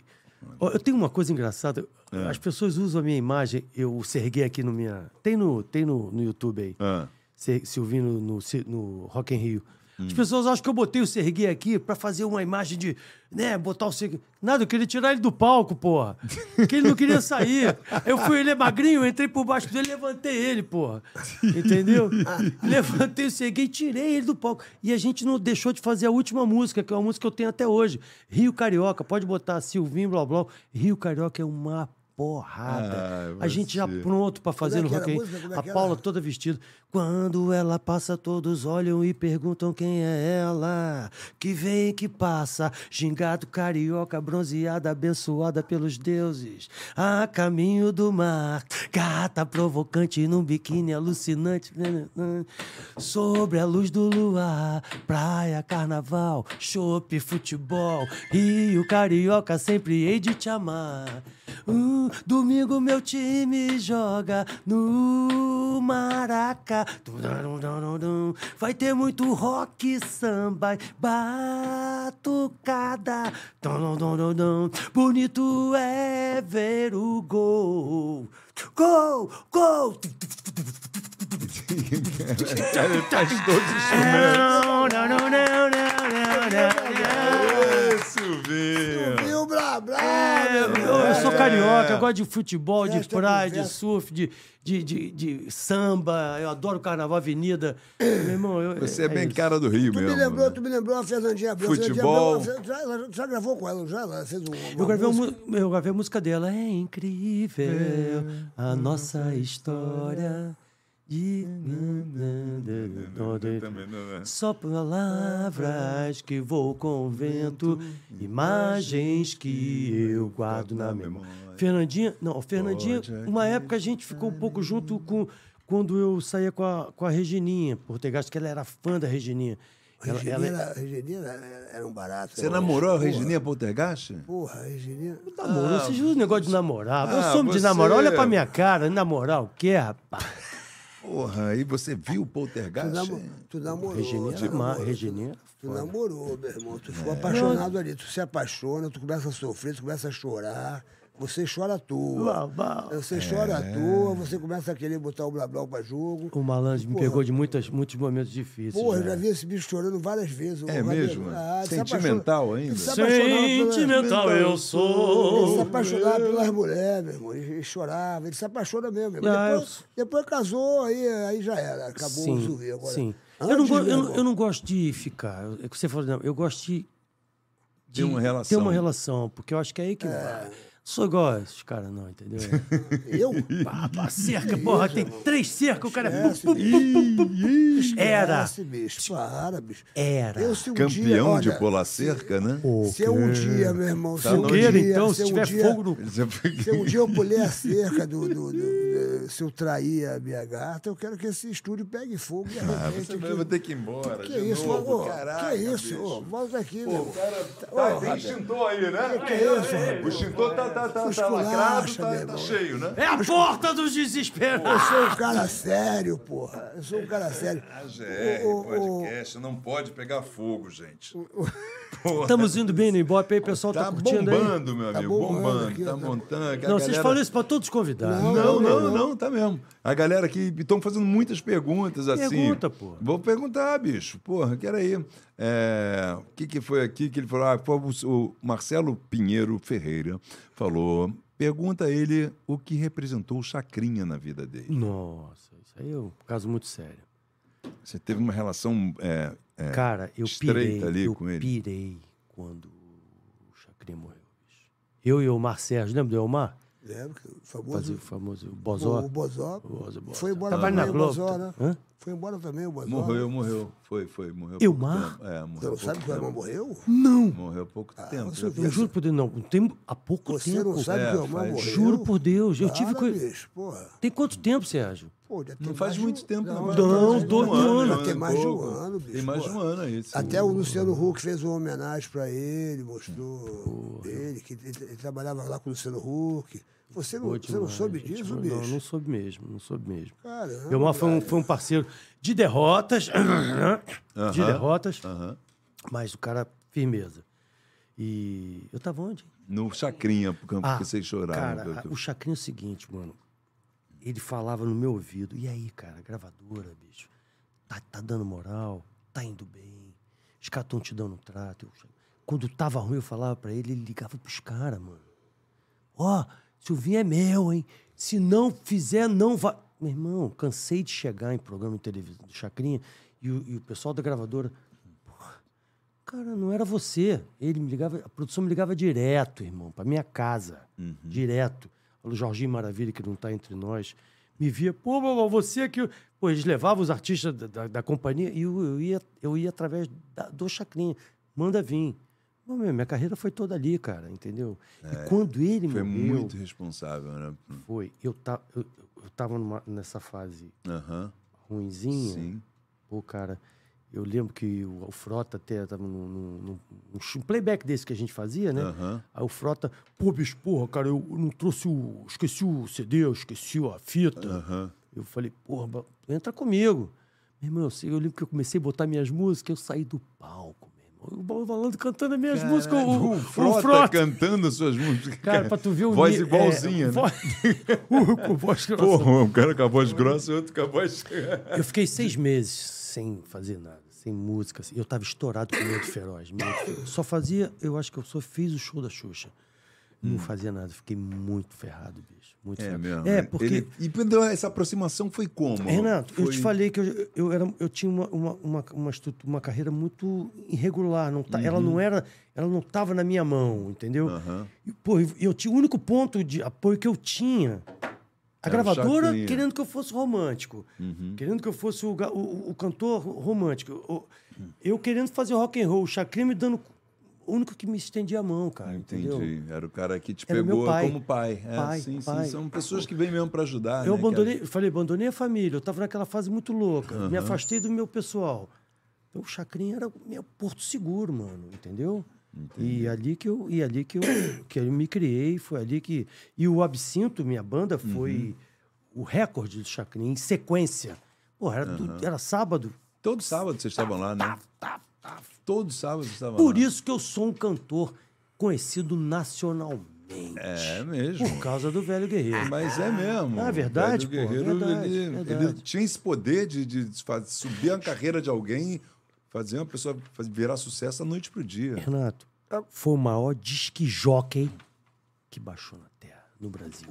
Ó, eu tenho uma coisa engraçada. As pessoas usam a minha imagem, eu serguei aqui no minha. Tem no, tem no, no YouTube aí. Ah, Se, Silvino no, ci- no Rock in Rio. As pessoas acham que eu botei o Serguei aqui pra fazer uma imagem de, né, botar o Serguei. Nada, eu queria tirar ele do palco, porra. Porque ele não queria sair. Eu fui, ele é magrinho, eu entrei por baixo dele, levantei ele, porra. Entendeu? levantei o Serguei, tirei ele do palco. E a gente não deixou de fazer a última música, que é uma música que eu tenho até hoje. Rio Carioca, pode botar Silvinho, blá, blá. Rio Carioca é uma Ah, porrada. a vai gente já ser. pronto pra é fazer no que era Rock in a Rio. música? Como é A que era? Paula toda vestida. Quando ela passa, todos olham e perguntam quem é ela. Que vem e que passa, gingado, carioca, bronzeada, abençoada pelos deuses. A caminho do mar, gata provocante num biquíni alucinante. Sobre a luz do luar, praia, carnaval, chope, futebol, Rio, carioca, sempre hei de te amar. Uh, domingo meu time joga no Maraca. Tudururururu. Vai ter muito rock, samba, e batucada. Tudururururu. Bonito é ver o gol. Gol, gol. Não, não, não, não, não, não, não. É Viu, blá, blá. Eu, É, meu É, eu- eu irmão. sou É. carioca, eu gosto de futebol, de então, Festa, praia, de conversa. surf, de, de, de, de samba. Eu adoro carnaval, avenida. Meu irmão, eu, Você é bem isso. cara do Rio Tu mesmo. me lembrou, né? tu me lembrou a Fernandinha Abreu. Futebol. Fernandinha Abreu, ela já, ela já gravou com ela, já ela fez um. Eu gravei, uma mu- eu gravei a música dela. É incrível a nossa história. De... Só palavras que vou com o vento, imagens que eu guardo na memória. Fernandinha, não, Fernandinha, uma época a gente ficou um pouco junto com quando eu saía com a, com a Regininha, por ter gasto que ela era fã da Regininha. Ela- ela- Reginina, Reginina era um barato. Você era um- namorou a Regininha Poltergeist? Porra, Reginina. Ah, Namorou, vocês usam o negócio de namorar. Ah, eu soube você- de namorar, olha pra minha cara, namorar o quê, rapaz? Porra, aí você viu o Tu, Poltergeist? namo- tu namorou. Regininha tu era namorou, má, tu- Regininha era Tu namorou, meu irmão. Tu É. ficou apaixonado ali. Tu se apaixona, tu começa a sofrer, tu começa a chorar. Você chora à toa. Blá, blá. Você chora à toa, você começa a querer botar o blá blá pra jogo. É. O malandro me Porra. pegou de muitas, muitos momentos difíceis. Porra, eu né? já vi esse bicho chorando várias vezes. É Eu já vi- mesmo? ele se apaixona- Sentimental ainda? ele se apaixonava pela- Sentimental eu Ele se sou. apaixonava pelas mulheres, meu irmão. Ele chorava, ele se apaixona mesmo. meu irmão. Ah, depois, depois casou, aí, aí já era. Acabou o zumbi agora. sim. Antes, eu, não go- meu eu, não- irmão, eu não gosto de ficar. É o que você falou, não. Eu gosto de, de Ter uma relação. ter uma relação, porque eu acho que é aí que. Sou igual a esses caras, não, entendeu? Eu? Pá, pá, cerca, porra, tem três cercas, o cara. é Esquece, pum, pum, pum, um pum, pum, pum. Era. Esquece, bicho. Para, bicho. Era. Eu, se um dia, Campeão olha, de pular cerca, Tá né? Se eu um dia, meu irmão, se eu um Fogueira, dia, então, se se eu um tiver dia, fogo no Ele já foi- Se um dia eu pulei a cerca do, do, do- do- eu, se eu trair a minha gata, eu quero que esse estúdio pegue fogo e Ah, arrebente. você aqui. vai ter que ir embora. Que de isso, novo. ô, Caraca, que isso, bicho. ô, volta aqui, Pô, meu. o cara tá, Ô, tem extintor aí, né? Que que é isso, O extintor tá, tá, tá, tá lacrado, Esculacha, meu tá, tá irmão. cheio, né? É a porta dos Eu desesperados! sou um cara sério, porra. Eu sou um cara sério. A GR, Ô, ô, ô. Ah, é, podcast, não pode pegar fogo, gente. Estamos indo bem no Ibope aí, pessoal tá, Tá curtindo aí. bombando, meu Tá amigo, bombando bombando, aqui, tá tá- montando. que a Não, vocês galera- falam isso para todos os convidados. Não, não, não, tá mesmo. A galera aqui estão fazendo muitas perguntas assim. Pergunta, pô. Vou perguntar, bicho. Porra, quero aí. É, o que, que foi aqui que ele falou? Ah, foi o- o Marcelo Pinheiro Ferreira falou. Pergunta a ele o que representou o Chacrinha na vida dele. Nossa, isso aí é um caso muito sério. Você teve uma relação. é, é, Cara, eu estreita pirei, ali eu com ele. pirei quando o Chacrinha morreu. bicho. Eu e o Omar Sérgio, lembra do Omar? Lembra que o Fazia o famoso. famoso o Bozó. Bozó. O Bozó. Bozó, Bozó. Foi embora Trabalho na também, o Globo. Bozó, né? Hã? Foi embora também, o Bozó. morreu, morreu. Foi, foi, morreu. há Eu, pouco Mar? tempo. É, morreu. Você há não pouco sabe que o irmão tempo. morreu? Hum. Morreu há pouco tempo. Ah, você já viu? Eu juro por Deus, não. Tem há pouco Você tempo. não sabe É, que o irmão faz- morreu? Juro por Deus. Eu Para, tive. co- bicho, porra. Tem quanto tempo, Sérgio? Pô, já tem Não faz mais de muito um- tempo, não. já Não, tem mais de um dois anos, Já tem um mais de um pouco. ano, bicho. Tá Tem mais de porra. um ano aí. sim. Até o Luciano Huck fez uma homenagem para ele, mostrou ele, que ele, ele trabalhava lá com o Luciano Huck. Você não, Pô, você não demais, soube gente, disso, não, bicho? Não, não soube mesmo, não soube mesmo. Caramba, E o Omar foi um, foi um parceiro de derrotas, de Aham, derrotas, aham. mas o cara, firmeza. E eu tava onde? No Chacrinha, porque Ah, vocês choraram. Cara, a- o Chacrinha é o seguinte, mano. Ele falava no meu ouvido. E aí, cara, gravadora, bicho. Tá, tá dando moral, tá indo bem. Os caras tão te dando um trato. Eu- quando tava ruim, eu falava pra ele, ele ligava pros caras, mano. Ó, se o vinho é meu, hein? Se não fizer, não vai. Meu irmão, cansei de chegar em programa de televisão do Chacrinha e o, e o pessoal da gravadora. "Porra, Cara, não era você. Ele me ligava, a produção me ligava direto, irmão, pra minha casa. Uhum. Direto. O Jorginho Maravilha, que não tá entre nós, me via, pô, Bobó, você que. Pô, eles levavam os artistas da, da- da companhia e eu, eu ia, eu ia através da- do Chacrinha. Manda vir. Bom, meu, minha carreira foi toda ali, cara, entendeu? e quando ele É, Foi morreu, muito responsável, né? foi. Eu, ta, eu, eu tava numa- nessa fase Aham, ruinzinha. sim. Pô, cara, eu lembro que o, o Frota até tava num, num- num- num sh- um playback desse que a gente fazia, né? Aham. Aí o Frota, pô, bicho, porra, cara, eu eu não trouxe o. Esqueci o CD, eu esqueci a fita. Eu falei, porra, ba- entra comigo. Meu irmão, eu, sei- eu lembro que eu comecei a botar minhas músicas, eu saí do palco, meu irmão. O Bob Valando cantando as minhas músicas. O, o, O Frota, cantando suas músicas. Um Cara, pra tu ver o Voz ni- é, igualzinha, né? voz- o, o voz grossa. Porra, um cara com a voz grossa e outro com a voz. Eu fiquei seis meses sem fazer nada, sem música. assim. Eu tava estourado com medo feroz. medo feroz. Só fazia, eu acho que eu só fiz o show da Xuxa. Não fazia nada, fiquei muito ferrado, bicho. Muito Hum. É ferrado. mesmo. É, porque. Ele- E quando essa aproximação foi como? Renato, eu Foi- te falei que eu, eu, era, eu tinha uma, uma, uma, uma, estrutu- uma carreira muito irregular. Não tá, Uhum. Ela não era. Ela não estava na minha mão, entendeu? E, pô, e eu tinha o único ponto de apoio que eu tinha. A Era o gravadora Chacrinha. Uhum. querendo que eu fosse romântico. Querendo que eu fosse o, ga- o- o- o cantor romântico. O- Eu querendo fazer rock and roll, o Chacrinha me dando. O único que me estendia a mão, cara. Entendi. Entendeu? Era o cara que te Era meu pegou pai. como pai. É, Pai, sim, sim. pai. São pessoas que vêm mesmo pra ajudar. Eu né, cara? abandonei, eu falei, abandonei a família, eu estava naquela fase muito louca, me afastei do meu pessoal. Então o Chacrinha era o meu porto seguro, mano, entendeu? E ali que eu, e ali que eu, que eu me criei, foi ali que e o Absinto, minha banda foi Uhum. o recorde do Chacrinha em sequência. Porra, era, tu- era sábado. Todo sábado vocês estavam lá, né? Todo sábado vocês estavam lá. Por isso que eu sou um cantor conhecido nacionalmente. É mesmo. Por causa do Velho Guerreiro. Mas é mesmo. Ah, verdade, O pô, Guerreiro, verdade, ele, verdade. ele tinha esse poder de, de desfaz- subir a carreira de alguém, fazer uma pessoa faz- virar sucesso da noite pro dia. Renato, foi o maior disque jockey que baixou na terra, no Brasil.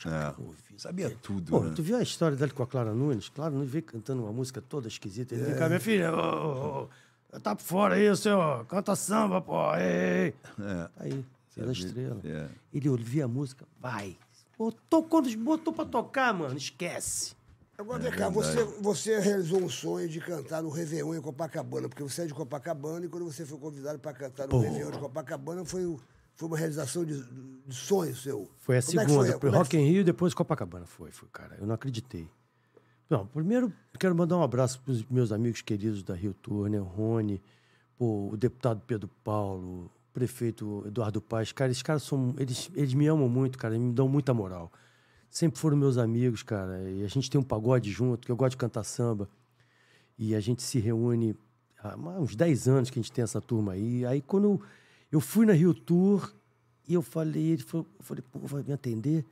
Já É. ouvi. Sabia tudo, Pô, né? tu viu a história dele com a Clara Nunes? Clara Nunes veio cantando uma música toda esquisita. Ele vem cá, minha É. filha, ô, ô, ô, eu tá por fora aí, senhor. Canta samba, pô. Ei, ei. É. Tá aí, fez a estrela. É. Ele ouvia a música, vai. Botou, quando botou pra tocar, mano, esquece. Agora, vem É cá, você, você realizou um sonho de cantar no Réveillon em Copacabana, porque você é de Copacabana e quando você foi convidado para cantar no Réveillon de Copacabana foi, o- Foi uma realização de, de sonho seu. Foi a Como é que segunda. Como foi é que Rock in Rio e depois Copacabana. Foi, foi, cara. Eu não acreditei. Não, primeiro, quero mandar um abraço para os meus amigos queridos da Rio Tour, né? O Rony, pô, o deputado Pedro Paulo, o prefeito Eduardo Paes. Cara, esses caras são... Eles, eles me amam muito, cara. Eles me dão muita moral. Sempre foram meus amigos, cara. E a gente tem um pagode junto, que eu gosto de cantar samba. E a gente se reúne há ma- uns 10 anos que a gente tem essa turma aí. Aí quando eu, eu fui na Rio Tour e eu falei, ele falou, eu falei, pô, vai me atender?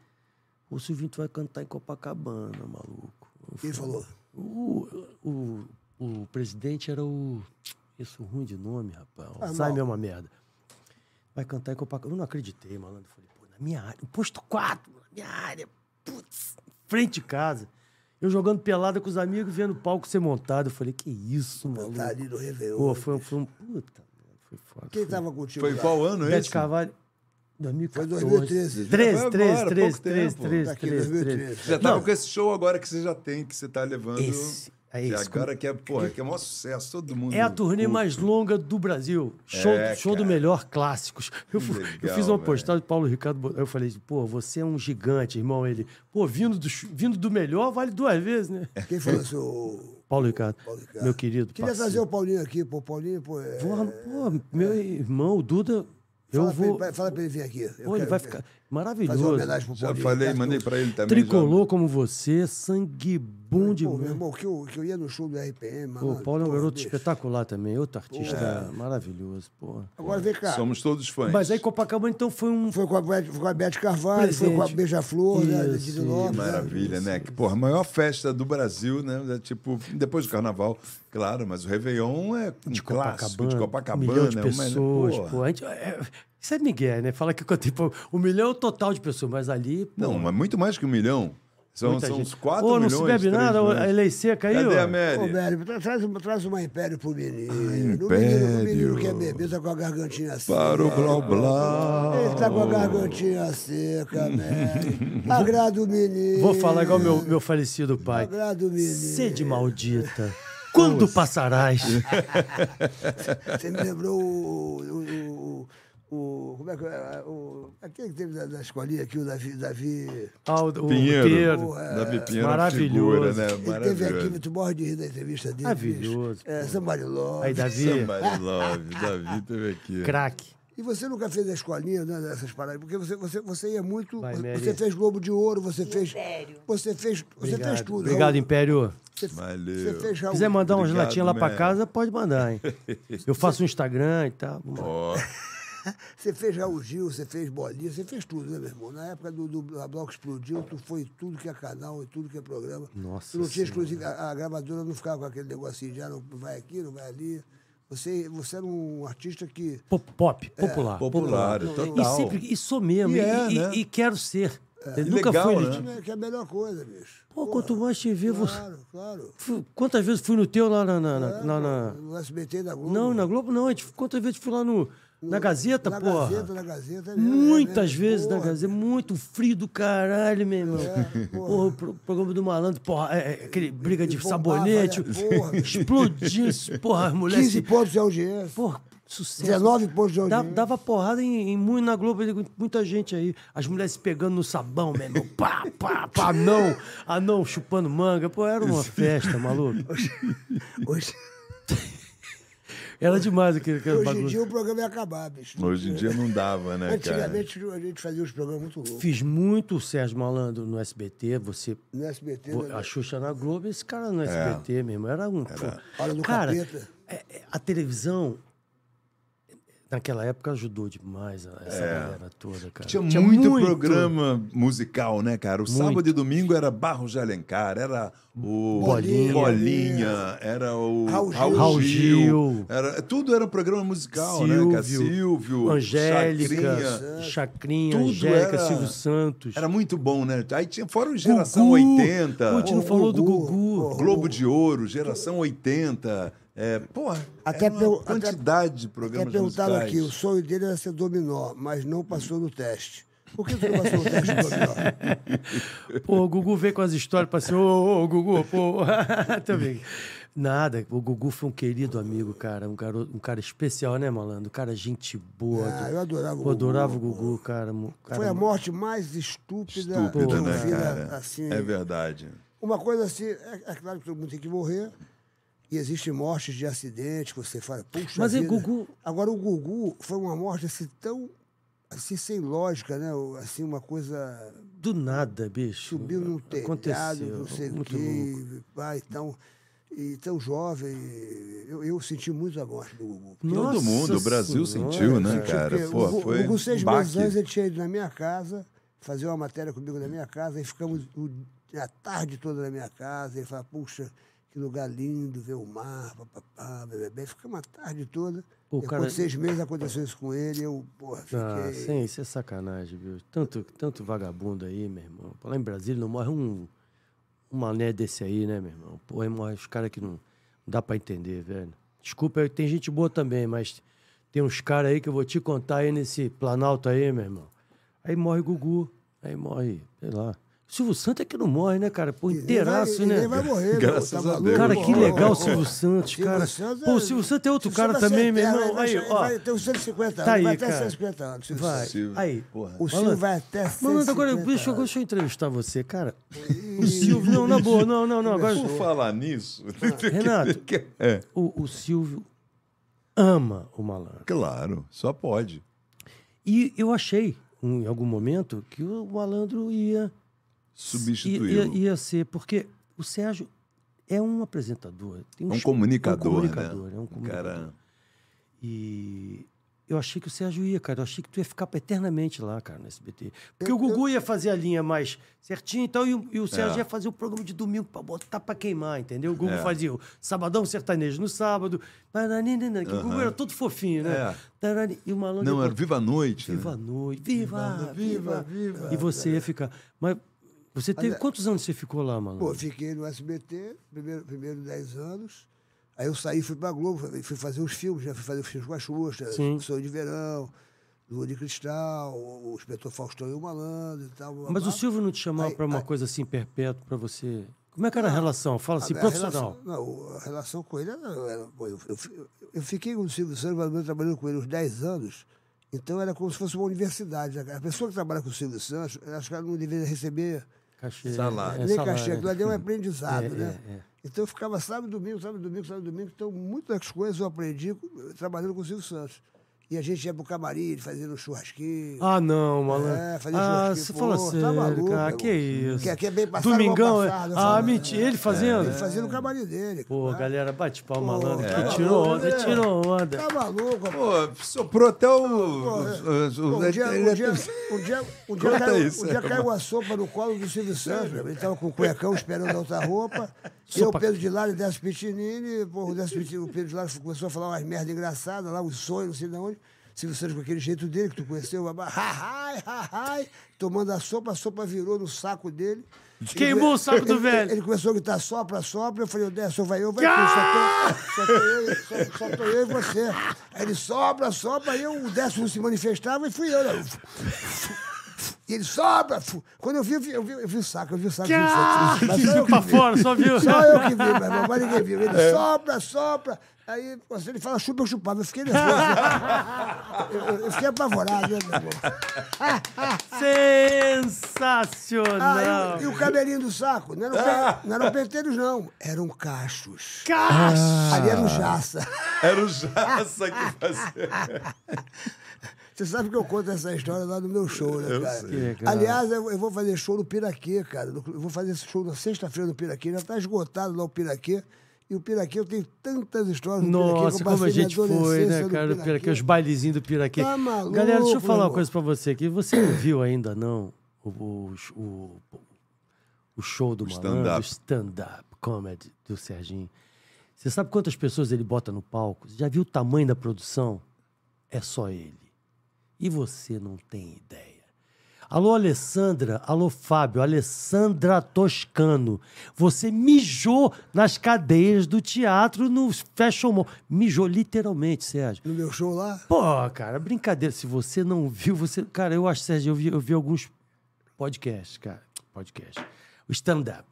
O Silvinho tu vai cantar em Copacabana, maluco. Eu Ele falei, falou. O, o, o presidente era o. Isso ruim de nome, rapaz. Ah, Alzheimer é mal. uma merda. Vai cantar em Copacabana. Eu não acreditei, malandro. Eu falei, pô, na minha área, no posto 4, na minha área, putz, frente de casa. Eu jogando pelada com os amigos, vendo o palco ser montado. Eu falei, que isso, maluco. Tá ali no Réveillon. Pô, foi, um- foi um. Puta, mano, foi foda. Quem tá tava contigo? Foi lá? qual ano Bete esse? Carvalho. 2014. Foi 2013. 13, Já 13, foi agora, 13, pouco 13, tempo. Tá 13, Daqui 13. 2013. Já tava Não. com esse show agora que você já tem, que você tá levando. Esse, é que esse. Agora que é, porra, que é o maior sucesso, todo mundo. É a turnê curte. mais longa do Brasil. Show, É, show do cara. melhor clássicos. Eu, fu- eu legal, fiz uma velho. postagem do Paulo Ricardo. Bo- Eu falei, pô, você é um gigante, irmão. Ele, pô, vindo do, ch- vindo do melhor vale duas vezes, né? É. Quem falou isso? O Paulo Ricardo, Ricardo. meu querido. Queria parceiro. trazer o Paulinho aqui, pô. Paulinho, pô. é- Porra, pô, meu irmão, o Duda, eu fala pra vou. ele- vai- fala pra ele vir aqui. Eu Pô, ele quero vai ver- ficar Fazer uma maravilhoso. homenagem pro Já Paulinho. falei, Tá? mandei pra ele também. Tricolor como você, sangue bom de Pô, meu mão. irmão, que eu, que eu ia no show do RPM, mano. Pô, o Paulo é um Pô, garoto bicho. é. espetacular também, outro artista maravilhoso, pô. Agora vem Já. cá. Somos todos fãs. Mas aí Copacabana então foi um Foi com a, Bet- foi com a Beth Carvalho, foi com a Presente. Beija-Flor, né? Isso, da Didi Lopes, né? Maravilha, né? Que, porra, a maior festa do Brasil, né? É tipo, depois do carnaval, claro, mas o Réveillon é um de clássico Copacabana, de um Copacabana. né? milhão de uma- pessoas, porra. pô, a gente- é, isso é Miguel, né? Fala que eu tipo, um milhão total de pessoas, mas ali, pô, Não, mas muito mais que um milhão. São, muita Então são uns gente. 4 Ô, não milhões. se bebe três nada, ô, milhões. a lei seca aí, Cadê ó. a Ô, Mary? velho, tra- traz, uma- traz uma império pro Ah, menino. O menino, o Império. menino quer beber, tá com a gargantinha assim. Para o Blau Ele Blau. tá com a gargantinha seca, velho. Agrada o menino. Vou falar igual meu, meu falecido pai. Agrada o menino. Sede maldita. Quando passarás? Você me lembrou o. o- o- o- o- como é que é? O, aquele que teve da, da escolinha aqui, o Davi. Davi Ah, o, o Pinheiro. Pinheiro. Davi Pinheiro é uma Maravilhoso. figura, né? ele teve aqui, Maravilhoso. tu morre de rir da entrevista dele. É Maravilhoso, bicho. É, Somebody Love. Aí, Davi, Somebody love. Davi teve aqui. craque. E você nunca fez a escolinha, né, dessas paradas? Porque você, você, você ia muito. Vai, você, Mary. você fez Globo de Ouro, você fez. Você fez. Você fez tudo. Obrigado, Raul. Império. Você, Valeu. você fez Se Raul. quiser mandar umas Obrigado, latinhas lá pra man. casa, pode mandar, hein? Eu faço um Instagram e tal. Vamos lá. Ó, Você fez Raul Gil, você fez bolinha, você fez tudo, né, meu irmão? Na época do, do a Bloco Explodiu, tu foi em tudo que é canal, e tudo que é programa. Nossa Tu não tinha Senhora. exclusivo, a, a gravadora não ficava com aquele negocinho de ah, não vai aqui, não vai ali. Você, você era um artista que. Pop, pop, É, popular. popular, E total. sempre, e sou mesmo, E e, é, e- né? e quero ser. Eu E Nunca legal, fui. né? elitista. É, né, que é a melhor coisa, bicho. Pô, quanto mais te ver, você- Claro, claro. Fui- quantas vezes fui no teu lá na. na- na- lá na- No SBT da Globo. Ah. Não, na Globo não, a gente, quantas vezes fui lá no, na Gazeta, na porra? Gazeta, na Gazeta. mesmo, é Muitas mesmo, vezes na porra. É, Gazeta, muito frio do caralho, meu irmão. porra. porra, o pro- programa do malandro, porra, é- é aquele briga de e bombava, sabonete, né? Porra. explodindo, porra, as mulheres. 15 pontos de audiência. Porra, sucesso. 19 pontos de Dá- audiência. dava porrada em, em muito na Globo, ele- muita gente aí. As mulheres se pegando no sabão, meu irmão. Pá, pá, pá, anão, anão chupando manga. Pô, era uma festa, maluco. Hoje, Era demais aquele, aquele hoje em É um bagulho. dia o programa ia acabar, bicho. Hoje em dia não dava, né, cara? Antigamente a gente fazia uns programas muito loucos. Fiz muito o Sérgio Malandro no SBT, você. No SBT, vo- né? A Xuxa na Globo, esse cara no É. SBT mesmo. Era um. pô, Hora do cara, Capeta. é- é- a televisão, naquela época, ajudou demais a- essa galera toda, cara. É. Tinha, muito, programa musical, né, cara? O sábado e domingo era Barros de Alencar, era o Bolinha. Bolinha, era o Raul Gil. Raul Gil. Era, tudo era programa musical, né, cara? Silvio, Silvio, Angélica, Chacrinha. Chacrinha, Tudo Angélica, era- Silvio Santos. Era muito bom, né? Aí tinha fora o Geração Gugu. 80. Pô, a gente não falou do Gugu. Gugu. Globo de Ouro, Geração 80. É, porra, Até era uma pelo- até- quantidade de Até programas perguntaram musicais. aqui, o sonho dele era ser dominó, mas não passou no teste. Por que você não passou no teste de dominó? Pô, o Gugu veio com as histórias pra ser, ô, ô, Gugu, pô. Também. Nada, o Gugu foi um querido amigo, cara. Um, garoto, um cara especial, né, malandro? Um cara gente boa. Ah, eu adorava o Pô, adorava o Gugu, Gugu, cara. mo- cara Foi a mo- morte mais estúpida, que Estúpida, eu né, vi na- cara? assim. É verdade. Uma coisa assim, é, é claro que todo mundo tem que morrer. E existem mortes de acidente que você fala, puxa Mas o vida. Gugu- Agora, o Gugu foi uma morte assim tão, assim, sem lógica, né? O- Assim, uma coisa... Do nada, bicho. Subiu num telhado, Aconteceu. não sei o muito louco. quê. Pai, tão, e tão jovem. Eu, eu senti muito a morte do Gugu. Porque eu- Todo mundo, o Brasil Senhora, sentiu, né, Tipo, cara? porque o Pô, Gugu- foi o Gugu, seis um meses antes, baque. ele tinha ido na minha casa, fazer uma matéria comigo na minha casa, e ficamos o- a tarde toda na minha casa. Ele fala, puxa, que lugar lindo, ver o mar, papapá, bebê. Ficamos a tarde toda. O Depois cara- de seis meses aconteceu isso com ele, eu, porra, fiquei. Ah, sim, isso é sacanagem, viu? Tanto, tanto vagabundo aí, meu irmão. Pô, Lá em Brasília não morre um, um mané desse aí, né, meu irmão? Pô, aí morre os caras que não, não dá pra entender, velho. Desculpa, aí tem gente boa também, mas tem uns caras aí que eu vou te contar aí nesse Planalto aí, meu irmão. Aí morre Gugu, aí morre, sei lá. Silvio Santos é que não morre, né, cara? Pô, E nem vai- inteiraço, e né? nem vai morrer, meu, Graças tá a maluco? Deus. Cara, que Porra, legal porra. o Silvio Santos, Silvio cara. Santos Pô, o Silvio Santos é outro Silvio cara Santos vai também, ser meu eterno, irmão. vai- Aí, vai- ó. Vai ter um uns 150 Tá anos, vai aí, até cara. 150 anos. Silvio Vai. Santos. Aí. O Silvio Malandro, vai até 150 Malandro, tá, agora deixa, eu- anos. deixa eu entrevistar você, cara. O Silvio. Não, na boa, não, não, não. Agora, Por falar nisso, Renato, é, o, o Silvio ama o malandro. claro, só pode. E eu achei, um, em algum momento, que o malandro ia, ia, Substituí-lo. ia, ia ser. Porque o Sérgio é um apresentador. Tem É um, um es- comunicador, é um comunicador, né? é um comunicador. Cara, E eu achei que o Sérgio ia, cara. Eu achei que tu ia ficar pra eternamente lá, cara, no SBT. Porque o Gugu ia fazer a linha mais certinha e tal, e o, e o Sérgio ia fazer o programa de domingo pra botar pra queimar, entendeu? O Gugu fazia o Sabadão Sertanejo no sábado. Taranina, que O Gugu era todo fofinho, né? É. Tarani- E o malandro. não, ia era botar, Viva a Noite. Viva a né? noite. Viva, viva, viva. E você ia ficar. Mas você teve. Quantos anos você ficou lá, malandro? Pô, fiquei no SBT, primeiro, primeiro 10 anos. Aí eu saí, fui pra Globo, fui- fui fazer os filmes, já fui fazer os filmes com a Xuxa, Sim. Sonho de Verão, Lua de Cristal, o o Inspetor Faustão e o Malandro e tal. blá, Mas blá. o Silvio não te chamava Aí- pra uma aí- coisa assim perpétua pra você. Como é que era a relação? Fala assim, A- a profissional. relação- não, a relação com ele era. era- pô, eu, eu- eu fiquei com o Silvio Santos, mais ou menos, trabalhando com ele uns 10 anos, então era como se fosse uma universidade. né, cara? A pessoa que trabalha com o Silvio Santos, eu acho que ela não deveria receber Cachê. Salário. é, nem salário. cachê, aquilo ali é um aprendizado, É, né? é, é. Então eu ficava sábado, domingo, sábado, domingo, sábado, domingo. Então muitas coisas eu aprendi com- trabalhando com o Silvio Santos. E a gente ia pro camarim, fazendo churrasquinho. Ah, não, malandro. É, fazer ah, churrasquinho, você pô, fala tá sério, maluco, cara. meu Que irmão. isso. Que aqui é bem passado, Domingão, mal é. passado, eu Ah, falo, mentira. é. Ele fazendo? Ele fazia no camarim dele. Pô, Ah, galera, bate pau, pô, malandro. tá Que tirou maluco, onda, né? tirou onda. Tá maluco, pô. Pô, soprou até o. Pô, Um dia, um dia, um dia, um dia Conta caiu, isso, um dia é, caiu a sopa no colo do Silvio Santos. meu. Ele estava com o cuecão esperando a outra roupa. E eu, Sopa. Pedro de Lara e Décio Pitinini. Pô, o, Décio Pitinini, o Pedro de Lara começou a falar umas merdas engraçadas lá, os sonhos, não sei de onde. Silvio Santos com aquele jeito dele que tu conheceu, babá, ha-hai, ha-hai, tomando a sopa, a sopa virou no saco dele. Queimou Ele- o saco do ele- velho. Ele começou a gritar sopra, sopra. Eu falei, o Décio, vai eu, vai tu, só tô, só tô eu, só, só tô eu e você. Aí ele sopra, sopra, aí eu, o Décio não se manifestava e fui eu. né? E ele sopra. fu- Quando eu vi, eu vi, eu vi, eu vi o saco, eu vi o saco. eu vi o saco. Mas só eu que Pra vi. fora, É. só viu? Só eu que vi, meu irmão, mas ninguém viu. Ele sopra, sopra. Aí quando ele fala chupa, eu chupava. Eu fiquei nervoso. né? Eu, eu- eu fiquei apavorado, né, meu irmão? Ah, e o- Sensacional. e, o cabelinho do saco? Não eram, Ah. pe- não eram penteiros, não. Eram cachos. Ah. Cachos. Ali era o jaça. Era o Jaça que fazia. Você sabe que eu conto essa história lá no meu show, né, cara? Que legal. Aliás, eu eu vou fazer show no Piraquê, cara. No- Eu vou fazer esse show na sexta-feira no Piraquê. Já tá esgotado lá o Piraquê. E o Piraquê, eu tenho tantas histórias no Piraquê. que Nossa, eu como a passei minha gente foi, adolescência né, no cara? do Piraquê, os bailezinhos do Piraquê. Tá maluco, Galera, deixa eu falar uma irmão. coisa pra você aqui. Você não viu ainda, não, o, o, o, o show do malandro, o stand-up. stand-up comedy do Serginho. Você sabe quantas pessoas ele bota no palco? Você já viu o tamanho da produção? É só ele. E você não tem ideia. Alô, Alessandra. Alô, Fábio. Alessandra Toscano. Você mijou nas cadeias do teatro no Fashion Mall. Mijou literalmente, Sérgio. No meu show lá. Pô, cara, brincadeira. Se você não viu, você. Cara, eu acho, Sérgio, eu vi, eu vi alguns podcasts, cara. Podcast. O stand-up.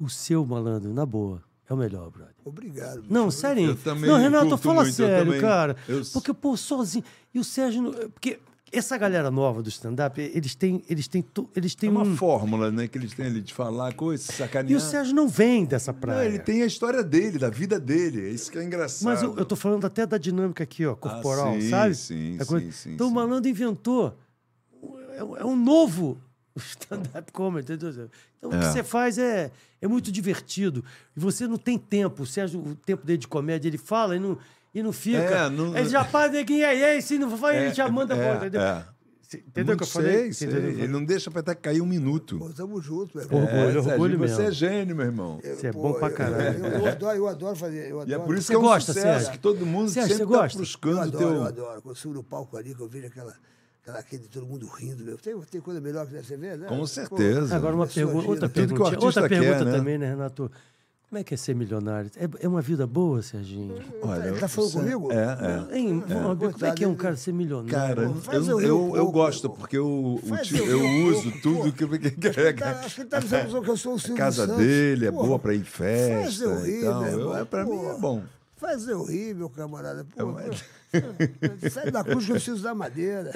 O seu, malandro, na boa. É o melhor, brother. Obrigado. bicho. Não, sério. Eu também não, Renato, curto fala muito, eu sério, também. cara. Eu- Porque, pô, sozinho. E o Sérgio. não- Porque essa galera nova do stand-up, eles têm. Eles têm. to- Eles têm É uma um... fórmula, né, que eles têm ali de falar coisas, E o sacanear. É. Sérgio não vem dessa praia. Não, ele tem a história dele, da vida dele. É isso que é engraçado. Mas eu, eu tô falando até da dinâmica aqui, ó, corporal, Ah, sim, sabe? sim, Da sim, sim, então o sim. malandro inventou. É, um- é um novo stand-up comedy. entendeu? Então o que você faz é, é muito divertido. E você não tem tempo. O Sérgio, o tempo dele de comédia, ele fala e não, e não fica. É, não- Ele já faz neguinho aí, aí, se não vai, ele já manda é, bola, entendeu? é. Você- Entendeu o que eu Sei, falei? Você sei. entendeu o que eu Ele falei? não deixa pra até cair um minuto. Pô, tamo junto, meu Orgulho, irmão. É, Sérgio, orgulho você é mesmo. gênio, meu irmão. Você é bom pra eu- caralho. Eu, eu adoro, eu adoro fazer. Eu E é adoro. por isso Você que é um gosta, sucesso, Sérgio? que todo mundo Sérgio, sempre você tá gosta? Eu buscando o adoro, teu... eu adoro. Quando eu subo no palco ali, que eu vejo aquela, aquela aquele todo mundo rindo. Meu. Tem, tem coisa melhor que você vê, né? Com Pô, certeza. Agora uma Pessoa pergunta, gira. outra Tudo que o pergunta, artista outra quer, pergunta né? também, né, Renato? Como é que é ser milionário? É, é uma vida boa, Serginho? Olha, Tá falando você- comigo? É, é. Hein, vamos ver, como é que é um cara ser milionário? Cara, Pô, faz eu, eu rir um eu, eu pouco, gosto, pô. porque eu, o Faz tio- eu eu rir um uso pouco, tudo pô. que, que, Tá, acho que ele tá dizendo que eu sou o É A Silvio casa Santos. dele é Porra, boa pra ir em festa. eu rir, então, meu eu, irmão, é, pra mim é porra. bom. Faz eu rir, meu camarada. Pô, Sai da cruz que eu preciso da madeira.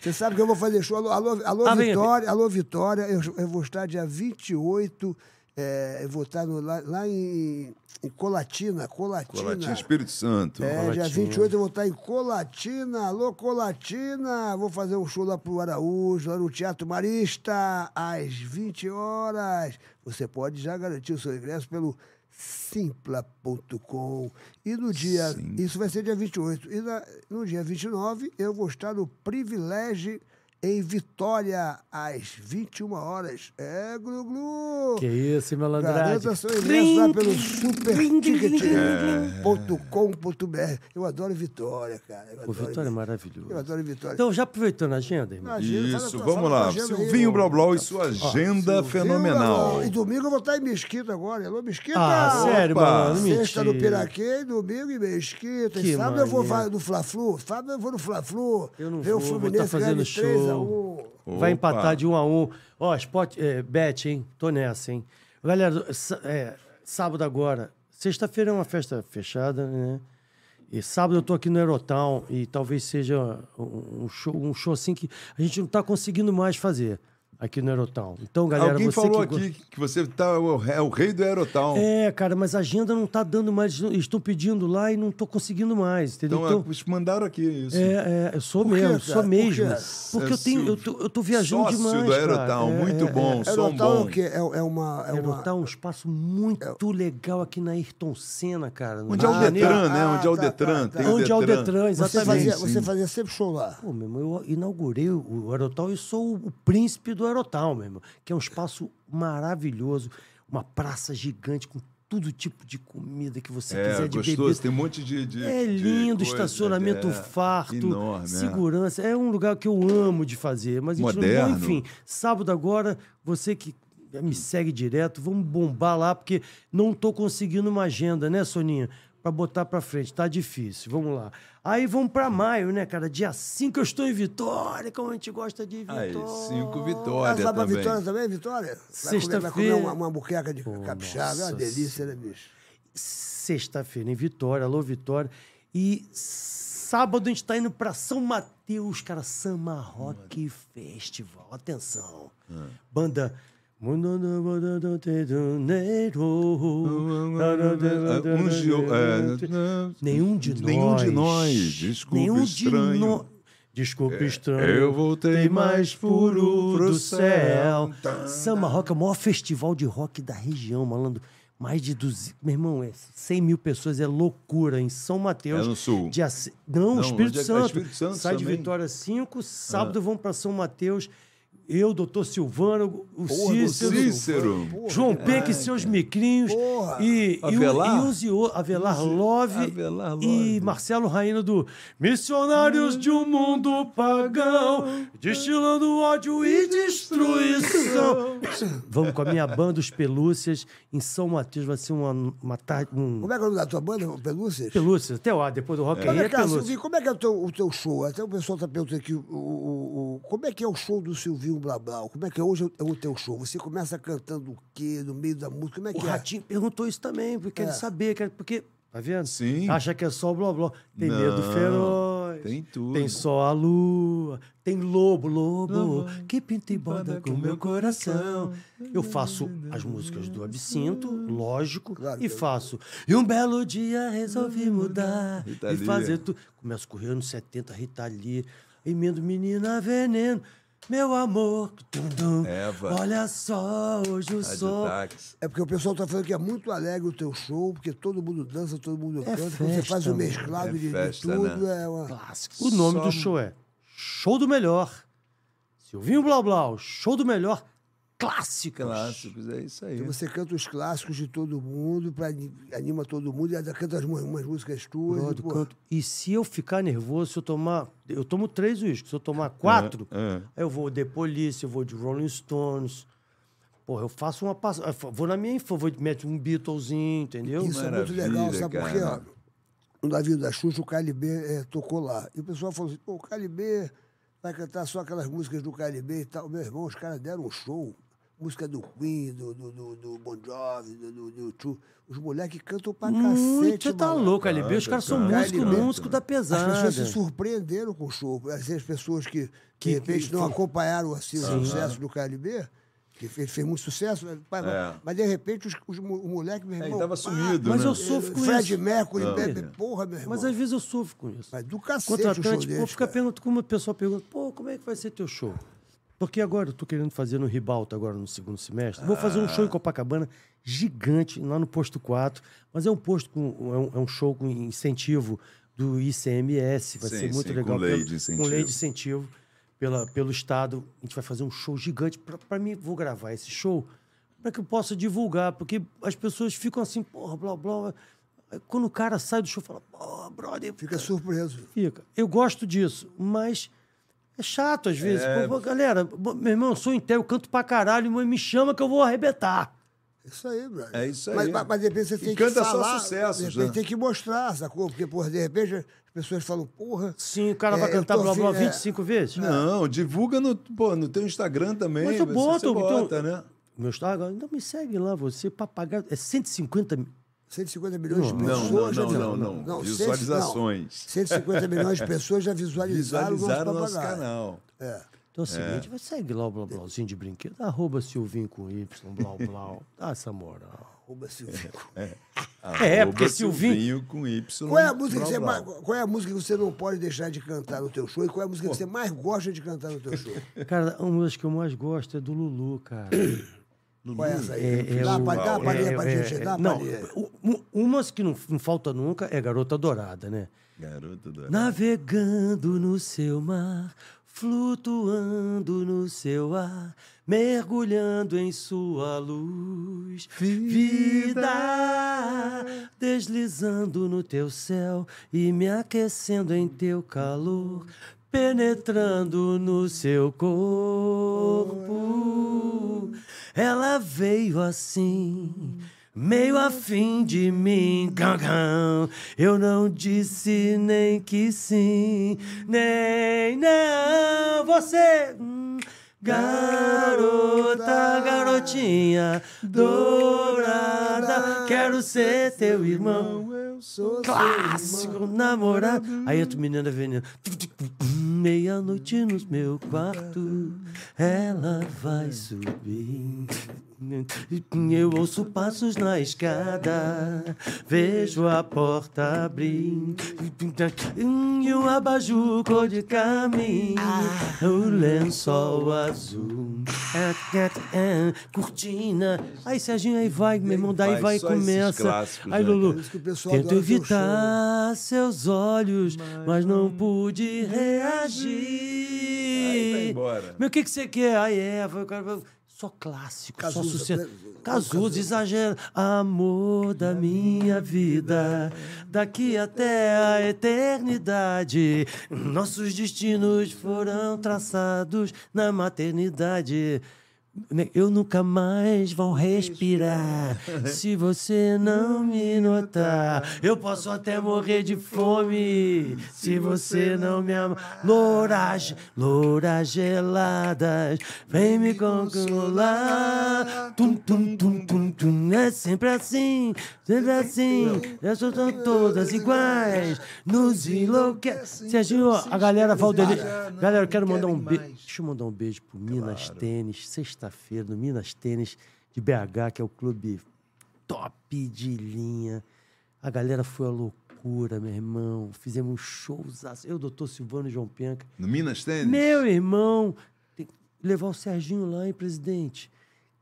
Você sabe que eu vou fazer show. Alô, alô, alô, Ah, vem aqui. Vitória, alô Vitória, eu, eu vou estar dia 28. É, eu vou estar no- lá, lá em, em Colatina. Colatina. Colatinho Espírito Santo. É, dia Colatina. 28 eu vou estar em Colatina. Alô, Colatina! Vou fazer um show lá pro Araújo, lá no Teatro Marista, às 20 horas. Você pode já garantir o seu ingresso pelo simpla.com. E no dia. Isso vai ser dia 28. E na- no dia 29 eu vou estar no Privilégio. Em Vitória, às 21 horas. É, Glu Glu! Que isso, hein, malandragem? Garanta seu ingresso lá pelo superticket.com.br. Eu adoro Vitória, cara. Eu Pô, adoro Vitória é Vi- maravilhoso. Eu adoro Vitória. Então, já aproveitando a agenda, irmão? Imagina, fala Isso, tua- vamos fala tua lá. agenda aí, Silvinho irmão. Blau Blau e sua agenda fenomenal. Viu, E domingo eu vou estar em Mesquita agora. Alô, Mesquita! Ah, sério, Opa! mano? Mentira. Sexta no Piraquê, domingo em Mesquita. Que E sábado eu vou maneiro. vai no Fla-Flu. Sábado eu vou no Fla-Flu. Eu não Ver o vou, vou Fluminense tá fazendo ganhar de 3 a show. 1. Vai Opa. empatar de um a um. Ó, Spot, é, Bet, hein? Tô nessa, hein? Galera, sa- é, sábado agora. Sexta-feira é uma festa fechada, né? E sábado eu tô aqui no Aerotown e talvez seja um um show, um show assim que a gente não tá conseguindo mais fazer aqui no Aerotown. Então, galera, Alguém você falou que... go- aqui que você tá, é o é o rei do Aerotown. É, cara, mas a agenda não tá dando mais. Eles estão pedindo lá e não tô conseguindo mais, entendeu? então, Então- é, mandaram aqui isso. é, é, eu sou Por quê, mesmo, cara? sou Por mesmo. quê? Porque É eu tenho, eu tô, eu tô viajando Sócio demais. do cara. Aerotown, É, muito é, bom, É, som Natal é bom. o quê? É, é uma... É uma... Aerotown é um espaço É muito legal aqui na Ayrton Senna, cara. no Onde é Rio o de Janeiro. Detran, né? Ah, Onde é o tá, Detran? tá, Tem tá. Onde é o Detran, Você, exatamente. fazia, você fazia sempre show lá. Pô, meu irmão, eu inaugurei o Aerotown e sou o príncipe do Aerotown, meu irmão. Que é um espaço maravilhoso, uma praça gigante com todo tipo de comida que você É, quiser, de gostoso, bebida. tem um monte de. de- É de lindo, coisa, estacionamento é, farto, Enorme, é. segurança. É um lugar que eu amo de fazer, mas a gente não Moderno. Enfim, sábado agora, você que me segue direto, vamos bombar lá, porque não tô conseguindo uma agenda, né, Soninha? Pra botar pra frente, tá difícil, vamos lá. Aí vamos pra maio, né, cara? Dia 5 eu estou em Vitória, como a gente gosta de Aí, Vitória. cinco Ah, vitórias você vai pra também. Vitória também, Vitória? Vai comer- Vai comer Sexta-feira. uma, uma buqueca de capixaba, é uma nossa delícia, né, bicho? sexta-feira em Vitória, alô Vitória. E sábado a gente tá indo pra São Mateus, cara, Samba Rock Festival. Atenção. Banda Ah, Um de- é, Nenhum de nós. Nenhum de nós. Desculpa, Nenhum estranho. É, de nós. Desculpa, estranho. eu voltei Tem mais puro pro do céu. céu. Samba Rock é o maior festival de rock da região, malandro. Mais de 200. Meu irmão, é 100 mil pessoas, é loucura. Em São Mateus. É no sul. Dia c- Não, Não, onde é Espírito, que é? Santo. Espírito Santo Sai de também? É. Vitória 5, sábado vamos para São Mateus. Eu, doutor Silvano, o do Cícero. Cícero. João Peck e seus micrinhos. E, e, o- Avelar? e os e o- Avelar Love Avelar Love. e Marcelo Raino do Missionários de um Mundo Pagão, destilando ódio e destruição. Vamos com a minha banda, os Pelúcias, em São Mateus. Vai ser uma, uma tarde. Um... Como é que é o nome da tua banda, o Pelúcias? Pelúcias, até lá, depois do Rock in Olha Rio é cá, Pelúcias. Silvinho, como é que é o teu, o teu show? Até o pessoal tá perguntando aqui, o, o- o- como é que é o show do Silvinho Ratinho Blá Blá. Como é que é hoje é o teu show? Você começa cantando o quê? No meio da música? Como é que O é? Ratinho perguntou isso também, porque É. quer saber, quer- porque. Tá vendo? Sim. Acha que é só o blá blá. Tem Não, medo feroz. tem tudo. Tem só a lua. Tem lobo, lobo. que pinta e borda com meu coração. Eu faço as músicas do Absinto, lógico, Claro e que eu- faço. E um belo dia resolvi mudar Rita e Lee. fazer tudo. Começo a correr anos 70, Rita Lee. Emendo menina veneno. Meu amor, dum, dum. Eva. Tá olha só, hoje o Rádio sol. Táxi. É porque o pessoal tá falando que é muito alegre o teu show, porque todo mundo dança, todo mundo canta. quando você É festa, né? faz um mano. mesclado É de, de festa, tudo, né? é uma... clássicos. O nome Só- do show é Show do Melhor. Silvinho Blau Blau, Show do Melhor, clássicas. Clássicos, é isso aí. Então você canta os clássicos de todo mundo, pra, anima todo mundo, e ainda canta as, mu- umas músicas tuas. Brother, e, pô, canto. E se eu ficar nervoso, se eu tomar. Eu tomo três uísques, se eu tomar quatro, é. aí eu vou de polícia, eu vou de Rolling Stones. Porra, eu faço uma passagem. Vou na minha infância, vou meto um Beatlesinho, entendeu? Isso é muito Maravilha, legal, sabe por quê? cara. ó? No navio da Xuxa, o Calibê eh, tocou lá. E o pessoal falou assim, pô, o Calibê vai cantar só aquelas músicas do Calibê e tal. Meu irmão, os caras deram um show. Música do Queen, do, do, do, do Bon Jovi, do, do, do Chu. Os moleques cantam pra Muito, cacete, você tá malandro. louco, LB. Os Canta, caras são canta, músicos, canta. músicos da As pesada. pessoas se surpreenderam com o show. Assim, As pessoas que, de repente, não acompanharam assim, o sucesso do KLB, que fez, fez muito sucesso, né? mas, É. mas, de repente os, os, mo- o moleque, meu É, irmão. ele tava pá, sumido, mas né? eu sofro com Fred isso. Mercury, Não. bebe, porra, meu irmão. Mas às vezes eu sofro com isso. Mas do cacete o show contratante, pô, deles, fica cara. perguntando, como o pessoal pergunta, pô, como é que vai ser teu show? Porque agora eu tô querendo fazer no Ribalta agora no segundo semestre. Vou fazer Ah. um show em Copacabana gigante, lá no posto 4, mas é um posto com é um, é um show com incentivo do ICMS, vai Sim, ser muito sim, com legal lei pelo- de incentivo. com lei de incentivo pela, pelo estado. A gente vai fazer um show gigante para mim vou gravar esse show para que eu possa divulgar, porque as pessoas ficam assim, porra, blá blá. Aí Quando o cara sai do show, fala, pô, brother, Fica surpreso. Fica. Eu gosto disso, mas é chato às vezes. Pô, pô, galera, bo- meu irmão, eu sou inteiro, eu canto pra caralho, mas me chama que eu vou arrebentar. Isso aí, brother. É isso Mas, aí. mas, mas de repente você E tem que canta só falar. sucessos, de repente né? tem que mostrar, sacou? Porque, porra, de repente as pessoas falam, porra. Sim, o cara É, vai eu cantar tô blá blá afim, é. 25 vezes? Não, divulga no, pô, no teu Instagram também. Mas eu você- boto, você então- bota, né? Meu Instagram, então me segue lá, você, papagaio. É 150 mil. 150 milhões de Não, não, pessoas. não, já- não, não. cento- Visualizações. 150 milhões de pessoas já visualizaram, Visualizaram o o nosso papagaio. canal. É. Então é o seguinte, vai segue lá o blá blázinho de brinquedo, arroba Silvinho com Y, blá blá. Dá essa moral. Arroba Silvinho. É, Arroba porque Silvinho- com Y. Qual é, a música que blá, você blá. mais, qual é a música que você não pode deixar de cantar no teu show? E qual é a música que você mais gosta de cantar no teu show? Cara, uma das que eu mais gosto é do Lulu, cara. Qual é essa aí? É, é dá o- uma dá uma palhinha é, pra é, gente, é, dá uma não, palhinha. u- umas que não, não falta nunca é Garota Dourada, né? Garoto do Navegando no seu mar, flutuando no seu ar, mergulhando em sua luz. Vida, deslizando no teu céu e me aquecendo em teu calor, penetrando no seu corpo. Ela veio assim. Meio afim de mim, cagão. Eu não disse nem que sim, nem não. Você, hum, garota, garotinha, dourada, quero ser teu irmão. Eu sou. Clássico, namorado. Aí outro menino veneno. Meia-noite no meu quarto, ela vai subir. Eu ouço passos na escada, vejo a porta abrir. E o abajur cor de carmim, o lençol azul, É, cortina. Aí Serginho, aí vai, meu irmão, daí vai, vai e só esses começa. clássicos, Aí né, Lulu, Por isso que o pessoal Tento adora ver o evitar seus olhos, mas não pude reagir. Aí vai embora. Meu, o que, que você quer? Aí é, foi o cara. falou, Só clássico, Cazuza, só sucesso. né? Cazuza, exagero. Amor da minha vida, daqui até a eternidade. Nossos destinos foram traçados na maternidade. né, Eu nunca mais vou respirar se você não me notar. Eu posso até morrer de fome se você não me amar. Louras, louras geladas, vem me consolar. Tum, tum, tum, tum, tum. É sempre assim, sempre assim. Essas são todas iguais, nos enlouquece. Serginho, a galera Valdeir. Galera, eu quero mandar um beijo. Deixa eu mandar um beijo pro Minas Tênis, sexta-feira, no Minas Tênis de BH, que é o clube top de linha. A galera foi à loucura, meu irmão. Fizemos um showzaço. Eu, doutor Silvano e João Penca. No Minas Tênis? Meu irmão, tem que levar o Serginho lá, hein, presidente?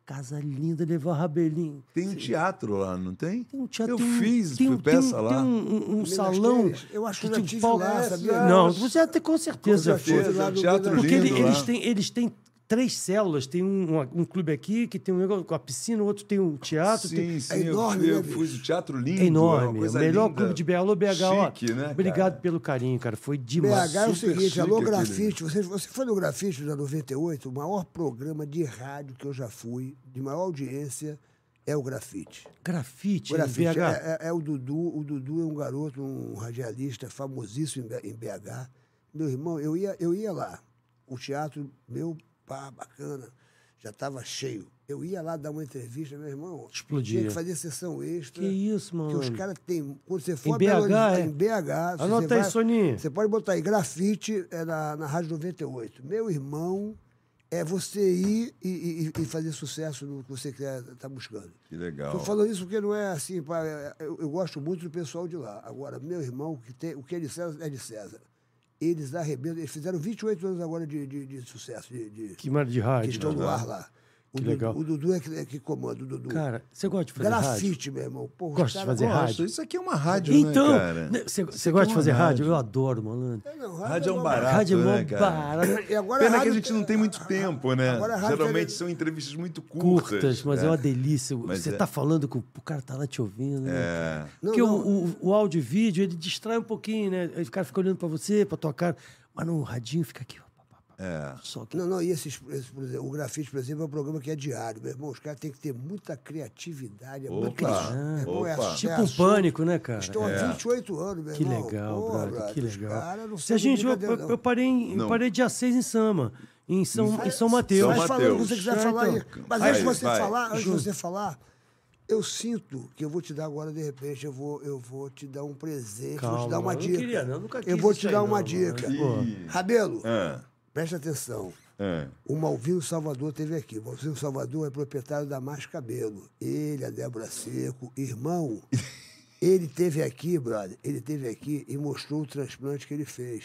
Casa linda, levar o Rabelinho. Tem um teatro lá, não tem? Tem um teatro. Eu tem um- fiz tem um- peça tem um- lá. Tem um- um, um Minas salão. Tênis? Eu acho que que eu tinha um tive palco- lá, sabia? Não, você até com certeza. Com certeza, foi. lá no teatro Minas- Porque ele- Lindo lá. eles, têm, eles têm três células. Tem um, um, um clube aqui que tem um negócio com a piscina, outro tem um teatro. tem- Sim, sim. é eu enorme, fui- né, eu fui do Teatro Lindo. É é uma enorme. coisa o melhor linda. clube de BH ou BH. ó. Chique, né, Obrigado cara? pelo carinho, cara. Foi demais. BH é o super seguinte, chique alô aquele- Grafite, você, você foi no Grafite da 98, o maior programa de rádio que eu já fui, de maior audiência, é o Grafite. Grafite, O grafite em BH. É, é- é o Dudu. O Dudu é um garoto, um radialista famosíssimo em B- em BH. Meu irmão, eu ia, eu ia lá. O teatro, meu, pá, bacana, já estava cheio. Eu ia lá dar uma entrevista, meu irmão. Explodia. Tinha que fazer sessão extra. Que isso, Que os mano. caras têm. Quando você for a BH, Belo Horizonte- é? em BH. se Anota você aí, vai- Soninho. Você pode botar aí, grafite é na, na Rádio 98. Meu irmão, é você ir e, e- e fazer sucesso no que você quer tá buscando. Que legal. Então. Tô falando isso porque não é assim, pá, é- eu, eu gosto muito do pessoal de lá. Agora, meu irmão, o que tem, o que é de César é de César. Eles arrebentam, eles fizeram 28 anos agora de, de, de sucesso, de, de- Que maravilha de rádio. né? que estão no cara. ar lá. O, Que Dudu- legal. o Dudu é que, é que comanda, o Dudu. Cara, você gosta de fazer rádio? Grafite, meu irmão. Pô, os Gosta de caras- fazer rádio? Nossa, Isso aqui é uma rádio, Então, né, cara? né, você você aqui é gosta de uma fazer rádio? rádio. Eu adoro, malandro. Não, Rádio é um uma- barato, rádio é mó né, cara? barato. E agora Pena que a rádio- é- gente não é tem muito tempo, né? Agora a rádio Geralmente é- são entrevistas muito curtas. Curtas, mas é né? uma delícia. Mas você é- tá falando com o cara tá lá te ouvindo. Né? É. Não, Porque o- não. O, o, áudio e vídeo, ele distrai um pouquinho, né? Aí O cara fica olhando pra você, pra tua cara. Mas no radinho fica aqui, ó. pá, pá, pá, É. Só aqui. Não, não, e esses, esses, por exemplo, o grafite, por exemplo, é um programa que é diário, meu irmão. Os caras têm que ter muita criatividade. É muito Opa, criativo. Meu irmão, é opa. assu- tipo é um assunto. pânico, né, cara? Estão há É. 28 anos, meu Que irmão. legal, Pô, brother, que os legal. caras não Se são a gente, eu, brincadeira, eu- não. eu parei, em- eu Não. parei dia 6 em Sama, em São, em São Mateus. Vai São falando o que Mateus. você quiser Ah, falar aí. então. Mas Vai, antes de você vai. falar, antes de você falar, eu sinto que eu vou te dar agora, de repente, eu vou, eu vou te dar um presente, vou te Calma, dar uma eu não dica. queria, não, eu nunca quis vou isso te aí, dar não, uma mano. dica. Ih. Rabelo, Ah, preste atenção. ah. O Malvino Salvador teve aqui. O Malvino Salvador é proprietário da Mais Cabelo. Ele, a Débora Seco, irmão. Ele teve aqui, brother. Ele teve aqui e mostrou o transplante que ele fez.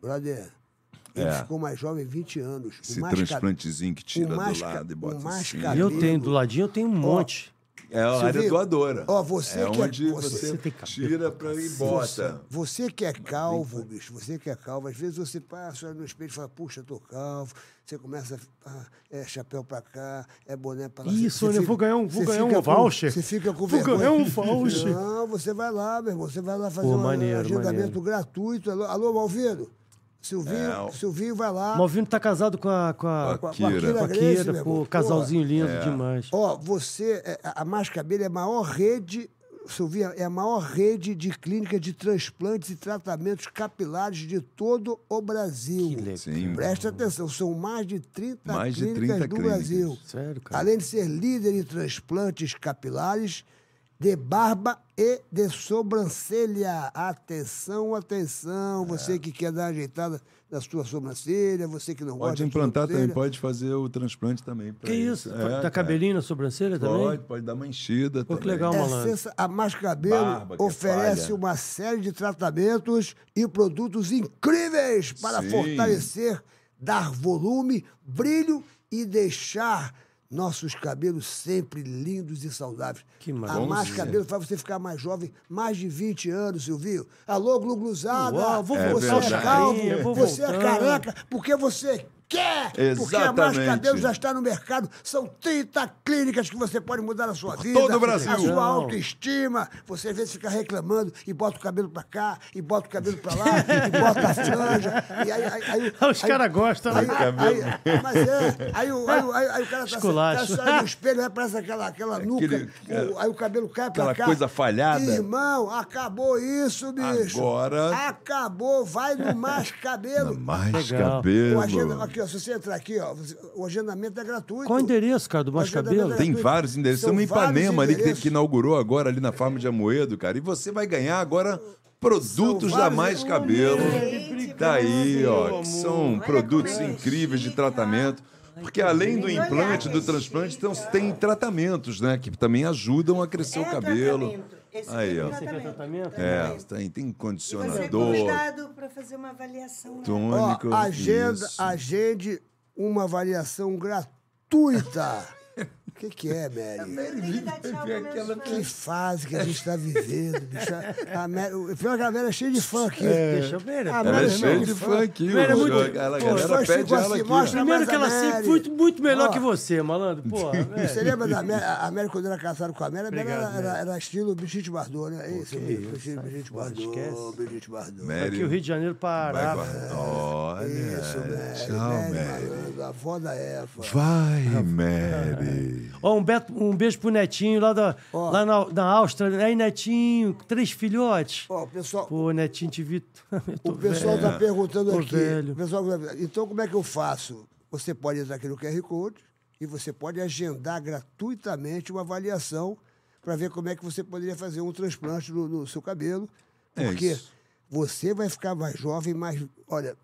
Brother, ele É. ficou mais jovem 20 anos. O Esse Mais Cabelo- transplantezinho que tira o mais do ca- lado e o bota mais assim. cabelo- Eu tenho, do ladinho eu tenho um monte. É a área Silvio, doadora. ó, você é que é- onde você- você, Você tem cabelo tira pra e bota. Você que é calvo, bicho, você que é calvo, às vezes você passa olha no espelho e fala, puxa, tô calvo. Você começa a é chapéu pra cá, é boné pra lá. Você- Isso, você né? fica- Vou ganhar um- vou você ganhar um fica com- voucher. Você fica com Vou vergonha. ganhar um voucher. Não, você vai lá, meu irmão, você vai lá fazer Pô, um maneiro, agendamento maneiro. gratuito. Alô, alô Malvino? Silvinho, É, o- Silvinho vai lá. Malvino tá casado com a, com a, Com a com a Kira. com a Grace, Kira, meu pô, irmão. casalzinho lindo demais. Ó, você, é, a a Mais Cabelo é a maior rede, Silvia, é a maior rede de clínica de transplantes e tratamentos capilares de todo o Brasil. Que legal. Sim. Presta atenção, são mais de 30 Mais de clínicas 30 do clínicas. Brasil. Sério, cara? Além de ser líder em transplantes capilares de barba e de sobrancelha. Atenção, atenção, É. você que quer dar uma ajeitada na sua sobrancelha, você que não gosta Pode de implantar também, sobrancelha. pode fazer o transplante também. pra Que isso? É, Dá cara. cabelinho na sobrancelha Pode, também? pode dar manchida Pô, que também. legal, É malandro. sensa- A Mais Cabelo Barba que oferece falha. uma série de tratamentos e produtos incríveis para Sim. fortalecer, dar volume, brilho e deixar nossos cabelos sempre lindos e saudáveis. Que a Mais maravilha. Cabelo faz você ficar mais jovem, mais de 20 anos, Silvio. Alô, Gluglusada! Uau, vou você voltar é pra calvo, academia, vou você é voltando. careca, porque você quer. Porque a Mais Cabelo já está no mercado. São 30 clínicas que você pode mudar a sua Por vida. todo o Brasil. A sua Não. autoestima. Você às vezes fica reclamando e bota o cabelo pra cá, e bota o cabelo pra lá, e bota a franja. E aí, aí, aí, Os caras gostam, né? Aí, aí, aí, mas é, aí, o- aí, o- aí, aí o cara tá Esculacho. tá olhando no espelho, aí aparece aquela, aquela nuca, Aquele- o- aí o cabelo cai pra aquela cá. coisa falhada. Irmão, acabou isso, bicho. Agora- Acabou, vai no mais cabelo. Mais Legal. O cabelo. agenda, aqui, ó, se você entrar aqui, ó, você- o agendamento é gratuito. Qual o endereço, cara, do Mais agendamento Cabelo? é Tem gratuito. vários endereços. São Tem uma vários Ipanema ali que, teve- endereços. que inaugurou agora, ali na Farma de Amoedo, cara. E você vai ganhar agora produtos São da vários- Mais Cabelo. Gente, Tá aí, meu ó. amor. que São produtos como é incríveis de chique, ó. tratamento. Porque além do Tem que olhar, implante, do que transplante, chique, então, ó. tem tratamentos, né? Que também ajudam a crescer É o cabelo. tratamento. Esse Aí, é ó. tratamento. tratamento? É, tem, tem E Você é condicionador, convidado para fazer uma avaliação. Ó, tônico. agenda, isso. agende uma avaliação gratuita. O que, que é, Mary? Tem que dar tchau para meus fãs. Que fase que a gente está vivendo, bicho. A Mary, o pior é que a Mary é cheia de fã aqui. Deixa eu ver. Ah, pô. Ela é Mary, cheia Mary, de fã. funk. Mary é muito- A galera Pô, só pede ficou ela assim, aqui. mostra Primeiro que ela Mas a sempre Mary- foi muito, muito melhor Ó. que você, malandro. Porra, Você velho. lembra da Mary? A Mary, quando era casada com a Mary, a Mary era, era- era estilo Brigitte Bardot, né? É isso, Brigitte, Brigitte Bardot, esquece. Brigitte Bardot. Mary Aqui o Rio de Janeiro vai parava. guardar. Olha. Isso, Mary, Tchau, Mary, Mary. malandro, a avó da Eva. Vai, Mary. Ó, um, beto- um beijo pro Netinho lá, da, lá na, na Áustria. Aí, Netinho, três filhotes. Ó, pessoal, Pô, Netinho te vi. Eu tô O pessoal velho. está perguntando Tô aqui. velho. o Pessoal, então, como é que eu faço? Você pode entrar aqui no QR Code e você pode agendar gratuitamente uma avaliação para ver como é que você poderia fazer um transplante no, no seu cabelo. É Porque isso. você vai ficar mais jovem, mais. Olha,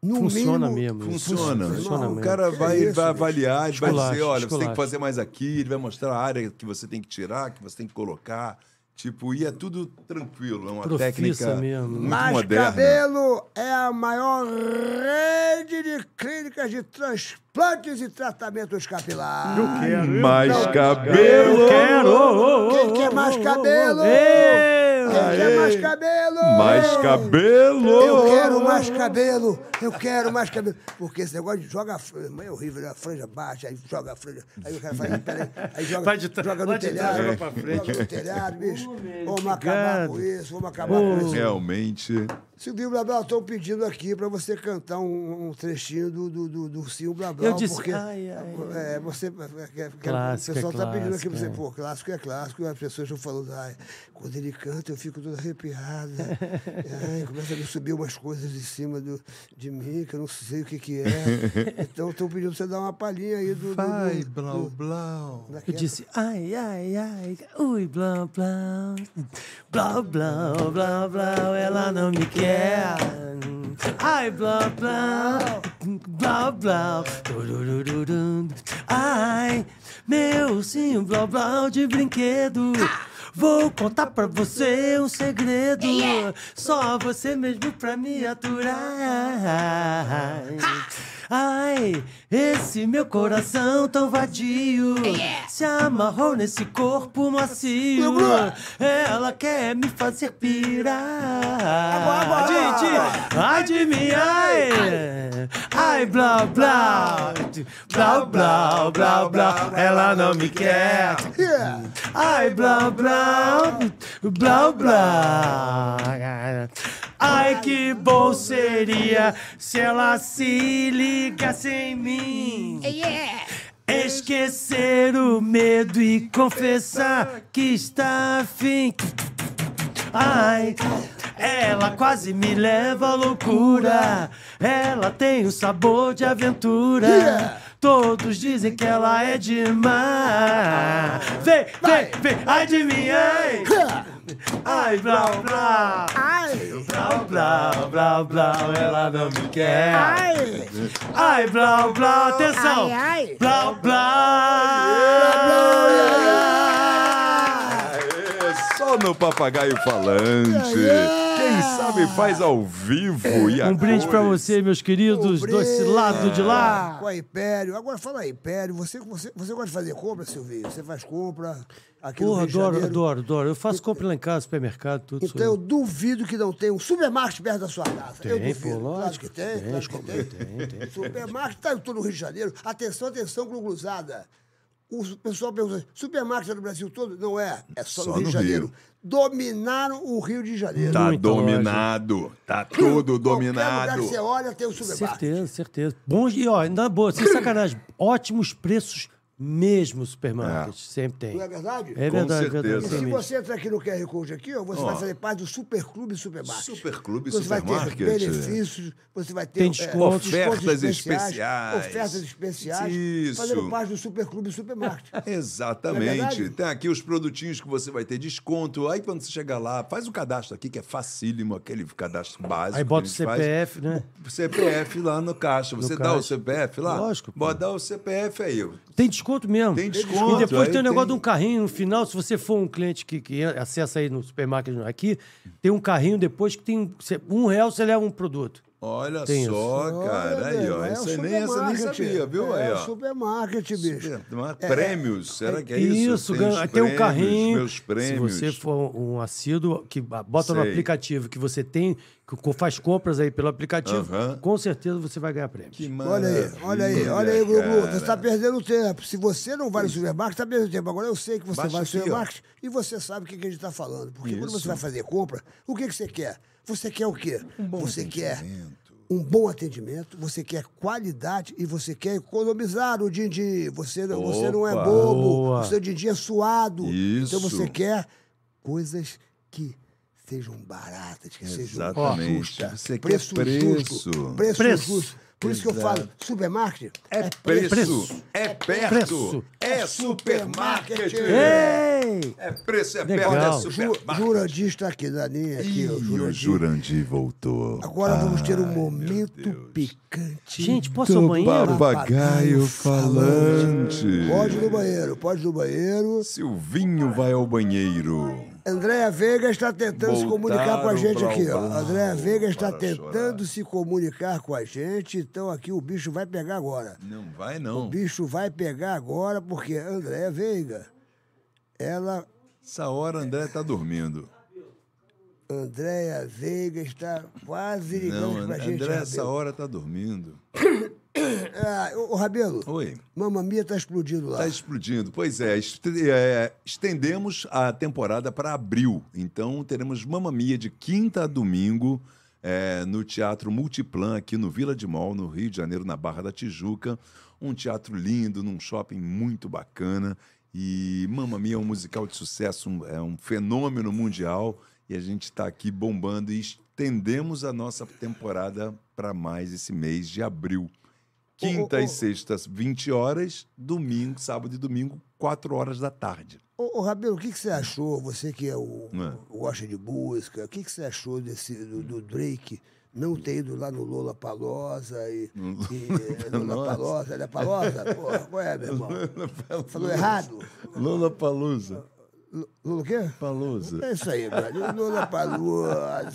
no Funciona mínimo. mesmo. Funciona. Funciona o mesmo. cara Que vai, isso, ele vai bicho. avaliar, ele vai Esculacho, dizer, olha, você tem esculacho. que fazer mais aqui, ele vai mostrar a área que você tem que tirar, que você tem que colocar. Tipo, e é tudo tranquilo, é uma Profissa técnica mesmo, né? muito Mas moderna. Cabelo é a maior rede de clínicas de transplantes e tratamentos capilares. Mais Eu cabelo, quero! ô, ô, Quem ô, quer ô, mais ô, ô, cabelo? ô. Eu! Quem quer mais cabelo? mais cabelo. Eu quero mais cabelo, eu quero mais cabelo. Porque esse negócio de joga a franja, mãe, é horrível, né? A franja baixa, aí joga a franja, aí o cara faz, peraí, aí joga, Vai de trás, joga vai no de telhado, trás, joga pra joga no telhado, bicho. Vamos acabar gado. com isso, vamos acabar com isso. Realmente, Silvio Blá Blá, estão pedindo aqui para você cantar um, um trechinho do, do, do, do Silvio Blá Blá, Eu disse, porque ai, ai, é, você, é, é, Clássico, o pessoal é está pedindo aqui clássico, para você, é. pô, clássico é clássico, e as pessoas estão falando, ai, quando ele canta eu fico toda arrepiada, ai, começa a me subir umas coisas de cima do, de mim que eu não sei o que que é, então estão pedindo pra você dar uma palhinha aí do... do- vai, do- blau, blau. Eu disse, ai, ai, ai, ui, blá, blá, blá, blá, blá, blá, ela não me quer. Ai, blá, blá, blá, blá, tururururu. ai, meu ursinho, blá, blá, de brinquedo. Vou contar pra você um segredo, só você mesmo pra me aturar. Ai, esse meu coração tão vadio se amarrou nesse corpo macio. Ela quer me fazer Tá pirar. Ti, ti. Ai de mim, ai. Ai, blá, blá. Blá, blá, blá, blá. Ela não me quer. Yeah. Ai, blá, blá, blá, blá. Ai, que bom seria se ela se ligasse em mim. é, Esquecer o medo e confessar que está afim. Ai, ela quase me leva à loucura. Ela tem um sabor de aventura. Todos dizem que ela é demais. Vem, vem, vem, ai de mim, ai. Ai, blá, blá. Blá, blá, blá, blá, ela não me quer. Ai, blá, blá, atenção. Blá, blá. Aê, só no papagaio falante. Quem sabe faz ao vivo e a Um brinde pra você, meus queridos, Comprei. desse lado de lá. Com a Império. Agora fala aí, Império. Você, você, você gosta de fazer compra, Silvio? Você faz compra aqui no Porra, Rio de adoro, Janeiro? adoro, adoro. Eu faço compra lá em casa, supermercado, tudo. sou Então eu. eu duvido que não tenha um supermarket perto da sua casa. eu Tem, duvido. pô, claro que lógico. tem, Tem, claro que tem, tem. tem, tem. Supermarket tá em todo o Rio de Janeiro. Atenção, atenção, gluglusada. O su- pessoal pergunta, supermarket é no Brasil todo? Não é, é só, no Rio de Janeiro. Dominaram o Rio de Janeiro. Tá Muita dominado. Tá todo Qualquer lugar que dominado. você olha tem o supermarket. Certeza, certeza. Bons, e ó, na boa, sem sacanagem, ótimos preços mesmo, supermarket. Sempre tem. Não é verdade? É Com verdade, é certeza. verdade. E se realmente. você entrar aqui no QR Code aqui, ó, você Ó. vai fazer parte do Superclube Supermarket. Superclube você Vai ter Supermarket. benefícios, você vai ter Tem é, descontos. Ofertas especiais. Ofertas especiais. Isso. Fazendo parte do Superclube Supermarket. Não é Exatamente. verdade? Tem aqui os produtinhos que você vai ter desconto. Aí quando você chegar lá, faz o cadastro aqui, que é facílimo, aquele cadastro básico. Aí que bota a o gente faz. CPF, né? O CPF lá no caixa. Você dá o caixa. CPF lá? Lógico, pô. Bota o CPF aí. Tem desconto mesmo. Tem desconto, E depois aí tem o negócio tem- de um carrinho no final. Se você for um cliente que, que acessa aí no supermercado aqui, tem um carrinho depois que tem um- cê- um real, você leva um produto. Olha Tem isso. só, Ah, cara. Olha, aí, meu, ó. é o Isso aí nem essa eu nem supermarket. sabia, viu? É Aí, o ó. Supermarket, bicho. É, Superman- prêmios, será que é isso? Isso, Tem ganha, os tem um prêmios, carrinho. Meus prêmios. Se você for um assíduo, que ba- bota no Sei. aplicativo que você tem, que co- faz compras aí pelo aplicativo, Aham. com certeza você vai ganhar prêmio. Que Olha aí, maravilha, olha aí, olha aí, Gugu. Você está cara. perdendo tempo. Se você não vai no supermercado, está perdendo tempo. Agora eu sei que você Baixa vai no aqui, ó. supermercado e você sabe o que, que a gente está falando. Porque quando Isso. você vai fazer compra, o que, que você quer? Você quer o quê? você quer um bom atendimento, você quer qualidade e você quer economizar o din-din. Você, não- você não é Opa. bobo, Boa. o seu din-din é suado. Isso. Então você quer coisas que sejam baratas, que sejam Exatamente. justas. Você quer preço preço. justo. Preço Preço. preço. justo. Por isso que eu falo, supermarket É preço, preço. é perto, Preço. é supermarket. Ei! É preço, é Legal. perto, é Ju- Ju, supermarket. Jurandir está aqui na linha. Aqui, Ih, ó, o Jurandir. Jurandir voltou. Ah, Agora vamos ter um momento Deus. picante. Gente, posso ir ao Do banheiro? papagaio falante. Pode ir no banheiro, pode ir no banheiro. Silvinho vai ao banheiro. Andréa Veiga está tentando se Voltaram comunicar com a gente pra aqui. ó. o bar, Andréa Veiga está para tentando chorar. se comunicar com a gente, então aqui o bicho vai pegar agora. Não vai não. O bicho vai pegar agora porque Andréa Veiga, ela Essa hora André tá dormindo. Andréia Veiga está quase Não, ligando pra And- gente. André essa Rabelo. hora tá dormindo. Ah, ô, ô, Rabelo, Oi. Mamamia tá explodindo lá. Tá explodindo. Pois é, estre- é, estendemos a temporada para abril. Então teremos Mamamia de quinta a domingo é, no Teatro Multiplan, aqui no Vila de Mol, no Rio de Janeiro, na Barra da Tijuca. Um teatro lindo, num shopping muito bacana. E Mamamia é um musical de sucesso, um- é um fenômeno mundial. E a gente está aqui bombando e estendemos a nossa temporada para mais esse mês de abril. Quinta Ô, ô, e ô. sextas, 20 horas, domingo, sábado e domingo, 4 horas da tarde. Ô, ô, Rabelo, o que, que você achou? Você que é o, É. gosta de música, o que, que você achou desse, do, do Drake não ter ido lá no Lola Palosa e. e Lola Palosa, ele é Palosa? Porra, qual é, meu irmão? Falou errado? Lula Palusa. Lo- Lola o quê? Palusa. É isso aí, velho. Lola Palosa.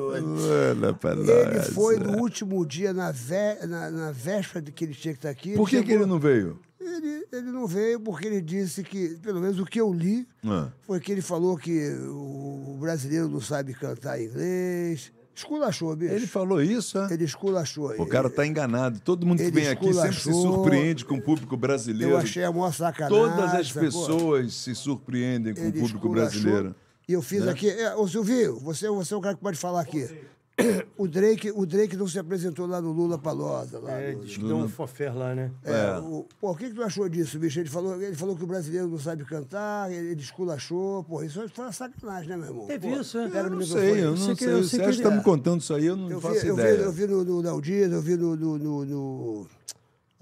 Lula Palusa. Ele foi no último dia, na, vé- na, na véspera de que ele tinha que estar aqui. Por que, que chegou- ele não veio? Ele, ele não veio porque ele disse que, pelo menos o que eu li, Ah. foi que ele falou que o, o brasileiro não sabe cantar inglês. Esculachou, bicho. Ele falou isso, é? Ele esculachou. O cara tá enganado. Todo mundo que Ele vem aqui sempre se esculachou. surpreende com o público brasileiro. Eu achei a maior sacanagem. Todas as sacou? pessoas se surpreendem com o Ele público esculachou. brasileiro. né? E eu fiz aqui. é, Ô, Silvio, você, você é o cara que pode falar aqui. O Drake, o Drake não se apresentou lá no Lula Palosa. Lá É, no- diz que deu um fofer lá, né? É, o, pô, o que, que tu achou disso, bicho? Ele falou, ele falou que o brasileiro não sabe cantar, ele ele esculachou, pô, isso foi uma sacanagem, né, meu irmão? Teve Pô, isso, é? pega Eu no não microfone. sei, eu não sei. sei que- eu Você sei que acha que ele- tá me contando isso aí? Eu não é. Eu vi, faço eu, vi, ideia. eu vi no, no Naldino, eu vi no. no, no, no-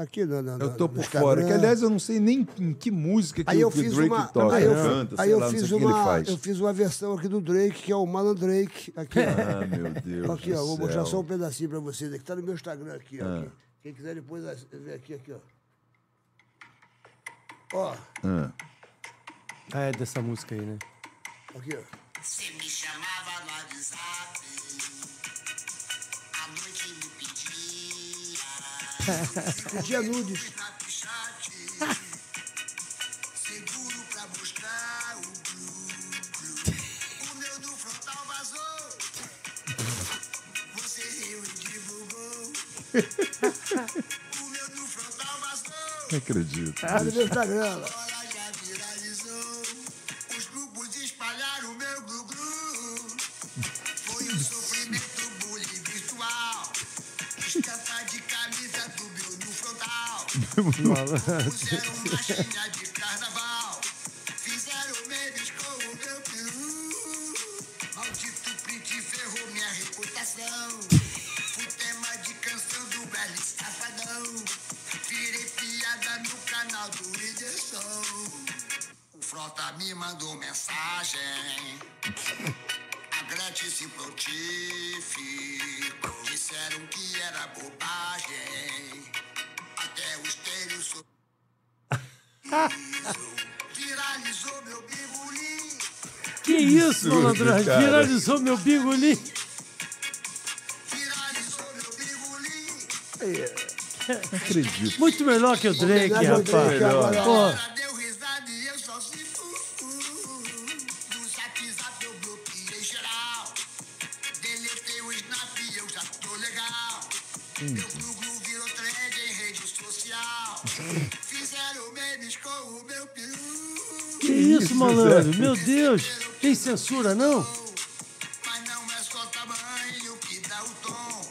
aqui no, no, Eu tô no por Instagram. fora. Que, aliás, eu não sei nem em que música que Aí eu o que o fiz Drake uma. toca, né? aí eu, canta, aí sei eu lá, não fiz sei o que ele uma. faz. Eu fiz uma versão aqui do Drake, que é o Malan Drake. Aqui, ó. Ah, meu Deus aqui, do ó. céu. Vou mostrar só um pedacinho pra vocês aqui. Tá no meu Instagram aqui, ó. aqui. Quem quiser depois as- ver aqui, aqui, ó. Ó, Ah, Ah, é dessa música aí, né? aqui, ó. Você me chamava no WhatsApp. A noite me pedia. Pedia nudes. Seguro pra buscar o blue, blue. O meu do frontal vazou. Você riu e divulgou. O meu do frontal vazou. Não acredito. Ah, no meu Instagram. Agora já viralizou. Os grupos espalharam o meu glu-glu. Foi um sofrimento bullying virtual. Estampa de camisa do meu no frontal. Fizeram marchinha de carnaval. Fizeram memes com o meu peru. Maldito print ferrou minha reputação. Fui tema de canção do velho safadão. Virei piada no canal do Whindersson. O Frota me mandou mensagem. A Gretchen se prontificou. Disseram que era bobagem. Até o espelho sorriso. Viralizou meu bigolim. Que isso, malandro? cara. Viralizou meu bigolim. Não acredito. Muito melhor que o Drake, Obrigado, Drake, rapaz. agora. Pô, Deu risada e eu só se fu. No zap zap eu bloqueei geral. Deletei o snap e eu já tô legal. Meu Google virou trend em rede social. Fizeram memes com o meu peru. que isso, malandro? Meu Deus. Tem censura, não? Mas não é só tamanho que dá o tom.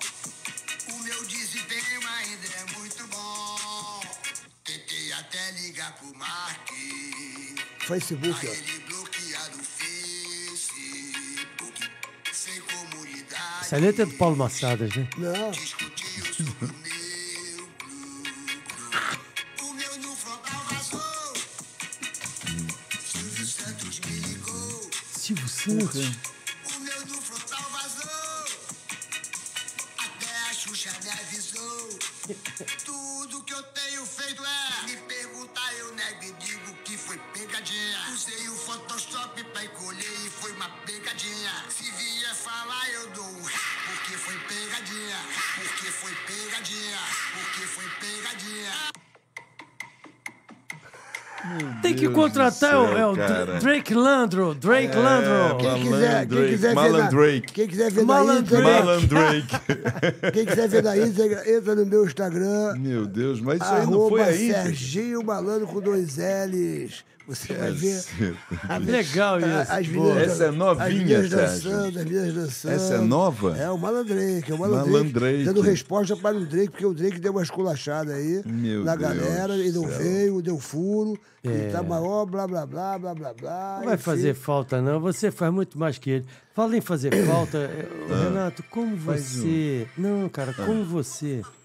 O meu desempenho ainda é muito bom. Tentei até ligar pro Mark. Facebook, Aí ó. ele bloquear o Facebook. Sem comunidade. Essa letra é do Paulo Massadas, né? Não. Discutiu sobre o meu clube. O meu no frontal vazou. Silvio Santos me ligou. Silvio Santos. O meu no frontal vazou. Até a Xuxa me avisou. Tudo que eu tenho feito é me perguntar, eu nego e digo que foi pegadinha. Usei o Photoshop pra encolher e foi uma pegadinha. Se vier falar, eu dou um porque foi pegadinha. Porque foi pegadinha. Porque foi pegadinha. Tem que Deus contratar do o- céu, é o Dra- cara. É. Drake Landro. Drake Landro. Quem quiser, quem Drake, quiser ver Malan na- Drake. Quem quiser ver na Malan Instagram, Malan Drake. quem quiser ver na Instagram, entra no meu Instagram, Meu Deus, mas isso aí não foi arroba aí. Serginho Malandro com dois L's. Você vai ver Legal isso. as boa. meninas, Essa é novinha, as meninas Sérgio. dançando, as meninas dançando. Essa é nova? É, o Malandrake, é o Malandrake. Malandrake. Dando resposta para o Drake, porque o Drake deu uma esculachada aí Meu na Deus galera, e não do céu. veio, deu furo, É. e tá maior, blá, blá, blá, blá, blá, blá. Não vai enfim. fazer falta, não. Você faz muito mais que ele. Fala em fazer falta. é, ô, Ah. Renato, como um. você. Não, cara, como você. Ah.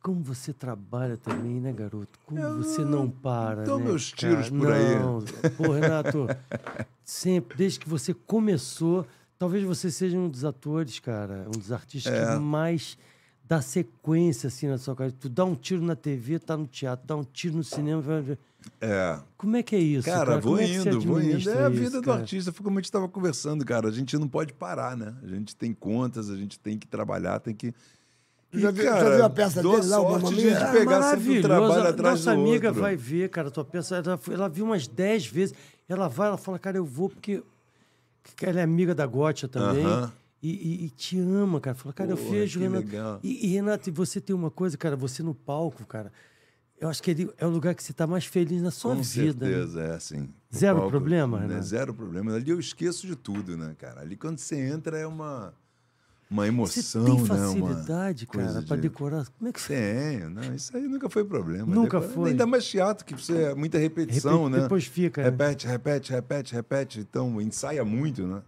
Como você trabalha também, né, garoto? Como você não para. dou né, meus cara? tiros por aí. Não, pô, Renato, sempre, desde que você começou, talvez você seja um dos atores, cara, um dos artistas É. que mais dá sequência, assim, na sua carreira. Tu dá um tiro na TV, tá no teatro, dá um tiro no cinema. vai- É. Como é que é isso? Cara, cara? vou Como é que você indo, vou indo. É administra a vida isso, do cara? artista, foi como a gente estava conversando, cara. A gente não pode parar, né? A gente tem contas, a gente tem que trabalhar, tem que. Tu já viu- já viu a peça dou dele lá, o sorte Mamma de Mia? gente pegar Ah, sempre um É Maravilhoso. trabalho A atrás Nossa do amiga outro. vai ver, cara, tua peça. Ela, foi- ela viu umas 10 vezes. Ela vai, ela fala, cara, eu vou porque que ela é amiga da Gotcha também. Aham. E, e- e te ama, cara. Fala, cara, eu Porra, vejo, que Renato. legal. E, e, Renato, e você tem uma coisa, cara, você no palco, cara. Eu acho que ele é o lugar que você tá mais feliz na sua Com vida. né? certeza, é assim. O Zero problema, né? Renato? Zero problema. Ali eu esqueço de tudo, né, cara? Ali quando você entra é uma, uma Você emoção, tem né? Uma facilidade, cara, coisa pra de- decorar. Como é que você Tenho, não, isso aí nunca foi problema. Nunca Depois- foi. Ainda mais teatro, que você é muita repetição, Repe- né? depois fica, né? Repete, repete, repete, repete. Então, ensaia muito, né?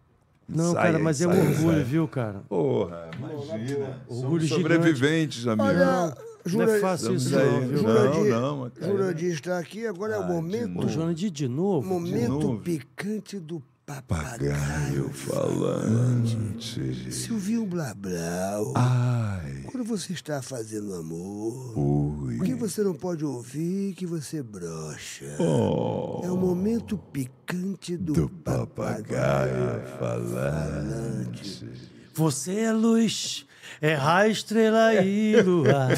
Não, Ensaia, cara, mas é um ensaia, orgulho, ensaia. viu, cara? Porra, imagina. Orgulho Somos gigante. sobreviventes, amigo. Olha, Não Jura, é fácil Estamos isso, aí. não, viu? Não, Jurandir, não, mas- tá Ah, Jurandir está aqui, agora é o de momento, novo. O Joana de, de novo. momento novo. picante do Papagaio falante. Silvio Blablau. Ah. Ai. Quando você está fazendo amor, Ui. o que você não pode ouvir que você brocha. Oh. É o momento picante do, do papagaio falante. Você é luz, é raio, estrela e lua.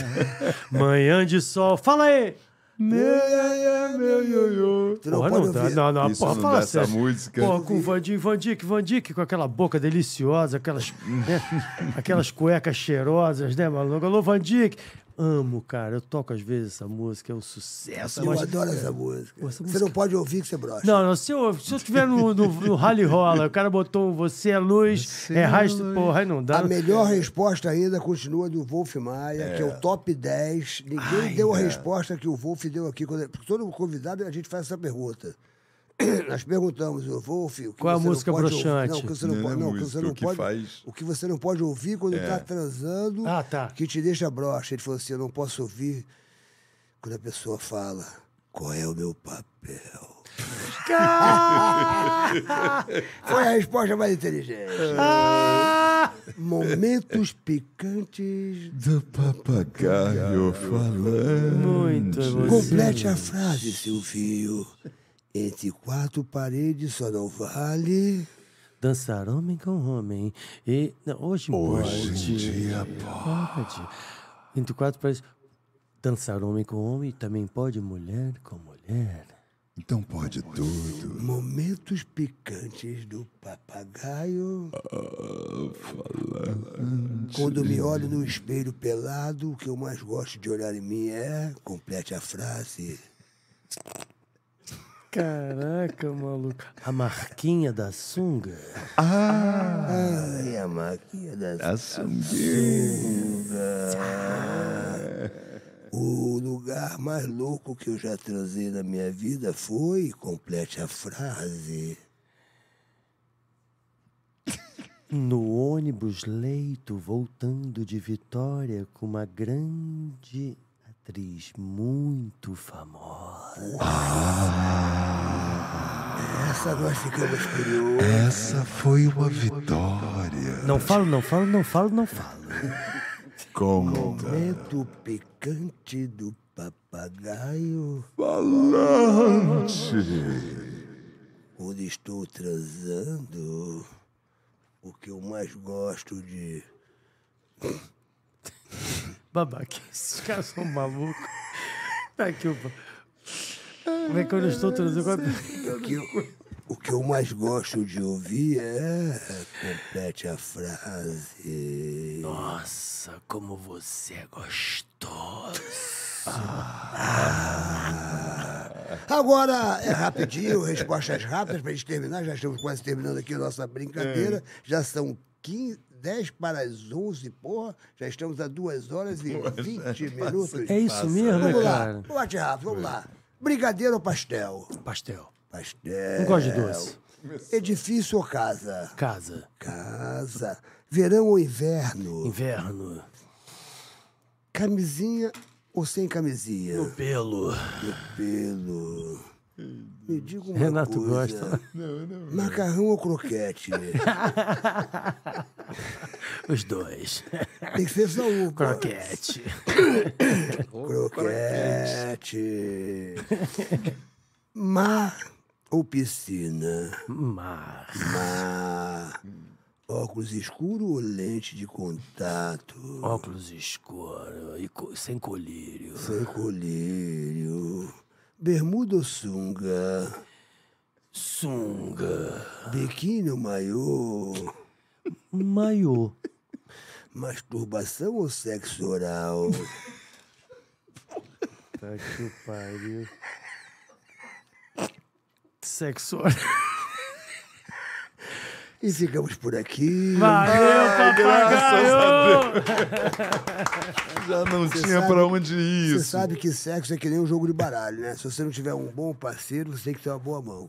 Manhã de sol. Fala aí! Meu iaia, É, meu ioiô. Tu não Porra, pode não dá, ouvir. não, não, Isso porra, não fala dá essa sério. música. Porra, com o Van Dyck, Van Dyck, Van Dyck, com aquela boca deliciosa, aquelas, né, aquelas cuecas cheirosas, né, maluco? Alô, Van Dyck. Amo, cara, eu toco às vezes essa música, é um sucesso. Eu mas- adoro essa música. Essa Você não pode ouvir que você brocha. Não, não, se eu, se eu estiver no, no, no rally rola, o cara botou um você é luz, é rastro, porra, aí não dá. A melhor resposta ainda continua do Wolf Maia, que é o top 10. Ninguém deu a é. resposta que o Wolf deu aqui. quando- Porque todo convidado a gente faz essa pergunta. Nós perguntamos, o Wolf, o que Qual é a você não música pode ouvir- broxante? Não, o que você não, Não é pode, não, o que música, você não o que pode- faz- o que você não pode ouvir quando está transando, Ah, tá. que te deixa broxa. Ele falou assim: eu não posso ouvir quando a pessoa fala qual é o meu papel. Foi a resposta mais inteligente. Ah! Momentos picantes. Do papagaio falante. Muito é Hum, emocionante. Complete a frase, Silvio. Entre quatro paredes só não vale. Dançar homem com homem. E, não, hoje, pode. pode. Entre quatro países. Dançar homem com homem e também pode mulher com mulher. Então pode tudo. Momentos picantes do papagaio. Quando me olho no espelho pelado, o que eu mais gosto de olhar em mim é. Complete a frase. Caraca, maluco. A marquinha da sunga. Ai, a maquia da O lugar mais louco que eu já transei na minha vida foi, complete a frase, No ônibus leito, voltando de Vitória com uma grande atriz muito famosa. essa nós ficamos curiosos. Essa foi uma vitória. Não falo, não falo, não falo, não falo. Conta. Momento picante do papagaio, Falante. onde estou transando, o que eu mais gosto de... Babaca, esses caras são malucos. Tá aqui o. Como é que eu não estou transando? O que eu, o que eu mais gosto de ouvir é... Complete a frase... Nossa, como você é gostoso. Ah. Agora é rapidinho, respostas rápidas para a gente terminar. Já estamos quase terminando aqui a nossa brincadeira. Já são 15, 10 para as 11, porra. Já estamos a 2 horas e 20 minutos. É isso mesmo, Vamos né, lá, cara? bate rápido, vamos lá. Brigadeiro ou pastel? Pastel. Não Pastel. gosto de doce. Edifício ou casa? É, Casa. Casa. Verão ou inverno? Inverno. Camisinha ou sem camisinha? No pelo. Meu pelo. Me diga uma Renato coisa. gosta. Macarrão ou croquete? Os dois. Tem que ser só um. pô. Croquete. Croquete. Mar ou piscina? Mar. Mar. Óculos escuro ou lente de contato? Óculos escuro e co- sem colírio. Sem colírio. Bermuda ou sunga? Sunga. Biquíni ou maiô? Maiô. Masturbação ou sexo oral? Tá que o pariu. Sexo oral. E ficamos por aqui. Valeu, Ai, papagaio! Já não Você tinha sabe- pra onde ir Você isso. sabe que sexo é que nem um jogo de baralho, né? Se você não tiver um bom parceiro, você tem que ter uma boa mão.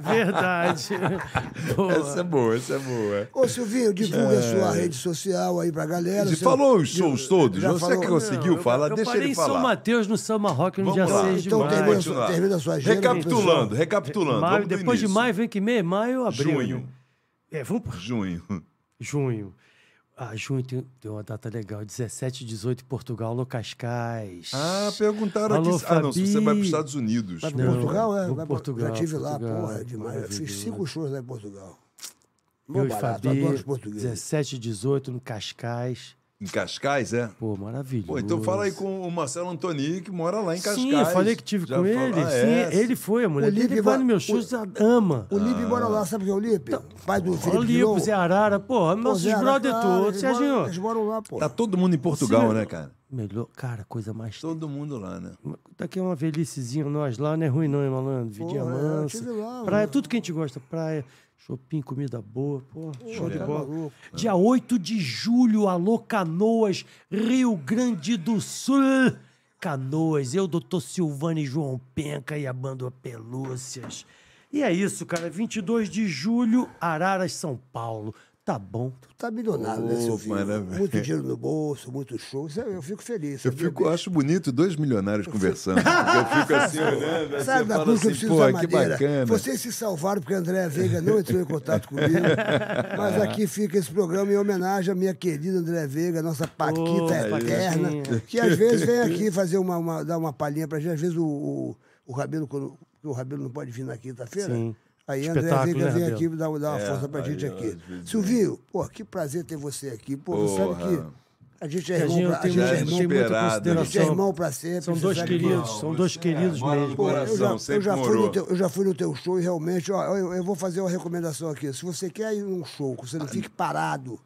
Verdade. Essa é boa, essa é boa. Ô, Silvinho, divulga É. a sua rede social aí pra galera. Ele Seu- falou os shows todos? Já Você falou. que conseguiu eu- falar? eu Deixa parei ele em falar. São Mateus, no Samba Rock, no Vamos dia lá. 6 de Então maio. termina a sua- Continuar. termina a sua agenda, Recapitulando, pessoal. recapitulando. Maio, Vamos do depois de início. maio, vem que meio maio, abril. Junho. né? É, vamos pra Junho. junho. Ah, junho tem, tem uma data legal, 17 e 18, Portugal, no Cascais. Ah, perguntaram Alô, aqui. Ah, não, se você vai para Fabi. os Estados Unidos. Vai pra Portugal, é? vou Vai pra- Portugal, Já tive lá, Portugal, porra, é demais. Eu fiz maravilhoso. cinco shows lá em Portugal. Bom Eu e barato, Fabi, adoro os portugueses. 17 e 18, no Cascais. Em Cascais, é? Pô, maravilhoso. Pô, então fala aí com o Marcelo Antoni, que mora lá em Cascais. Sim, eu falei que tive Já com fala- ele. Ah, é? Sim, ele foi, a mulher O Lipe dele vai vai- nos meus shows, a- ama. O Lipe mora lá, sabe quem é o Lipe? Pai do Olha o Felipe Então, Lipe, Dillon. Zé Arara, pô, nossos Zé Arara, brother cara, eles todos, moram- Serginho. Eles moram lá, pô. Tá todo mundo em Portugal, Sim. né, cara? Melhor, cara, coisa mais. Todo mundo lá, né? Daqui é uma velhicezinha nós lá, não é ruim não, hein, malandro? Vidinha Porra, é, eu mansa, tive lá, praia, mano. tudo que a gente gosta, praia, shopping, comida boa, pô, show de tá bola. maluco. Dia 8 de julho, alô Canoas, Rio Grande do Sul. Canoas, eu, doutor Silvani João Penca e a banda Pelúcias. E é isso, cara, 22 de julho, Araras, São Paulo. Tá bom. Tá milionário, né, Ô, Silvinho? maravilha. Muito dinheiro no bolso, muito show. Isso aí, Eu fico feliz. Eu sabia, fico, eu bicho? acho bonito dois milionários conversando. Eu fico assim olhando, aí Sabe você da fala cruz que eu assim, preciso pô, da que madeira? bacana. Vocês se salvaram porque Andréa Veiga não entrou em contato comigo. Mas aqui fica esse programa em homenagem à minha querida Andréa Veiga, nossa Paquita Ô, eterna, Paquitinha. que às vezes vem aqui fazer uma, uma- dar uma palhinha pra gente. Às vezes o, o, o Rabelo, quando- porque o Rabelo não pode vir na quinta-feira. Sim. Aí a Andréa Espetáculo, Veiga né, vem Rabelo? aqui dar, dar uma força pra É, aí, ó, gente às aqui. vezes Silvio, pô, que prazer ter você aqui. Pô, você sabe Porra. que a gente é irmão, Serginho, pra, a eu tenho, gente é já muita- irmão, tenho muita esperado. a gente é consideração. irmão pra sempre. São você dois sabe que- queridos, são dois você queridos mora no mesmo. coração. eu já, sempre eu já fui morou. no teu, eu já fui no teu show e realmente, ó, eu, eu vou fazer uma recomendação aqui. Se você quer ir num show, que você não fique parado,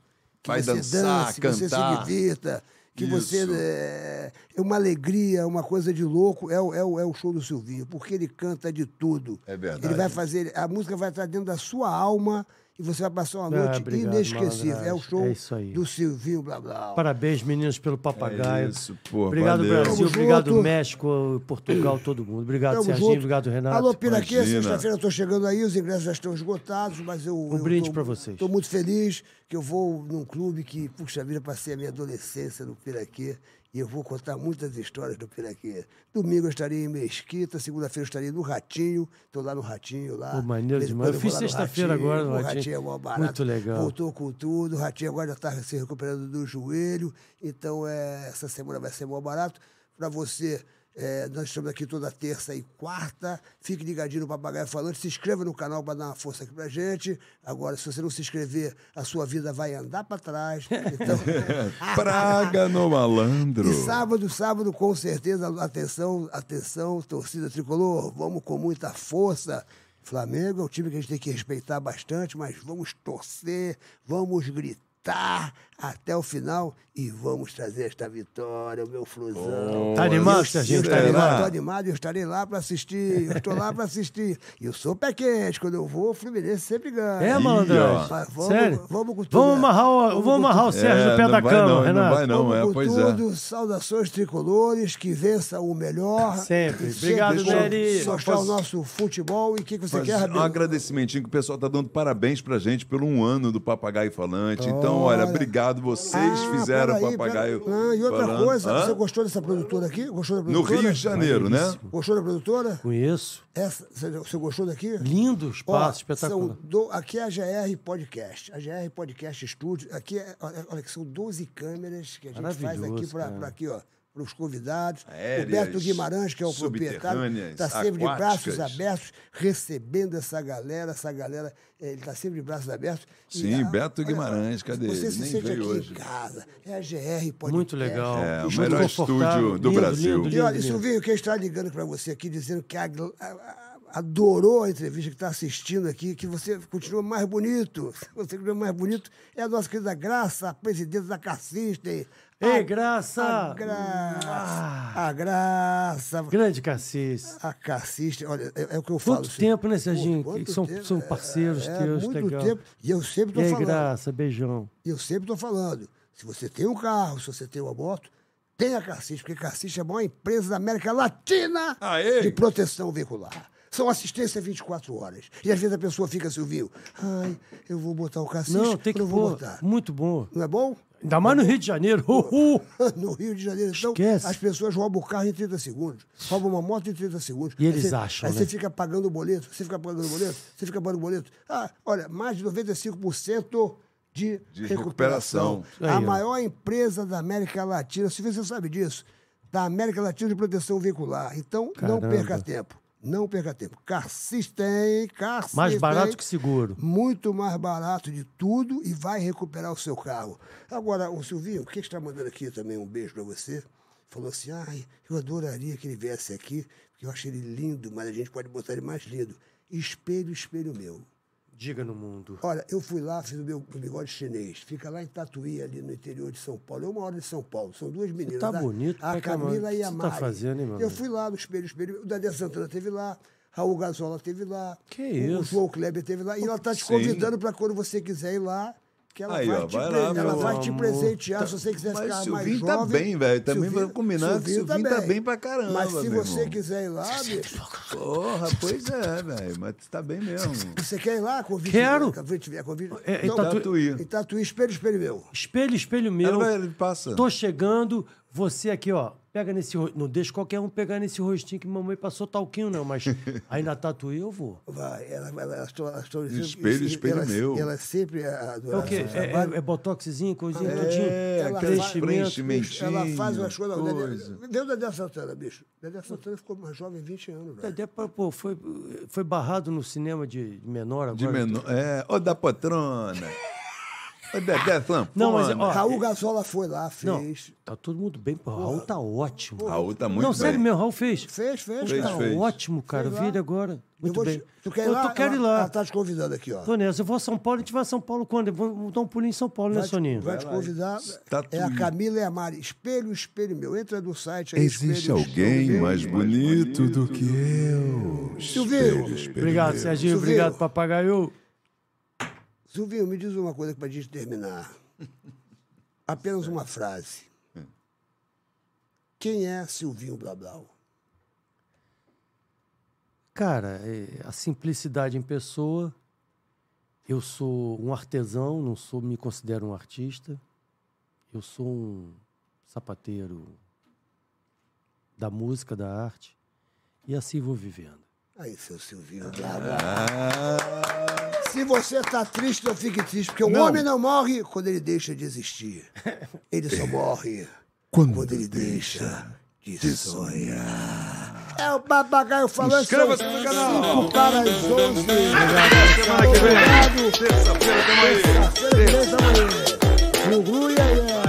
que Vai você dançar, dance, que você se cantar. divirta, que você. Isso. É, é uma alegria, uma coisa de louco, é, o- é, o- é o show do Silvinho, porque ele canta de tudo. É verdade. Ele vai fazer. A música vai estar dentro da sua alma e você vai passar uma Ah, noite obrigado, inesquecível. É o malandragem. show É isso aí. do Silvinho, blá blá. Parabéns, meninos, pelo papagaio. É isso, pô, obrigado, valeu. Brasil. Tamo Obrigado, junto. México, Portugal, todo mundo. Obrigado, Tamo Serginho. junto. Obrigado, Renato. Alô, Piraquê, Imagina. sexta-feira eu tô chegando aí, os ingressos já estão esgotados, mas eu. Um brinde pra vocês. Tô muito feliz que eu vou num clube que, puxa vida, passei a minha adolescência no Piraquê. E eu vou contar muitas histórias do Piraquê. Domingo eu estarei em Mesquita, segunda-feira eu estarei no Ratinho. Tô lá no Ratinho, lá. Pô, maneiro De vez em demais. quando Eu fiz vou lá no sexta-feira agora no O Ratinho. Ratinho é mó barato. Muito legal. Voltou com tudo. O Ratinho agora já está se recuperando do joelho. Então, é, essa semana vai ser mó barato. Para você, é, nós estamos aqui toda terça e quarta. Fique ligadinho no Papagaio Falante. Se inscreva no canal para dar uma força aqui para gente. Agora, se você não se inscrever, a sua vida vai andar para trás. Então, Praga no malandro. E sábado, sábado, com certeza, atenção, atenção, torcida tricolor, vamos com muita força. Flamengo é um time que a gente tem que respeitar bastante, mas vamos torcer, vamos gritar até o final e vamos trazer esta vitória, o meu Oh. flusão. Tá animado, Eu Serginho? estarei Tá lá, animado? Tô animado, eu estarei lá para assistir, eu estou lá para assistir. E eu sou pé quente, quando eu vou, o Fluminense sempre ganha. É, ó. malandragem. Mas vamos- Sério? vamos com tudo, Vamos né? amarrar o, Vamos vamos com amarrar o tudo. Sérgio É, no pé não da vai cama, não, não Renato. vai não. Vamos é, com pois é. tudo, saudações tricolores, que vença o melhor. Sempre. E Obrigado, sempre bom Nery. Mostrar o nosso futebol e o que, que você Mas quer, um Rabelo? agradecimentinho que o pessoal tá dando parabéns pra gente pelo um ano do Papagaio Falante. Então, olha, obrigado. Vocês Ah, fizeram o peraí, Papagaio peraí. Ah, e outra Falante. coisa, Hã? você gostou dessa produtora aqui? Gostou da No produtora? Rio de Janeiro, né? Gostou da produtora? Conheço. Essa, você- você gostou daqui? Lindo Ó, espaço, são espetacular. do, aqui é a GR Podcast, a GR Podcast Studio. Aqui, é, olha olha que são 12 câmeras que a gente faz Maravilhoso, aqui para cara. aqui, ó. Para os convidados, Aéreas, Roberto Guimarães, que é o proprietário, subterrâneas, está sempre de braços aquáticas. abertos, recebendo essa galera, essa galera, eh, ele está sempre de braços abertos. E, Sim, ah, Beto olha, Guimarães, cadê Você ele? se Nem sente veio aqui hoje. em casa, é a GR Podcast. Muito legal. É, o Muito melhor confortável. estúdio do Lindo, Brasil. lindo, E lindo, olha, lindo. Silvinho, quem está ligando para você aqui, dizendo que agla- a- a- adorou a entrevista, que está assistindo aqui, que você continua mais bonito. Você continua mais bonito. É a nossa querida Graça, a presidente da Cassista, Ei, graça! Ah! A graça! A graça! Grande Cassis. A Cassis, olha, é, é o que eu falo. Quanto assim, tempo, né, pô, Serginho? quanto são, tempo, são é, parceiros é, teus, muito legal. tempo, e eu sempre tô E aí, falando. graça, beijão. E eu sempre estou falando, se você tem um carro, se você tem uma moto, tenha Cassis, porque Cassis é a maior empresa da América Latina de proteção veicular. São assistência 24 horas. E às vezes a pessoa fica assim, viu? Ai, eu vou botar o Cassis, Não, tem eu que não vou pôr. botar. Muito bom. Não é bom? Ainda mais no Rio de Janeiro. Uhul. no Rio de Janeiro, então, Esquece. as pessoas roubam o carro em 30 segundos, roubam uma moto em 30 segundos. E Aí eles você- acham, Aí né? você fica pagando o boleto, você fica pagando o boleto, você fica pagando o boleto. Ah, olha, mais de 95% de, De recuperação. recuperação. A Aí, ó. maior empresa da América Latina, se você sabe disso, da América Latina de proteção veicular. Então, não Caramba. perca tempo. Não perca tempo. Carcis tem, Carcis Mais barato tem que seguro. muito mais barato de tudo e vai recuperar o seu carro. Agora, o Silvinho, o que está mandando aqui também um beijo para você? Falou assim: ai, eu adoraria que ele viesse aqui, porque eu achei ele lindo, mas a gente pode botar ele mais lindo. Espelho, espelho meu. Diga no mundo. Olha, eu fui lá, fiz o meu bigode chinês. Fica lá em Tatuí, ali no interior de São Paulo. É uma hora de São Paulo. São duas meninas. tá a- bonito A pra caramba. Camila e O a que você Mari. tá fazendo, hein, meu Eu amigo? fui lá no Espelho Espelho. O Dadé Santana teve lá. Raul Gazola teve lá. Que o O isso? João Kleber teve lá. E ela tá te Sim. convidando para quando você quiser ir lá. Que ela Aí, vai, ó, te, vai pre- lá, ela meu vai te amor. presentear se você quiser Mas ficar Silvinho mais tá jovem. bem, velho. Também vamos combinar que Silvinho tá bem pra caramba, Mas se meu você irmão. quiser ir lá, bicho, Porra, pois é, velho. Mas tu tá bem mesmo. você quer ir lá? Convite, Quero. Convite, é convite. É, em Então, Tatuí. Em Tatuí, espelho, espelho meu. Espelho, espelho Ela meu. vai, ele passa. Tô chegando, você aqui, ó, pega nesse ro- Não deixa qualquer um pegar nesse rostinho que mamãe passou talquinho, não, mas aí na tatuí eu vou. Vai, ela, ela, elas estão. Elas tão, Espelho, espelho elas, meu. Elas sempre É adoraram. o quê? É, é, é botoxzinho, coisinha, É, todinho? aquela preenchimento. preenchimentinho, Ela faz umas coisas. o coisa. Dedé- Deu o Dedé Santana, bicho. Dedé Santana ficou mais jovem 20 anos, velho. Dedé, pô, pô, foi, foi barrado no cinema de menor agora. De menor. É, ô da patrona. Ô Dedé Sampona. Não, mas, ó, é- Raul Gazola foi lá, Não, fez. tá todo mundo bem, pô. Raul tá ótimo. Raul tá muito Não, sério bem. meu, Raul fez. Fez, fez, Fez, cara. Tá fez. ótimo, cara. Eu vi ele agora. Eu Muito vou te- bem. Tu quer ir eu lá? tô quero ir Ela- lá. Ela tá te convidando aqui, ó. Tô nessa. Eu vou a São Paulo, a gente vai a São Paulo quando? Vamos dar um pulinho em São Paulo, né, Vai te, Soninho? vai te convidar. Tatuí. É a Camila e a Mari. Espelho, espelho meu. Entra no site aí. Existe espelho, alguém espelho. mais bonito do que eu. Silvio. Obrigado, Serginho. Silvio. Obrigado, papagaio. Silvinho, me diz uma coisa para a gente terminar. Apenas uma frase. Quem é Silvinho Blablau? Cara, é, a simplicidade em pessoa. Eu sou um artesão, não sou, me considero um artista. Eu sou um sapateiro da música, da arte. E assim vou vivendo. Aí, seu Silvinho Blablau. Se você está triste, não fique triste, porque o homem não morre quando ele deixa de existir. Ele só morre quando, ele deixa de, sonhar. É o papagaio falando. Inscreva-se no canal. Cinco para as onze. Obrigado. Terça-feira, tamo aí. Terça-feira, tamo aí. Gugu, iê, iê.